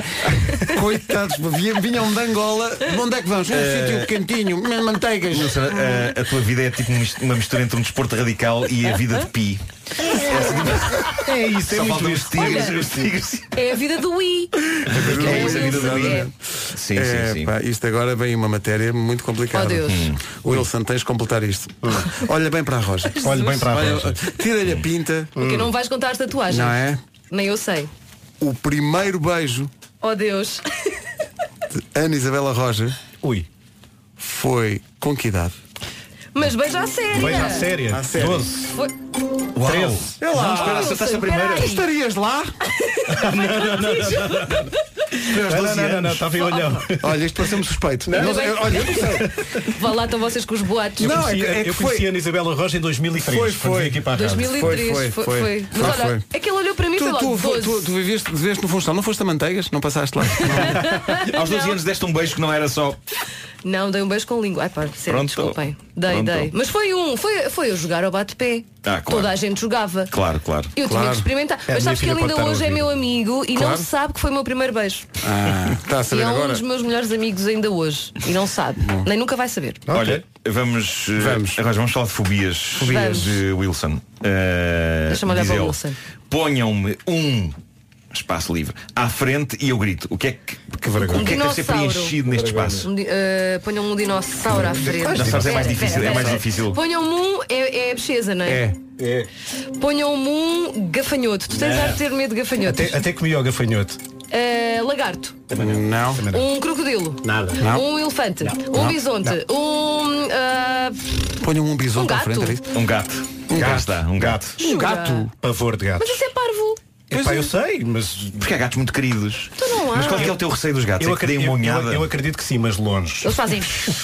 Speaker 1: coitados, vinha- vinham de Angola, de onde é que vamos? Um sítio quentinho, manteigas.
Speaker 8: Wilson, a, a tua vida é tipo mis- uma mistura entre um desporto radical e a vida de Pi.
Speaker 4: É isso, é
Speaker 8: Só
Speaker 4: muito
Speaker 8: faltam os
Speaker 4: isso.
Speaker 8: tigres,
Speaker 2: Olha.
Speaker 8: os tigres.
Speaker 2: É a vida do I. Porque
Speaker 8: É
Speaker 2: é o
Speaker 8: isso, a vida
Speaker 2: Wilson,
Speaker 8: do
Speaker 2: é.
Speaker 8: Pi. Sim,
Speaker 1: É,
Speaker 8: sim, sim.
Speaker 1: pá, isto agora vem uma matéria muito complicada.
Speaker 2: Oh, Deus. Hum.
Speaker 1: Wilson, tens de completar isto. Olha bem para a Roja.
Speaker 4: Olhe bem para a
Speaker 1: Hum. Olha,
Speaker 4: Rosa.
Speaker 1: Tira-lhe a pinta,
Speaker 2: Porque não vais contar as tatuagens.
Speaker 1: não é?
Speaker 2: Nem eu sei.
Speaker 1: O primeiro beijo
Speaker 2: Oh Deus.
Speaker 1: de Ana Isabela Roja
Speaker 4: Ui.
Speaker 1: foi com que idade?
Speaker 2: Mas beija a sério.
Speaker 4: Veja à séria.
Speaker 1: À séria.
Speaker 4: 12,
Speaker 2: Foi...
Speaker 4: 13.
Speaker 1: É lá,
Speaker 2: Oh,
Speaker 8: Espera, acertaste a
Speaker 2: Wilson,
Speaker 8: primeira.
Speaker 2: peraí.
Speaker 1: tu estarias lá?
Speaker 4: Não, não, não, não, estava em olhão.
Speaker 1: Olha, isto pareceu-me suspeito. Não sei, olha, eu não sei.
Speaker 2: Vá lá estão vocês com os boatos.
Speaker 1: Não,
Speaker 4: Eu
Speaker 1: é
Speaker 4: conheci,
Speaker 1: que- é que
Speaker 4: eu conheci
Speaker 1: foi-
Speaker 4: a Ana Isabela Rocha em 2003.
Speaker 1: Foi,
Speaker 4: quando
Speaker 1: foi.
Speaker 4: veio Aqui para a rádio.
Speaker 2: 2003.
Speaker 1: Foi,
Speaker 2: Foi,
Speaker 1: foi, foi.
Speaker 2: Mas olha,
Speaker 1: Foi,
Speaker 2: aquele olhou para mim e
Speaker 1: Tu,
Speaker 2: foi lá.
Speaker 1: tu,
Speaker 2: 12.
Speaker 1: tu, tu viveste, viveste no Funchal, não foste a Manteigas? Não passaste lá?
Speaker 8: Aos 12 anos deste um beijo que não era só.
Speaker 2: Não, dei um beijo com língua. Ai, pá, sério,
Speaker 8: Pronto.
Speaker 2: desculpem. Dei,
Speaker 8: Pronto.
Speaker 2: dei. Mas foi um, foi, foi eu jogar ao bate-pé.
Speaker 8: Ah, claro.
Speaker 2: Toda a gente jogava.
Speaker 8: Claro, claro.
Speaker 2: Eu
Speaker 1: Claro.
Speaker 2: tinha que experimentar.
Speaker 4: minha
Speaker 2: Mas sabes que
Speaker 4: filha
Speaker 2: ele
Speaker 4: pode
Speaker 2: ainda
Speaker 4: estar a
Speaker 2: hoje é
Speaker 4: ouvir.
Speaker 2: meu amigo e não
Speaker 1: Claro.
Speaker 2: sabe que foi o meu primeiro beijo.
Speaker 1: Ah, está a
Speaker 2: E
Speaker 1: saber
Speaker 2: é um
Speaker 1: agora?
Speaker 2: dos meus melhores amigos ainda hoje. E não sabe. Nem nunca vai saber.
Speaker 8: Olha, vamos, eh,
Speaker 1: Vamos.
Speaker 8: Agora vamos falar de fobias,
Speaker 2: Vamos.
Speaker 8: de Wilson. Eh,
Speaker 2: Deixa-me olhar
Speaker 8: diz
Speaker 2: para o
Speaker 8: ele,
Speaker 2: Wilson.
Speaker 8: Ponham-me um espaço livre à frente e eu grito. O que é que, o que, é que deve
Speaker 2: dinossauro.
Speaker 8: ser preenchido neste espaço?
Speaker 2: Um di- eh, Ponham-me um dinossauro à frente.
Speaker 8: Dinossauros é mais
Speaker 2: Espera,
Speaker 8: difícil,
Speaker 2: espera,
Speaker 8: é mais
Speaker 2: espera.
Speaker 8: difícil.
Speaker 2: Ponham-me um. É, é a bexesa, não é?
Speaker 1: É.
Speaker 4: É.
Speaker 2: Ponham-me um gafanhoto. Tu tens
Speaker 4: Não.
Speaker 2: a de ter medo de gafanhotos.
Speaker 4: Até, até comi ao gafanhoto.
Speaker 2: Eh, lagarto.
Speaker 1: Não.
Speaker 2: Um crocodilo.
Speaker 4: Nada.
Speaker 1: Não.
Speaker 2: Um elefante. Um bisonte. Um. ah,
Speaker 1: Ponham um
Speaker 2: Um
Speaker 1: bisonte à
Speaker 2: gato.
Speaker 1: frente. era isso?
Speaker 8: Um gato. Um
Speaker 1: gato.
Speaker 8: Está, um gato.
Speaker 1: Um
Speaker 2: Jura?
Speaker 1: gato.
Speaker 4: Pavor de gatos.
Speaker 2: mas isso é parvo.
Speaker 4: Epá, eu sei, mas
Speaker 8: Porque há gatos muito queridos.
Speaker 2: Tu não há.
Speaker 8: Mas qual é, que é o teu receio dos gatos?
Speaker 4: eu
Speaker 8: é que deem
Speaker 4: acredito,
Speaker 8: uma
Speaker 4: eu,
Speaker 8: unhada.
Speaker 4: eu acredito que sim, mas longe.
Speaker 2: Eles fazem.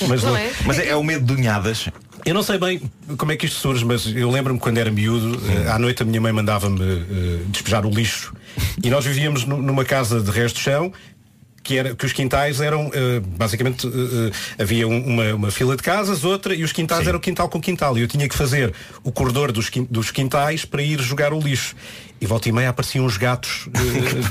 Speaker 4: Mas
Speaker 2: não
Speaker 4: não-
Speaker 2: é?
Speaker 8: Mas é, é o medo de unhadas.
Speaker 4: Eu não sei bem como é que isto surge, mas eu lembro-me quando era miúdo, eh, à noite a minha mãe mandava-me eh, despejar o lixo e nós vivíamos nu- numa casa de resto de chão que, era, que os quintais eram eh, basicamente eh, eh, havia um- uma, uma fila de casas, outra e os quintais eram quintal com quintal e eu tinha que fazer o corredor dos, quin- dos quintais para ir jogar o lixo e volta e meia apareciam os gatos eh,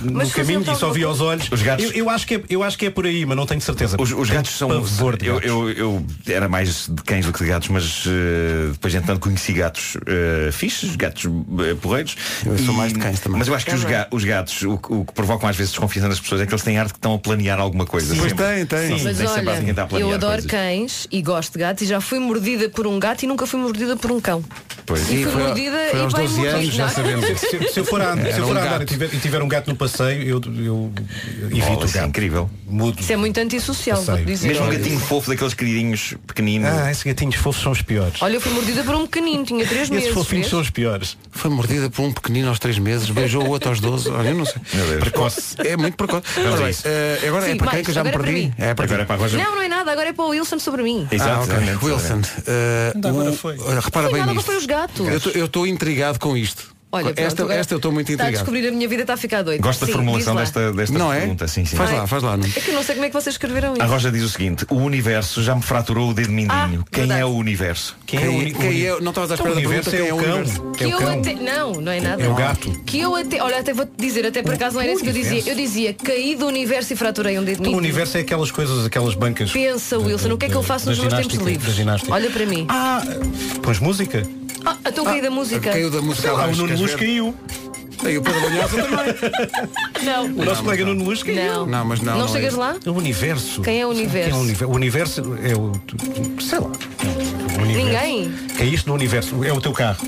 Speaker 4: no
Speaker 2: Mas faziam
Speaker 4: caminho e só
Speaker 2: alguma
Speaker 4: via os olhos
Speaker 8: Os gatos-
Speaker 4: eu, eu acho que é, eu acho que é por aí mas não tenho certeza
Speaker 8: Os, os gatos são.
Speaker 4: Pavor de
Speaker 8: eu,
Speaker 4: gatos.
Speaker 8: eu, eu era mais de cães do que de gatos, mas eh, depois entretanto conheci gatos eh, fixes, gatos eh, porreiros.
Speaker 1: Eu sou
Speaker 8: E-
Speaker 1: mais de cães também.
Speaker 8: Mas eu acho que
Speaker 2: É
Speaker 8: os, ga- os gatos, o, que- o que provocam às vezes desconfiança das pessoas é que eles têm arte que estão a planear alguma coisa.
Speaker 1: Pois tem,
Speaker 8: sempre.
Speaker 1: tem.
Speaker 8: Sim.
Speaker 2: Mas
Speaker 8: tem sempre
Speaker 2: olha,
Speaker 8: alguém que está a planear
Speaker 2: eu adoro
Speaker 8: coisas.
Speaker 2: cães e gosto de gatos e já fui mordida por um gato e nunca fui mordida por um cão.
Speaker 8: Pois.
Speaker 2: E foi mordida
Speaker 4: foi
Speaker 2: e
Speaker 4: aos
Speaker 2: bem
Speaker 4: 12 anos,
Speaker 2: mordida.
Speaker 4: já sabemos. Se, se eu for a,
Speaker 8: Era
Speaker 4: se eu for
Speaker 8: um
Speaker 4: a andar
Speaker 8: gato.
Speaker 4: e tiver, e tiver um gato no passeio, eu, eu evito o gato.
Speaker 8: incrível.
Speaker 4: Mudo.
Speaker 2: Isso é muito antissocial, vou dizer.
Speaker 8: Mesmo um gatinho fofo daqueles queridinhos pequeninos.
Speaker 4: Ah, esses gatinhos fofos são os piores.
Speaker 2: Olha, eu fui mordida por um pequenino, tinha 3 meses. vês?
Speaker 4: os piores.
Speaker 1: Foi mordida por um pequenino aos 3 meses, beijou o outro aos 12. Olha, eu não sei. Precoce. É muito precoce.
Speaker 8: Vamos
Speaker 1: Ora
Speaker 8: a
Speaker 1: bem,
Speaker 8: isso.
Speaker 1: eh, agora é
Speaker 2: Sim,
Speaker 1: para quem
Speaker 2: mais,
Speaker 1: que eu já me
Speaker 2: agora é para
Speaker 1: perdi?
Speaker 2: mim.
Speaker 1: É para
Speaker 8: Agora é para a Rosa.
Speaker 2: Não, não é nada, agora é para o Wilson sobre mim.
Speaker 1: Ah, ok.
Speaker 8: exatamente.
Speaker 1: Wilson, eh,
Speaker 2: Ainda
Speaker 1: o-
Speaker 2: Então, agora
Speaker 1: olha, repara
Speaker 2: Foi
Speaker 1: bem
Speaker 2: nada,
Speaker 1: nisto.
Speaker 2: foi os gatos.
Speaker 1: Eu tô- Eu estou intrigado com isto.
Speaker 2: Olha, pronto,
Speaker 1: esta,
Speaker 2: agora
Speaker 1: esta eu estou muito
Speaker 2: Está a
Speaker 1: intrigado.
Speaker 2: descobrir a minha vida, está a ficar doida.
Speaker 8: Gosto da
Speaker 2: Sim,
Speaker 8: formulação
Speaker 2: diz lá.
Speaker 8: desta, desta
Speaker 1: Não é?
Speaker 8: pergunta. Sim, sim.
Speaker 1: Faz lá, faz lá. Nuno.
Speaker 2: É que eu não sei como é que vocês escreveram
Speaker 8: A
Speaker 2: isso.
Speaker 8: Roja diz o seguinte, o universo já me fraturou o dedo mindinho.
Speaker 2: Ah,
Speaker 8: quem é o universo? Então,
Speaker 1: Quem é o uni- quem é- não estavas à espera da pergunta, quem é o universo?
Speaker 2: Que eu até. Não, não é nada.
Speaker 8: É o gato.
Speaker 2: Que eu até. Olha, até vou-te dizer, até por acaso não era isso que eu dizia. Eu dizia, caí do universo e fraturei um dedo
Speaker 4: O
Speaker 2: nítido.
Speaker 4: universo é aquelas coisas, aquelas bancas.
Speaker 2: Pensa, Wilson, o que é que eu faço
Speaker 4: da
Speaker 2: nos meus tempos
Speaker 4: ginástica, da
Speaker 2: livres?
Speaker 4: ginástica.
Speaker 2: Olha para mim.
Speaker 4: Ah, Pões música?
Speaker 2: ah então caí da música.
Speaker 4: caiu da
Speaker 8: Tá
Speaker 4: música
Speaker 8: Ah,
Speaker 4: abaixo,
Speaker 1: é
Speaker 4: queres ver? caiu.
Speaker 1: Aí o Pedro Banhosa também.
Speaker 2: Não.
Speaker 4: O nosso colega Nuno Luz caiu.
Speaker 2: Não. Não, mas não, Não não chegas é. lá?
Speaker 4: O universo.
Speaker 2: Quem é o
Speaker 4: Sabe
Speaker 2: universo?
Speaker 4: quem é o univer- o universo é o. tu- tu- Sei lá. O universo.
Speaker 2: Ninguém?
Speaker 4: Caíste no universo. É o teu carro.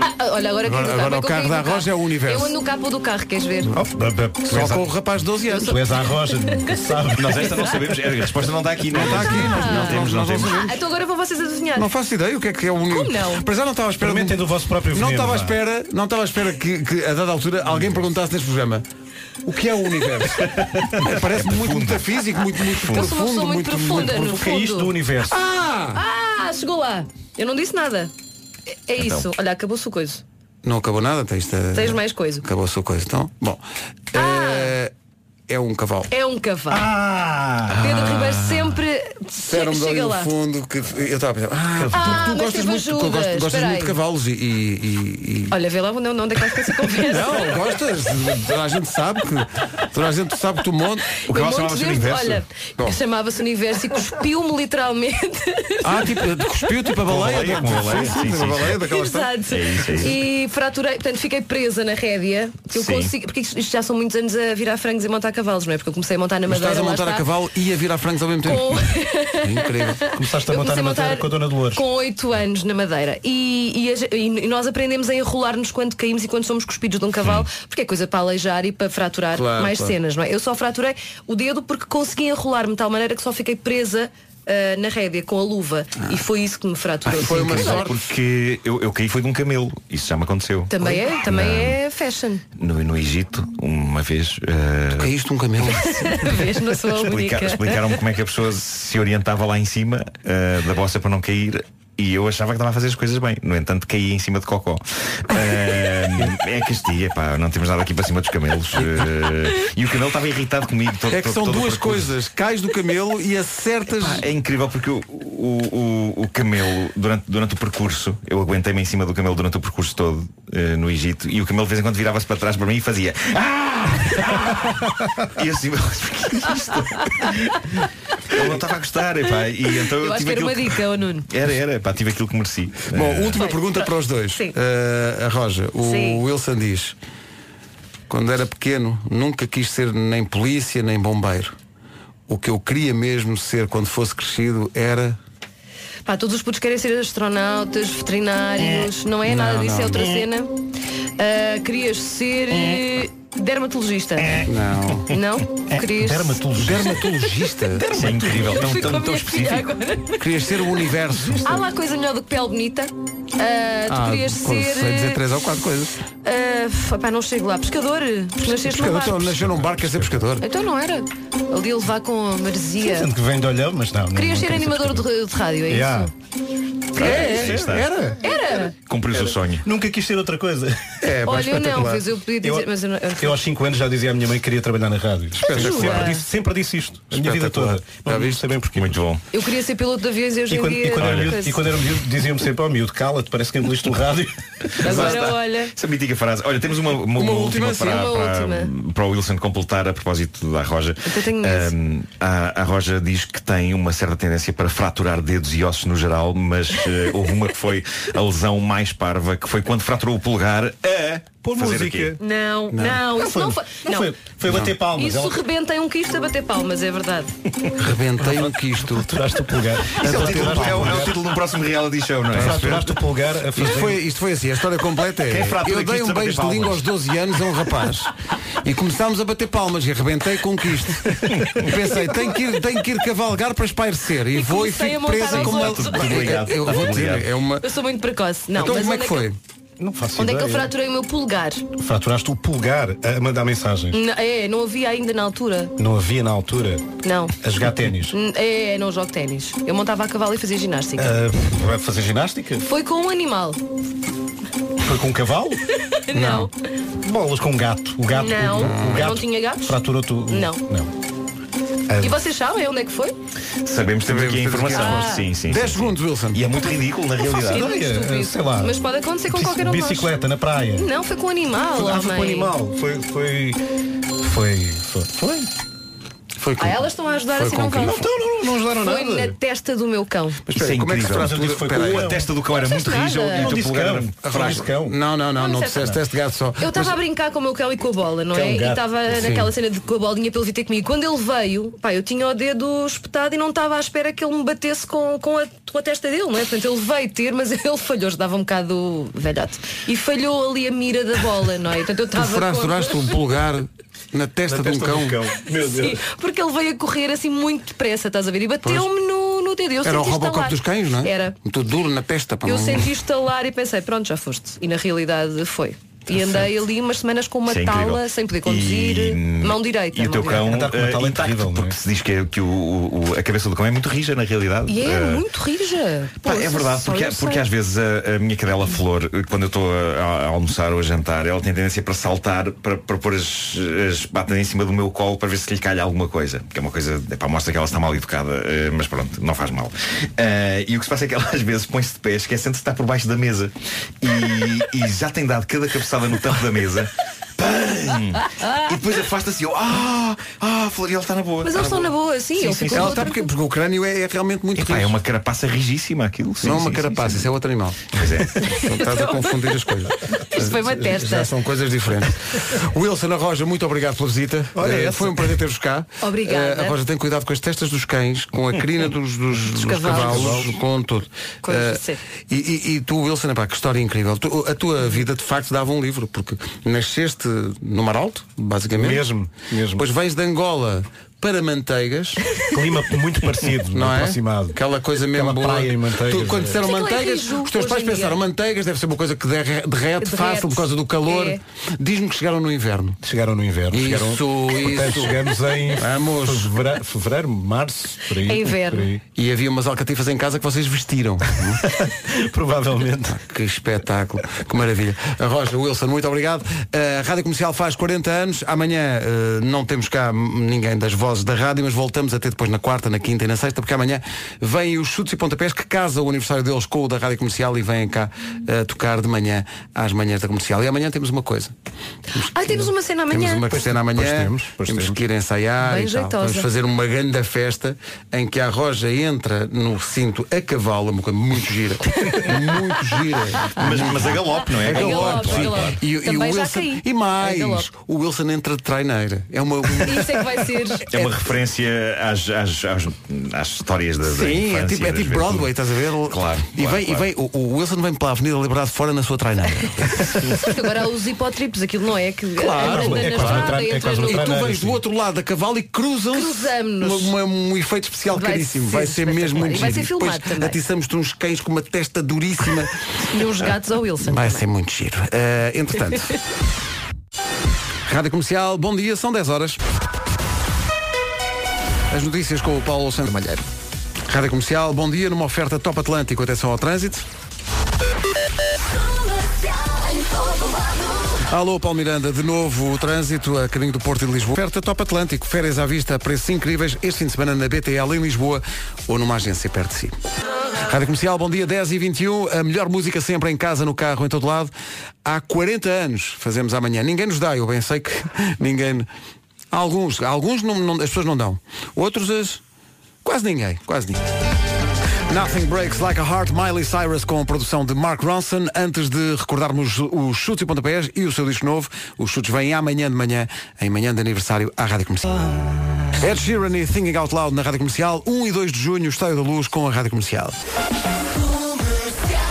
Speaker 2: Ah, olha, agora,
Speaker 4: Agora-
Speaker 2: que
Speaker 4: agora
Speaker 2: como
Speaker 4: o
Speaker 2: que eu
Speaker 4: carro
Speaker 2: caí
Speaker 4: da
Speaker 2: no carro?
Speaker 4: Roja é o universo.
Speaker 2: Eu ando no capô do carro, queres ver?
Speaker 8: Oh,
Speaker 1: Só com o rapaz de 12 anos.
Speaker 4: Tu és a Roja, sabe?
Speaker 8: Nós esta não sabemos, É, a resposta não está aqui.
Speaker 1: Não está aqui, nós
Speaker 8: não
Speaker 1: nós- nós
Speaker 8: temos, não
Speaker 1: não
Speaker 8: temos.
Speaker 1: sabemos.
Speaker 2: Ah, então agora vão vocês adivinhar.
Speaker 1: Não faço ideia o que é que é o
Speaker 2: Como não?
Speaker 1: Para já não estava à espera. um-
Speaker 4: Experimentem do vosso próprio
Speaker 1: Não
Speaker 4: veneno,
Speaker 1: estava à
Speaker 4: vá.
Speaker 1: espera, não estava à espera que, que, a dada altura alguém perguntasse neste programa. O que é o universo? Parece muito metafísico, muito, muito
Speaker 2: Eu sou uma pessoa
Speaker 1: profundo,
Speaker 2: muito
Speaker 1: muito,
Speaker 2: profunda,
Speaker 1: muito,
Speaker 2: no
Speaker 8: é
Speaker 4: é
Speaker 2: fundo.
Speaker 1: Ah!
Speaker 2: Ah, chegou lá. Eu não disse nada. É- É
Speaker 1: Então.
Speaker 2: isso. Olha, acabou-se o coisa.
Speaker 1: Não acabou nada, tens, de-
Speaker 2: Tens mais coisa.
Speaker 1: Acabou a sua coisa. Então, bom. eh, É, um cavalo.
Speaker 2: Ah! É um cavalo.
Speaker 4: Ah!
Speaker 2: Pedro Ribeiro sempre che-
Speaker 1: Disseram-me ali
Speaker 2: chega
Speaker 1: um no
Speaker 2: lá.
Speaker 1: fundo que eu estava a pensar, ah,
Speaker 2: Ah,
Speaker 1: porque tu
Speaker 2: mas
Speaker 1: gostas
Speaker 2: teve
Speaker 1: muito, tu
Speaker 2: ajudas,
Speaker 1: gostas, gostas
Speaker 2: espera
Speaker 1: muito de
Speaker 2: aí.
Speaker 1: cavalos e. e- e-
Speaker 2: Olha, vê lá onde, onde é que acho que essa conversa.
Speaker 1: Não, gostas, toda a gente sabe que toda a gente sabe que tu montes.
Speaker 2: Eu monto desde- Olha,
Speaker 1: Bom.
Speaker 2: chamava-se Universo e cuspiu-me literalmente.
Speaker 1: Ah, tipo, cuspiu tipo a
Speaker 8: Com a
Speaker 1: baleia.
Speaker 8: baleia, com a baleia, sim,
Speaker 1: tipo a
Speaker 8: sim,
Speaker 1: baleia
Speaker 8: sim.
Speaker 1: daquela história.
Speaker 2: Exato. E fraturei, portanto fiquei presa na rédea. que Eu
Speaker 1: é Sim.
Speaker 2: consigo, porque isto isto já são muitos anos a virar frangos e montar cavalos, não é? Porque eu comecei a montar na
Speaker 1: Mas
Speaker 2: madeira.
Speaker 1: estás a
Speaker 2: lá
Speaker 1: montar a
Speaker 2: está.
Speaker 1: cavalo e a virar frangos ao mesmo tempo. Incrível.
Speaker 4: Começaste
Speaker 2: Eu comecei Com 8 anos na Madeira. E, e a ge- e nós aprendemos a enrolar-nos quando caímos e quando somos cuspidos de um cavalo, porque é coisa para aleijar e para fraturar
Speaker 13: Claro,
Speaker 2: mais
Speaker 13: claro.
Speaker 2: cenas, não é? Eu só fraturei o dedo porque consegui enrolar-me de tal maneira que só fiquei presa ah, na rédea com a luva. E foi isso que me fraturou.
Speaker 8: Incrível, Porque eu, eu caí foi de um camelo. Isso já me aconteceu.
Speaker 2: Também é, também é fashion.
Speaker 8: No, no Egito, uma vez. eh,
Speaker 1: Caíste um camelo.
Speaker 2: Vês, não sou a
Speaker 8: Explica-
Speaker 2: única.
Speaker 8: Explicaram-me como é que a pessoa se orientava lá em cima eh, da bossa para não cair e eu achava que estava a fazer as coisas bem. No entanto, caí em cima de cocó. Eh, é castiga, pá, não temos nada aqui para cima dos camelos. Eh, e o camelo estava irritado comigo. todo-
Speaker 1: É que
Speaker 8: todo-
Speaker 1: são
Speaker 8: todo o
Speaker 1: duas
Speaker 8: percurso.
Speaker 1: coisas. Cais do camelo e acertas.
Speaker 8: É incrível porque o, o, o- o camelo, durante, durante o percurso, eu aguentei-me em cima do camelo durante o percurso todo eh, no Egito e o camelo de vez em quando virava-se para trás para mim e fazia. "Ah!" e assim, eu não estava a gostar, epá, e então eu,
Speaker 2: Eu acho que
Speaker 8: tive
Speaker 2: era
Speaker 8: aquilo
Speaker 2: uma dica, ô Nuno.
Speaker 8: Era, era, pá, tive aquilo que mereci.
Speaker 1: Bom,
Speaker 8: Eh,
Speaker 1: última
Speaker 2: Bem,
Speaker 1: pergunta
Speaker 2: pronto.
Speaker 1: para os dois.
Speaker 2: Sim.
Speaker 1: Eh, a Roja, o
Speaker 2: Sim.
Speaker 1: Wilson diz, quando era pequeno, nunca quis ser nem polícia nem bombeiro. O que eu queria mesmo ser quando fosse crescido era.
Speaker 2: Pá, todos os putos querem ser astronautas, veterinários, não é
Speaker 1: Não,
Speaker 2: nada disso,
Speaker 1: não,
Speaker 2: é outra
Speaker 1: não.
Speaker 2: cena. Ah, querias ser eh, dermatologista?
Speaker 1: Não.
Speaker 2: Não? Querias.
Speaker 1: É. Dermatologista. Dermatologista.
Speaker 8: Isso é incrível, tão, tão, tão específico.
Speaker 1: Querias ser o universo.
Speaker 2: Há lá coisa melhor do que pele bonita. Ah, tu
Speaker 1: Ah,
Speaker 2: querias
Speaker 1: sei
Speaker 2: ser.
Speaker 1: dizer três ou quatro coisas.
Speaker 2: ah, pá, não chego lá. Pescador? Porque nasceste no
Speaker 1: Pescador,
Speaker 2: mar.
Speaker 1: então, nasceu num barco, quer ser pescador.
Speaker 2: Então não era. Ali a levar com a maresia.
Speaker 4: Tanto que vem de olhão, mas não. não-
Speaker 2: Querias
Speaker 4: não
Speaker 2: ser
Speaker 4: quero
Speaker 2: animador
Speaker 4: saber.
Speaker 2: de, de rádio, é
Speaker 4: Yeah.
Speaker 2: isso?
Speaker 4: É,
Speaker 2: Queres?
Speaker 4: sim, está. Era.
Speaker 2: Era!
Speaker 8: Cumpriu o sonho.
Speaker 4: Nunca quis ser outra coisa. É,
Speaker 2: Olha, eu não, pois eu podia dizer, mas eu não.
Speaker 4: Eu aos 5 anos já dizia à minha mãe que queria trabalhar na rádio.
Speaker 2: Espetacular.
Speaker 4: Sempre disse, sempre disse isto, a minha vida toda. Não não sei bem porquê.
Speaker 8: Muito bom.
Speaker 2: Eu queria ser piloto de aviões e hoje
Speaker 4: E
Speaker 2: em
Speaker 4: quando,
Speaker 2: dia. é
Speaker 4: e quando
Speaker 2: outra
Speaker 4: era miúdo,
Speaker 2: coisa. assim.
Speaker 4: e quando era miúdo, diziam-me sempre ao miúdo, cala-te, parece que engoliste um rádio.
Speaker 2: Agora,
Speaker 8: Basta.
Speaker 2: olha.
Speaker 8: Essa mítica frase. Olha, temos uma, uma,
Speaker 4: Uma
Speaker 8: uma
Speaker 4: última,
Speaker 8: última,
Speaker 4: sim,
Speaker 8: para,
Speaker 4: uma
Speaker 8: para,
Speaker 4: última.
Speaker 8: para o Wilson completar a propósito da Roja.
Speaker 2: Então tenho medo.
Speaker 8: Ahm, a, a Roja diz que tem uma certa tendência para fraturar dedos e ossos no geral, mas eh, houve uma que foi a lesão mais parva, que foi quando fraturou o polegar a Pôr
Speaker 4: Fazer o
Speaker 8: música.
Speaker 4: quê?
Speaker 2: Não,
Speaker 8: Não.
Speaker 2: não,
Speaker 8: Não
Speaker 2: isso
Speaker 8: foi-
Speaker 2: não foi.
Speaker 8: não foi- foi bater
Speaker 2: Não.
Speaker 8: palmas,
Speaker 2: Isso
Speaker 8: ela-
Speaker 2: rebenta em um quisto a bater palmas, é verdade.
Speaker 1: Rebentei um quisto.
Speaker 8: Turaste o pulgar.
Speaker 4: Isso é o título- é o- é o título do próximo reality show, não é?
Speaker 8: Fraturaste o pulgar a
Speaker 1: Isto foi,
Speaker 8: fazer.
Speaker 1: isto foi assim, a história completa é
Speaker 8: Quem fratura
Speaker 1: Eu dei
Speaker 8: quisto
Speaker 1: um
Speaker 8: a bater
Speaker 1: beijo de língua
Speaker 8: palmas?
Speaker 1: aos 12 anos a um rapaz E começámos a bater palmas e arrebentei com quisto E pensei, tenho que ir, tenho que ir cavalgar para espairecer E, vou e
Speaker 2: comecei a
Speaker 1: fico
Speaker 2: montar
Speaker 1: presa
Speaker 2: aos
Speaker 1: com uma...
Speaker 2: outros.
Speaker 4: Tudo ligado,
Speaker 1: Eu vou
Speaker 4: tudo ligado.
Speaker 1: dizer, é uma...
Speaker 2: Eu sou muito precoce. Não,
Speaker 1: Então
Speaker 2: mas
Speaker 1: como é
Speaker 2: onde
Speaker 1: que foi?
Speaker 8: Não faço
Speaker 2: Onde é que
Speaker 8: ideia.
Speaker 2: eu fraturei o meu pulgar?
Speaker 8: Fraturaste o pulgar a mandar mensagens.
Speaker 2: N- É, não havia ainda na altura.
Speaker 8: Não havia na altura
Speaker 2: Não.
Speaker 8: a jogar ténis.
Speaker 2: N- É, não jogo ténis. Eu montava a cavalo e fazia ginástica.
Speaker 8: Ah, Vai fazer ginástica?
Speaker 2: Foi com um animal.
Speaker 8: Foi com um cavalo?
Speaker 2: Não.
Speaker 8: Bolas com um gato. O gato.
Speaker 2: Não.
Speaker 8: o, o gato
Speaker 2: Não tinha gatos?
Speaker 8: Fraturou-te o.
Speaker 2: Não.
Speaker 8: Ah,
Speaker 2: E vocês sabem onde é que foi?
Speaker 4: Sabemos também aqui a informação.
Speaker 2: Ah.
Speaker 4: Sim, sim.
Speaker 1: 10
Speaker 4: sim.
Speaker 1: segundos, Wilson
Speaker 4: E é muito ridículo na realidade.
Speaker 8: Não faço ideia.
Speaker 2: é
Speaker 8: ah,
Speaker 2: Estúpido.
Speaker 8: sei lá.
Speaker 2: Mas pode acontecer com qualquer um de nós.
Speaker 8: Bicicleta na praia.
Speaker 2: Não, foi com um animal,
Speaker 8: Foi- ah, foi com
Speaker 2: homem.
Speaker 8: animal. Foi. Foi. Foi. Foi. foi.
Speaker 1: Foi
Speaker 2: Ah, elas estão a ajudar
Speaker 8: Foi
Speaker 2: assim
Speaker 8: com
Speaker 2: não
Speaker 8: quem?
Speaker 2: vão.
Speaker 8: Não estão, não, não, não ajudaram
Speaker 2: Foi
Speaker 8: nada.
Speaker 2: na testa do meu cão.
Speaker 1: Mas
Speaker 4: Isso é
Speaker 1: espera, como é que se
Speaker 4: incrível.
Speaker 1: faz?
Speaker 8: Não disse foi
Speaker 1: Espera
Speaker 8: com
Speaker 1: aí.
Speaker 8: ele.
Speaker 4: A testa do cão era
Speaker 2: Não
Speaker 4: muito
Speaker 2: disseste
Speaker 4: rija
Speaker 2: nada.
Speaker 4: e o
Speaker 8: Não
Speaker 4: teu
Speaker 8: disse
Speaker 4: pulgar era
Speaker 8: cão. Não
Speaker 4: fraco.
Speaker 8: disse cão.
Speaker 1: Não, não, não, não
Speaker 2: Não disseste
Speaker 1: disseste teste de gato só
Speaker 2: Eu estava a brincar com o meu cão e com a bola, não
Speaker 8: Que é
Speaker 2: é?
Speaker 8: um
Speaker 2: e
Speaker 8: gato.
Speaker 2: estava
Speaker 1: Sim.
Speaker 2: naquela cena de com a bolinha para ele vir ter comigo. Quando ele veio, pá, eu tinha o dedo espetado e não estava à espera que ele me batesse com, com, a, com a testa dele, não é? Portanto, ele veio ter, mas ele falhou, já dava um bocado velhote. E falhou ali a mira da bola, não é? Portanto, eu
Speaker 1: Tu
Speaker 2: estava.
Speaker 1: fraturaste um pulgar na testa,
Speaker 8: Na testa
Speaker 1: de um
Speaker 8: do
Speaker 1: cão
Speaker 8: Meu
Speaker 2: Sim,
Speaker 8: Deus.
Speaker 2: porque ele veio a correr assim muito depressa, estás a ver? E bateu-me no, no dedo. Eu
Speaker 1: Era o
Speaker 2: senti
Speaker 1: Robocop
Speaker 2: estalar.
Speaker 1: dos cães, não é?
Speaker 2: Era.
Speaker 1: Muito duro na testa pá.
Speaker 4: Hum.
Speaker 2: Eu senti estalar e pensei, pronto, já foste. E na realidade foi. E andei ali umas semanas com uma
Speaker 4: Isso é incrível.
Speaker 2: tala, sem poder conduzir,
Speaker 4: E- hum,
Speaker 2: mão direita.
Speaker 4: E o
Speaker 2: mão
Speaker 4: teu
Speaker 2: direita.
Speaker 4: cão
Speaker 8: Andar com uma
Speaker 4: eh,
Speaker 8: tala é
Speaker 4: intacto,
Speaker 8: terrível, não é?
Speaker 4: porque se diz que, é- que o- o- o- a cabeça do cão é muito rija na realidade.
Speaker 2: E é
Speaker 4: Eh,
Speaker 2: muito rija.
Speaker 4: Pá,
Speaker 2: Poxa,
Speaker 4: é verdade,
Speaker 2: só
Speaker 4: porque,
Speaker 2: eu sei.
Speaker 4: porque às vezes a, a minha cadela flor, quando eu estou a, a almoçar ou a jantar, ela tem tendência para saltar, para, para pôr as, as patas em cima do meu colo para ver se lhe calha alguma coisa. Que é uma coisa, epá, mostra que ela está mal educada, eh, mas pronto, não faz mal. Eh, e o que se passa é que ela às vezes põe-se de pé, esquecendo de estar por baixo da mesa. E, e já tem dado cada cabeçada no tampo da mesa. Pam! E depois afasta-se e eu, ah, ah, Flor, ele está na boa.
Speaker 2: Mas
Speaker 4: está
Speaker 2: eles estão na boa, sim. eu fico
Speaker 1: Ela está
Speaker 2: com
Speaker 4: tá
Speaker 2: outra-
Speaker 1: porque, porque o crânio é, é realmente muito
Speaker 4: Epá,
Speaker 1: rijo.
Speaker 4: é uma carapaça rigíssima aquilo. Sim,
Speaker 1: Não é uma
Speaker 4: sim, sim,
Speaker 1: carapaça,
Speaker 4: sim.
Speaker 1: isso é outro animal.
Speaker 4: Pois é.
Speaker 1: Então Estás a confundir as coisas.
Speaker 2: Isto foi uma
Speaker 1: Já- Já
Speaker 2: testa.
Speaker 1: são coisas diferentes. Wilson, a Roja, muito obrigado pela visita.
Speaker 8: Olha
Speaker 1: Eh,
Speaker 8: essa.
Speaker 1: foi um prazer ter-vos cá.
Speaker 2: Obrigada.
Speaker 1: Eh, a Roja tem cuidado com as testas dos cães, com a crina dos, dos- dos
Speaker 2: cavalos.
Speaker 1: cavalos, com tudo.
Speaker 2: Coisas
Speaker 1: Eh,
Speaker 2: assim.
Speaker 1: e, e- e tu, Wilson, epá, que história incrível. Tu- a tua vida de facto dava um livro, porque nasceste no Mar Alto, basicamente.
Speaker 8: Mesmo, mesmo.
Speaker 1: Depois vens de Angola para Manteigas.
Speaker 8: Clima muito parecido,
Speaker 1: não é?
Speaker 8: aproximado.
Speaker 1: Aquela coisa mesmo
Speaker 8: Aquela
Speaker 1: boa.
Speaker 8: praia em Manteigas,
Speaker 1: Tu, quando
Speaker 8: é.
Speaker 1: disseram
Speaker 2: Sei que lá é
Speaker 1: manteigas,
Speaker 2: rijo
Speaker 1: os teus
Speaker 2: hoje
Speaker 1: pais
Speaker 2: em dia.
Speaker 1: pensaram manteigas, deve ser uma coisa que derre- derrete,
Speaker 2: Derrete.
Speaker 1: fácil por causa do calor.
Speaker 2: É.
Speaker 1: Diz-me que chegaram no inverno.
Speaker 8: Chegaram no inverno.
Speaker 1: Isso,
Speaker 8: chegaram, Portanto,
Speaker 1: isso.
Speaker 8: chegamos em
Speaker 1: Vamos.
Speaker 8: Fevereiro, fevereiro, março, por aí.
Speaker 2: É inverno.
Speaker 8: por aí.
Speaker 1: E havia umas alcatifas em casa que vocês vestiram.
Speaker 8: Provavelmente.
Speaker 1: que espetáculo, que maravilha. A Roja, Wilson, muito obrigado. A Rádio Comercial faz 40 anos. Amanhã eh, não temos cá m- ninguém das vozes da rádio, mas voltamos até depois na quarta, na quinta e na sexta, porque amanhã vêm os chutes e pontapés que casa o aniversário deles com o da Rádio Comercial e vêm cá eh, tocar de manhã às manhãs da comercial. E amanhã temos uma coisa.
Speaker 2: Ah, temos uma cena amanhã.
Speaker 1: Temos uma cena amanhã,
Speaker 8: pois temos, pois
Speaker 1: temos
Speaker 8: temos.
Speaker 1: que ir ensaiar
Speaker 2: Bem
Speaker 1: e tal.
Speaker 2: jeitosa.
Speaker 1: Vamos fazer uma grande festa em que a Roja entra no cinto a cavalo, uma coisa muito gira. muito gira.
Speaker 4: Mas, mas a galope, não é?
Speaker 1: É
Speaker 2: galope,
Speaker 1: galope,
Speaker 2: é
Speaker 1: sim.
Speaker 2: galope.
Speaker 1: E, e o
Speaker 2: Também já
Speaker 1: Wilson,
Speaker 2: caí.
Speaker 1: e
Speaker 2: É
Speaker 1: mais,
Speaker 2: galope.
Speaker 1: o Wilson entra de treineira. É uma.
Speaker 2: Isso é que vai ser.
Speaker 4: É uma referência às, às, às, às histórias da, da
Speaker 1: Sim, é
Speaker 4: infância,
Speaker 1: tipo, é
Speaker 4: da
Speaker 1: tipo
Speaker 4: juventude.
Speaker 1: Broadway, estás a ver?
Speaker 4: Claro,
Speaker 1: e
Speaker 4: claro,
Speaker 1: vem,
Speaker 4: claro.
Speaker 1: E vem, o, o Wilson vem pela Avenida Liberdade fora na sua treineira.
Speaker 2: Porque Agora há os hipótripos, aquilo não é? Que
Speaker 1: Claro,
Speaker 2: anda
Speaker 8: é
Speaker 2: na
Speaker 8: quase um
Speaker 2: estrada,
Speaker 8: tra- é
Speaker 2: entra
Speaker 8: quase um
Speaker 2: no-
Speaker 1: e tu
Speaker 8: Treineira,
Speaker 1: vens
Speaker 8: sim.
Speaker 1: do outro lado a cavalo e cruzam-se.
Speaker 2: Cruzamo-nos.
Speaker 1: Uma- uma- um efeito especial
Speaker 2: Vai
Speaker 1: caríssimo.
Speaker 2: ser
Speaker 1: vai ser mesmo
Speaker 2: espetacular.
Speaker 1: muito
Speaker 2: E vai
Speaker 1: giro.
Speaker 2: ser filmado
Speaker 1: Depois
Speaker 2: também.
Speaker 1: Atiçamos-te uns cães com uma testa duríssima.
Speaker 2: E uns gatos ao Wilson.
Speaker 1: Vai
Speaker 2: também.
Speaker 1: ser muito giro. Eh, entretanto. Rádio Comercial, bom dia, são 10 horas. As notícias com o Paulo Santos Malheiro. Rádio Comercial, bom dia, numa oferta Top Atlântico, atenção ao trânsito. Alô, Paulo Miranda, de novo o trânsito a caminho do Porto e de Lisboa. Oferta Top Atlântico, férias à vista, preços incríveis, este fim de semana na BTL em Lisboa ou numa agência perto de si. Rádio Comercial, bom dia, 10 e 21 a melhor música sempre em casa, no carro, em todo lado. Há 40 anos fazemos amanhã, ninguém nos dá, eu bem sei que ninguém... Alguns, alguns não- não- as pessoas não dão, outros as... quase ninguém, quase ninguém. Nothing Breaks Like a Heart, Miley Cyrus com a produção de Mark Ronson. Antes de recordarmos os chutes e pontapés e o seu disco novo, os chutes vêm amanhã de manhã, em manhã de aniversário, à Rádio Comercial. Ed Sheeran e Thinking Out Loud na Rádio Comercial, 1 e 2 de junho, Estádio da Luz com a Rádio Comercial.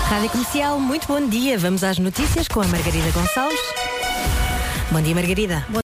Speaker 8: Rádio Comercial, muito bom dia. Vamos às notícias com a Margarida Gonçalves. Bom dia, Margarida.